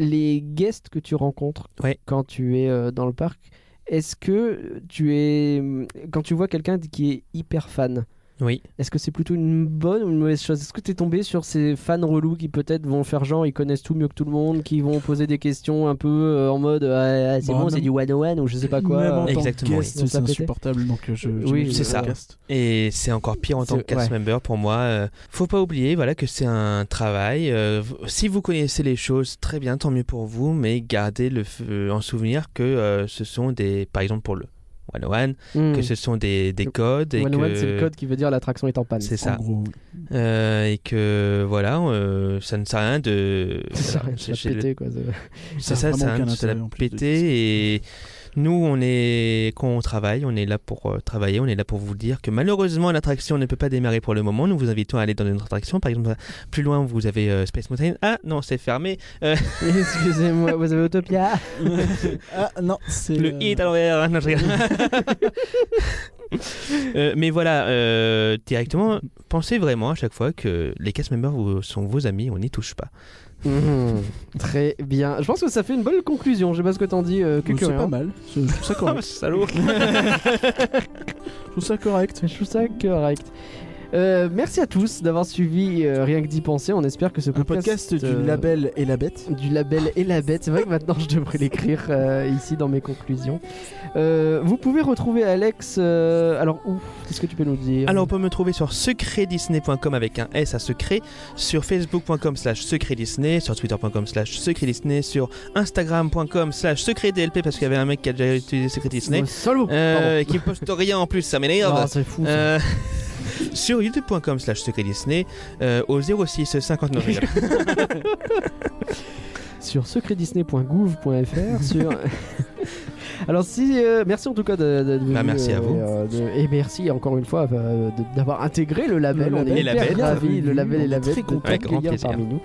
[SPEAKER 5] les guests que tu rencontres
[SPEAKER 6] Ouais.
[SPEAKER 5] quand tu es euh, dans le parc, est-ce que tu es. mm, Quand tu vois quelqu'un qui est hyper fan,
[SPEAKER 6] Oui.
[SPEAKER 5] est-ce que c'est plutôt une bonne ou une mauvaise chose Est-ce que tu es tombé sur ces fans relous qui peut-être vont faire genre, ils connaissent tout mieux que tout le monde, qui vont poser des questions un peu euh, en mode ah, ah, c'est
[SPEAKER 2] Bah,
[SPEAKER 5] bon,
[SPEAKER 2] même-
[SPEAKER 5] c'est du one-on-one ou je sais pas quoi
[SPEAKER 2] Même en
[SPEAKER 5] euh,
[SPEAKER 2] tant
[SPEAKER 6] Exactement,
[SPEAKER 2] que guest,
[SPEAKER 5] oui.
[SPEAKER 2] c'est insupportable, donc euh, je.
[SPEAKER 5] Oui,
[SPEAKER 2] j'imagine
[SPEAKER 6] c'est
[SPEAKER 2] le
[SPEAKER 6] ça.
[SPEAKER 2] podcast.
[SPEAKER 6] Et c'est encore pire en tant que
[SPEAKER 5] C'est-
[SPEAKER 6] cast
[SPEAKER 5] ouais.
[SPEAKER 6] member pour moi. Euh, faut pas oublier voilà, que c'est un travail. Euh, v- si vous connaissez les choses, très bien, tant mieux pour vous, mais gardez le, f- euh, en souvenir que euh, ce sont des, par exemple pour le One One,
[SPEAKER 5] hmm.
[SPEAKER 6] que ce sont des, des codes. et
[SPEAKER 5] One-on-one,
[SPEAKER 6] que-
[SPEAKER 5] c'est le code qui veut dire l'attraction est en panne.
[SPEAKER 6] C'est
[SPEAKER 2] En
[SPEAKER 6] ça.
[SPEAKER 2] gros, oui.
[SPEAKER 6] Euh, et que voilà, euh, ça ne sert à rien de.
[SPEAKER 5] Ça
[SPEAKER 6] voilà,
[SPEAKER 5] ça
[SPEAKER 6] j'ai-
[SPEAKER 5] pété, quoi. c'est-
[SPEAKER 6] C'est
[SPEAKER 2] Ça a
[SPEAKER 6] ça,
[SPEAKER 2] vraiment
[SPEAKER 6] ça,
[SPEAKER 2] aucun
[SPEAKER 6] hein, ça
[SPEAKER 2] intérêt,
[SPEAKER 6] l'a
[SPEAKER 2] en plus de
[SPEAKER 6] pété. Et nous, on est quand on travaille, on est là pour euh, travailler, on est là pour vous dire que malheureusement l'attraction ne peut pas démarrer pour le moment. Nous vous invitons à aller dans une autre attraction. Par exemple, plus loin, vous avez euh, Space Mountain. Ah non, c'est fermé.
[SPEAKER 5] Excusez-moi, vous avez Autopia
[SPEAKER 2] Ah non, c'est.
[SPEAKER 6] Le
[SPEAKER 2] euh,
[SPEAKER 6] hit à l'envers. Non, je rigole. Euh, mais voilà, euh, directement, pensez vraiment à chaque fois que les cast members vous- sont vos amis, on n'y touche pas.
[SPEAKER 5] Mhm. Très bien. Je pense que ça fait une bonne conclusion. Je sais pas ce que t'en dis, euh,
[SPEAKER 2] C'est
[SPEAKER 5] Cucurien.
[SPEAKER 2] pas mal, hein. je je trouve ça correct.
[SPEAKER 6] salaud
[SPEAKER 2] Je trouve ça correct.
[SPEAKER 5] Je trouve ça correct. Euh, merci à tous d'avoir suivi euh, Rien que d'y penser. On espère que ce
[SPEAKER 2] Un
[SPEAKER 5] podcast,
[SPEAKER 2] podcast du
[SPEAKER 5] euh,
[SPEAKER 2] label et la bête.
[SPEAKER 5] du label et la bête. C'est vrai que maintenant je devrais l'écrire euh, ici dans mes conclusions. Euh, vous pouvez retrouver Alex. euh, alors où Qu'est-ce que tu peux nous dire
[SPEAKER 6] Alors on peut me trouver sur secretdisney.com avec un S à secret, sur facebook.com slash secretdisney, sur twitter.com slash secretdisney, sur instagram.com slash secretdlp parce qu'il y avait un mec qui a déjà utilisé secret Disney
[SPEAKER 5] Oh, salaud
[SPEAKER 6] euh, et qui poste rien en plus, ça
[SPEAKER 5] Pardon.
[SPEAKER 6] m'énerve.
[SPEAKER 5] Non, c'est fou. ça.
[SPEAKER 6] Euh, sur youtube.com slash secret Disney euh, au 06 59
[SPEAKER 5] sur secretdisney.gouv.fr sur alors si euh, merci en tout cas de, de- de
[SPEAKER 6] Bah,
[SPEAKER 5] venir,
[SPEAKER 6] merci à
[SPEAKER 5] euh,
[SPEAKER 6] vous.
[SPEAKER 5] et, euh, de- et merci encore une fois euh, de- d'avoir intégré le label
[SPEAKER 2] Le
[SPEAKER 5] on
[SPEAKER 2] label
[SPEAKER 5] est
[SPEAKER 6] et la
[SPEAKER 5] hyper
[SPEAKER 6] bête.
[SPEAKER 5] ravis, le
[SPEAKER 2] Oui,
[SPEAKER 5] label et
[SPEAKER 2] on
[SPEAKER 5] la
[SPEAKER 2] est
[SPEAKER 5] bête
[SPEAKER 2] très
[SPEAKER 5] de
[SPEAKER 2] contents.
[SPEAKER 6] Avec grand
[SPEAKER 5] t'accueillir
[SPEAKER 6] plaisir.
[SPEAKER 5] parmi nous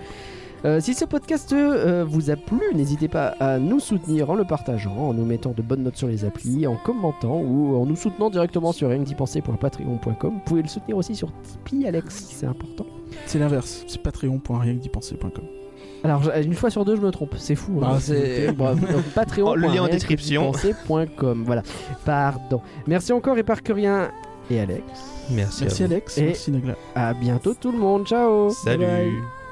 [SPEAKER 5] Euh, si ce podcast euh, vous a plu, n'hésitez pas à nous soutenir en le partageant, en nous mettant de bonnes notes sur les applis, en commentant ou en nous soutenant directement sur rienquedipenser.patreon.com. Vous pouvez le soutenir aussi sur Tipeee, Alex, c'est important.
[SPEAKER 2] C'est l'inverse, c'est patreon.rienquedipenser.com.
[SPEAKER 5] Alors, je- une fois sur deux, je me trompe. C'est fou. hein.
[SPEAKER 2] Bah,
[SPEAKER 5] c'est
[SPEAKER 2] c'est-
[SPEAKER 5] Bon, donc, Patreon.
[SPEAKER 6] Ah, Oh, le lien en description.
[SPEAKER 5] .com. Voilà. Pardon. Merci encore et par que rien. Et Alex.
[SPEAKER 6] Merci, à
[SPEAKER 2] Merci
[SPEAKER 6] vous.
[SPEAKER 2] Alex,
[SPEAKER 5] Et-
[SPEAKER 2] merci Nagla.
[SPEAKER 5] À bientôt tout le monde. Ciao.
[SPEAKER 6] Salut
[SPEAKER 2] Bye bye.